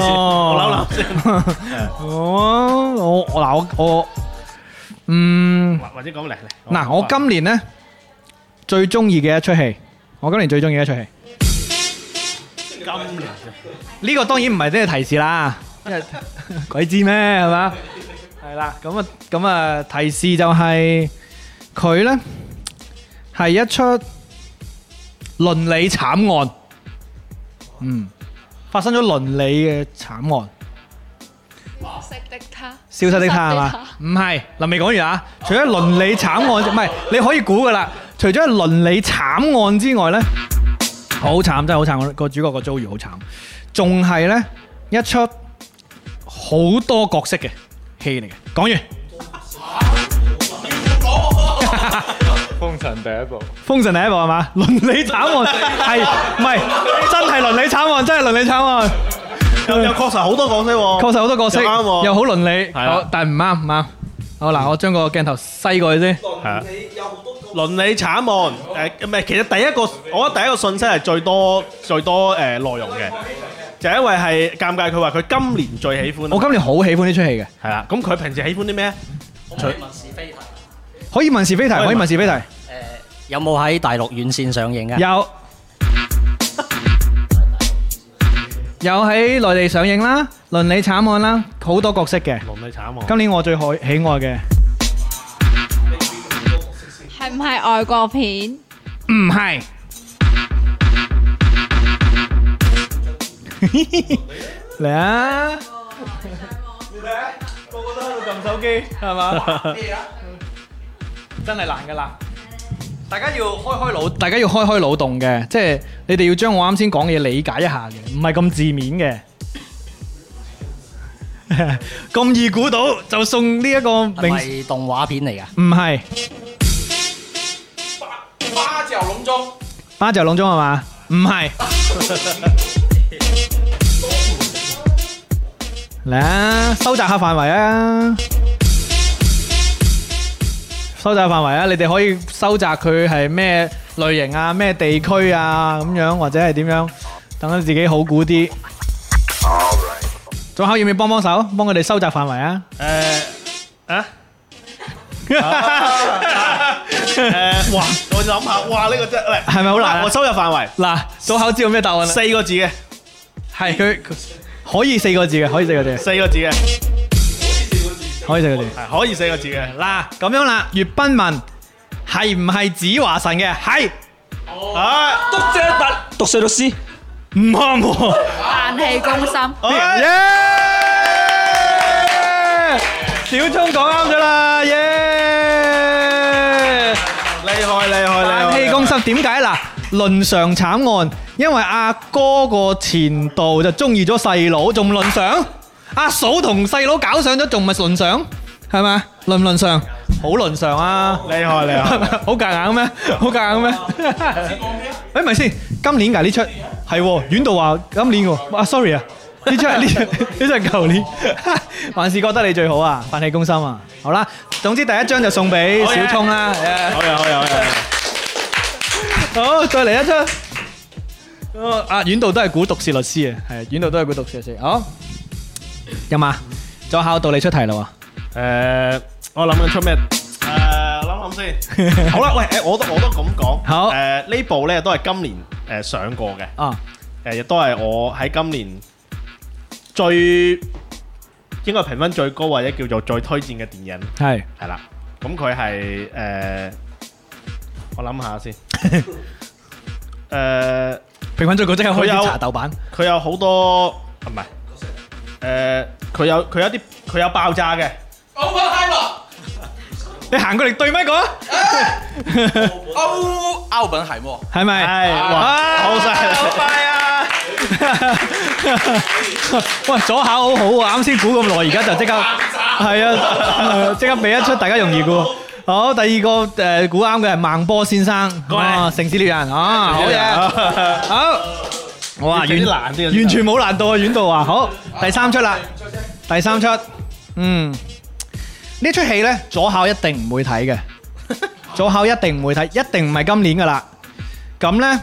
Speaker 4: 先。我
Speaker 3: 哦
Speaker 4: 諗諗先，
Speaker 3: [LAUGHS]
Speaker 4: Ờ.
Speaker 3: 哦，我我嗱我我嗯
Speaker 4: 或或者咁嚟嚟。
Speaker 3: 嗱，我今年咧最中意嘅一出戲，我今年最中意嘅一出戲，
Speaker 4: 今年
Speaker 3: 呢個當然唔係真係提示啦，因為鬼知咩係嘛？係啦，咁啊咁啊提示就係佢咧係一出倫理慘案，嗯，發生咗倫理嘅慘案。
Speaker 7: 色的他，
Speaker 3: 消失的他係嘛？唔係，嗱未講完啊！除咗倫理慘案，唔係你可以估噶啦。除咗倫理慘案之外呢，好慘真係好慘，個主角個遭遇好慘，仲係呢一出好多角色嘅戲嚟嘅。講完。封神第一部，封神第一部係嘛？倫理慘案係唔係真係倫理慘案？真係倫理慘案。
Speaker 4: 又又確實好多講聲喎，
Speaker 3: 確實好多角色，
Speaker 4: 又啱喎
Speaker 3: 又好倫理，
Speaker 4: 係啦
Speaker 3: 好但係唔啱唔啱。好嗱，我將個鏡頭西過去先。
Speaker 4: 係啊。倫理慘案誒，唔係其實第一個，我覺得第一個信息係最多最多誒內容嘅，就係因為係尷尬，佢話佢今年最喜歡。
Speaker 3: 我今年好喜歡呢出戲嘅，
Speaker 4: 係啦，咁佢平時喜歡啲咩？
Speaker 3: 可以問是非題，
Speaker 4: 喂
Speaker 3: 可以問是非題。
Speaker 6: 有冇喺大陸院線上映嘅？
Speaker 3: 有有喺內地上映啦，倫理慘案啦，好多角色嘅。
Speaker 4: 倫理慘
Speaker 3: 今年我最可喜愛嘅
Speaker 7: 係唔係外國片？
Speaker 3: 唔係嚟啊！撳手機係嘛？真係難㗎啦！大家要開開腦，大家要開開腦洞嘅，即係你哋要將我啱先講嘅嘢理解一下嘅，唔係咁字 [LAUGHS] 面嘅。咁易估到就送呢一個
Speaker 6: 係
Speaker 3: 明，
Speaker 6: 咪動畫片嚟㗎？
Speaker 3: 唔係八角籠中，八角籠中係嘛？唔係。嚟啊，收窄下範圍啊！收窄範圍啊！你哋可以收窄佢係咩類型啊、咩地區啊咁樣，或者係點樣，等自己好估啲。左口要唔要幫幫手，幫佢哋收窄範圍啊？
Speaker 4: 誒
Speaker 3: [LAUGHS]
Speaker 4: 啊！誒，哇！我諗下，哇！呢個真係
Speaker 3: 係咪好難啊
Speaker 4: 我收入範圍
Speaker 3: 嗱，左口知道咩答案啦？
Speaker 4: 四個字嘅，
Speaker 3: 係佢可以四個字嘅，可以四個字，
Speaker 4: 四個字嘅，
Speaker 3: 可以四個字。
Speaker 4: 係可以四個字嘅。
Speaker 3: 嗱，咁樣啦，粵斌問係唔係子華神嘅？係。
Speaker 4: 啊，
Speaker 8: 督姐達讀寫律師，
Speaker 4: 唔啱喎。
Speaker 7: 扮氣攻心，
Speaker 3: 耶！小聰講啱咗啦，耶！
Speaker 4: 厉害厉害
Speaker 3: 扮
Speaker 4: 厉害！
Speaker 3: 氣攻心點解嗱？倫常慘案，因為阿哥個前度就中意咗細佬，仲唔倫常？阿嫂同細佬搞上咗，仲唔係倫常？係咪？倫唔倫常？好倫常啊！
Speaker 4: 厉害厉害！
Speaker 3: [LAUGHS] 好夾硬咩？好夾硬咩？誒咪先，今年㗎呢出係喎，遠道話今年喎，啊 sorry 啊，呢出呢出呢出係舊年， [LAUGHS] 還是覺得你最好啊，飯氣攻心啊，好啦，總之第一張就送俾小聰啦，
Speaker 4: 好嘢好嘢好嘢！
Speaker 3: 好，再嚟一張。哦啊，遠道都係估讀士律師嘅，係遠道都係估讀士律師。好，有嘛？再考到你出題啦喎。
Speaker 4: 誒，我諗緊出咩？誒，諗諗 [LAUGHS] 先。好啦，喂，誒，我都我都咁講。
Speaker 3: 好
Speaker 4: 誒，呢部咧都係今年誒上過嘅，
Speaker 3: 啊，
Speaker 4: 誒亦都係我喺今年最應該係評分最高或者叫做最推薦嘅電影，
Speaker 3: 係
Speaker 4: 係啦。咁佢係誒，我諗下先。誒，
Speaker 3: 評分最高即刻開
Speaker 4: 佢有
Speaker 3: 始查豆瓣。
Speaker 4: 佢有好多唔係誒，佢有佢有啲佢有爆炸嘅。
Speaker 3: 你行過嚟對咪講 [LAUGHS] 啊，
Speaker 8: 歐歐本海默，
Speaker 3: 係咪？
Speaker 4: 係，哇，
Speaker 3: À.
Speaker 4: 好犀利！
Speaker 3: [LAUGHS] 喂，左考好好啊！啱先估咁耐，而家就即刻係啊，即刻俾一出，大家容易估。好，第二個誒估啱嘅係孟波先生，啊，城市獵人啊，好嘢，好。哇，
Speaker 4: 要整啲
Speaker 3: 完
Speaker 4: 難啲啊
Speaker 3: 完全冇難度啊，遠度啊，好，第三出啦，第三出，嗯，呢出戲呢，左考一定唔會睇嘅，左考一定唔會睇，一定唔係今年噶啦。咁呢，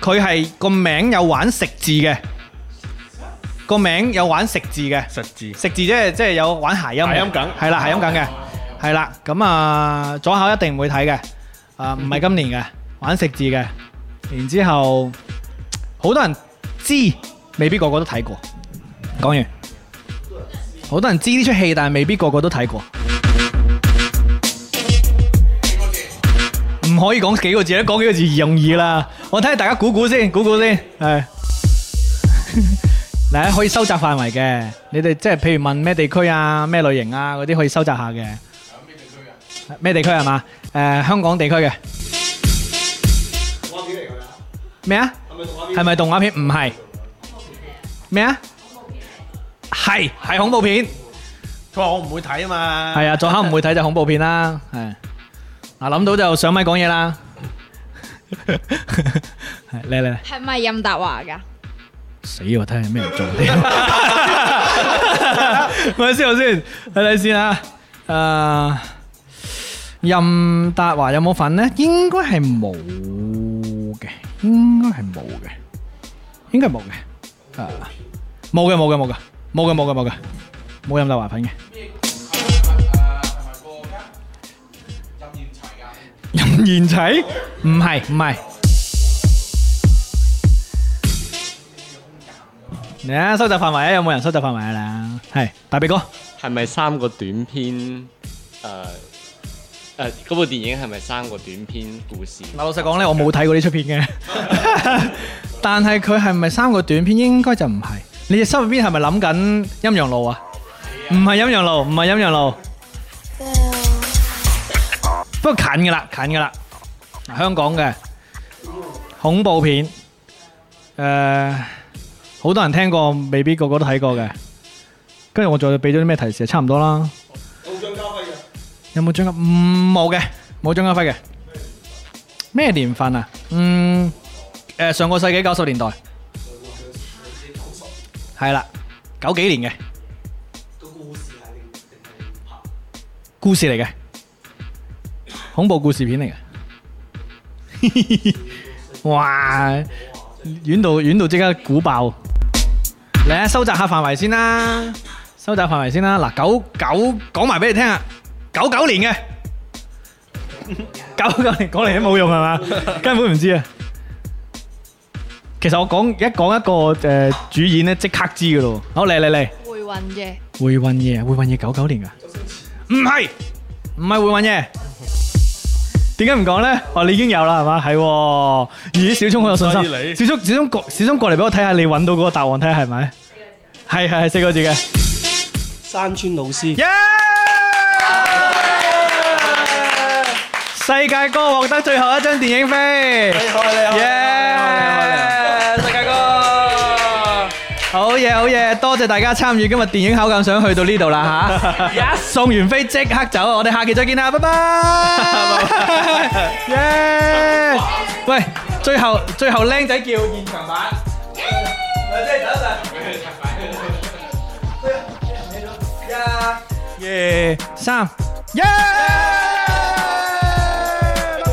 Speaker 3: 佢係個名有玩食字嘅，個名有玩食字嘅。
Speaker 4: 實字
Speaker 3: 食字即係即係有玩諧音嘅，
Speaker 4: 諧音梗哦
Speaker 3: 係啦，諧音梗嘅，係啦。咁啊，左考一定唔會睇嘅，啊唔係
Speaker 4: 嗯
Speaker 3: 今年嘅，玩食字嘅。然之後好多人知，未必個個都睇過。講完，好多人知呢出戲，但係未必個個都睇過。唔可以講幾個字咧，講幾個字容易啦。我睇下大家估估先，估估先，係。嗱，可以收窄範圍嘅，你哋即係譬如問咩地區啊、咩類型啊嗰啲，可以收窄下嘅。啊咩地區係嘛？誒、香港地區嘅。咩啊？係咪動畫片？唔係。咩啊？係係恐怖片。
Speaker 4: 佢話我唔會睇啊嘛。
Speaker 3: 係啊，左口唔會睇就恐怖片啦。係。嗱，諗到就上咪講嘢啦。 [LAUGHS] 係嚟嚟嚟。
Speaker 7: 係咪任達華㗎？
Speaker 3: [LAUGHS] 死我睇下有咩人做添。咪先頭先，睇睇先啊。誒、任達華有冇份呢？應該係冇嘅，應該係冇嘅，應該係冇嘅。啊，冇嘅，冇嘅，冇嘅，冇嘅，冇嘅，冇嘅，冇任達華份嘅。任賢齊？唔係，唔係。嚟啊！收集範圍啊，有冇人收集範圍啊？啦，係大鼻哥，
Speaker 9: 係咪三個短篇？誒、誒，嗰、部電影係咪三個短篇故事？
Speaker 3: 嗱，老實講咧，我冇睇過呢出片 [LAUGHS] 嘅，但係佢係咪三個短片應該就唔係。你哋心入邊係咪諗緊陰陽路啊？唔係陰陽路，唔係陰陽路，不過近噶啦，近噶啦，香港嘅恐怖片，誒、好多人聽過，未必個個都睇過嘅。跟住我再俾咗啲咩提示，差唔多啦。有冇張家輝嘅？有冇張家？嗯，冇嘅，冇張家輝嘅。 [LAUGHS] 咩年份啊？嗯，誒、上個世紀九十年代，係啦，九幾年嘅。故事嚟嘅，恐怖故事片嚟嘅。哇！遠到遠到即刻估爆，嚟啊！收窄下範圍先啦，收窄範圍先啦。嗱，九九講埋俾你聽啊，九九年嘅。搞咁嚟講嚟都冇用係嘛？根本唔知啊！其實我講一講一個誒、呃主演咧，即刻知噶咯。好嚟嚟嚟，
Speaker 7: 回魂夜，
Speaker 3: 回魂啊夜，回魂夜九九年噶，唔係唔係回魂夜，點解唔講咧？哦，你已經有啦，係嘛？係喎。咦，小聰好有信
Speaker 4: 犀利
Speaker 3: 心。小聰，小聰過，小聰過嚟俾我睇下，你揾到嗰個答案，睇下係咪？係係係四個字嘅。
Speaker 10: 山村老師，
Speaker 3: 耶！世界哥獲得最後一張電影飛。耶！世界哥，好嘢好嘢，多謝大家參與今日電影考鑑賞，去到呢度啦 [LAUGHS] 吓。送完飛即刻走，我哋下期再見啦，拜拜。耶！喂，最後最後僆仔叫現場版。嚟先，等一陣。一、二、三，耶！拜拜。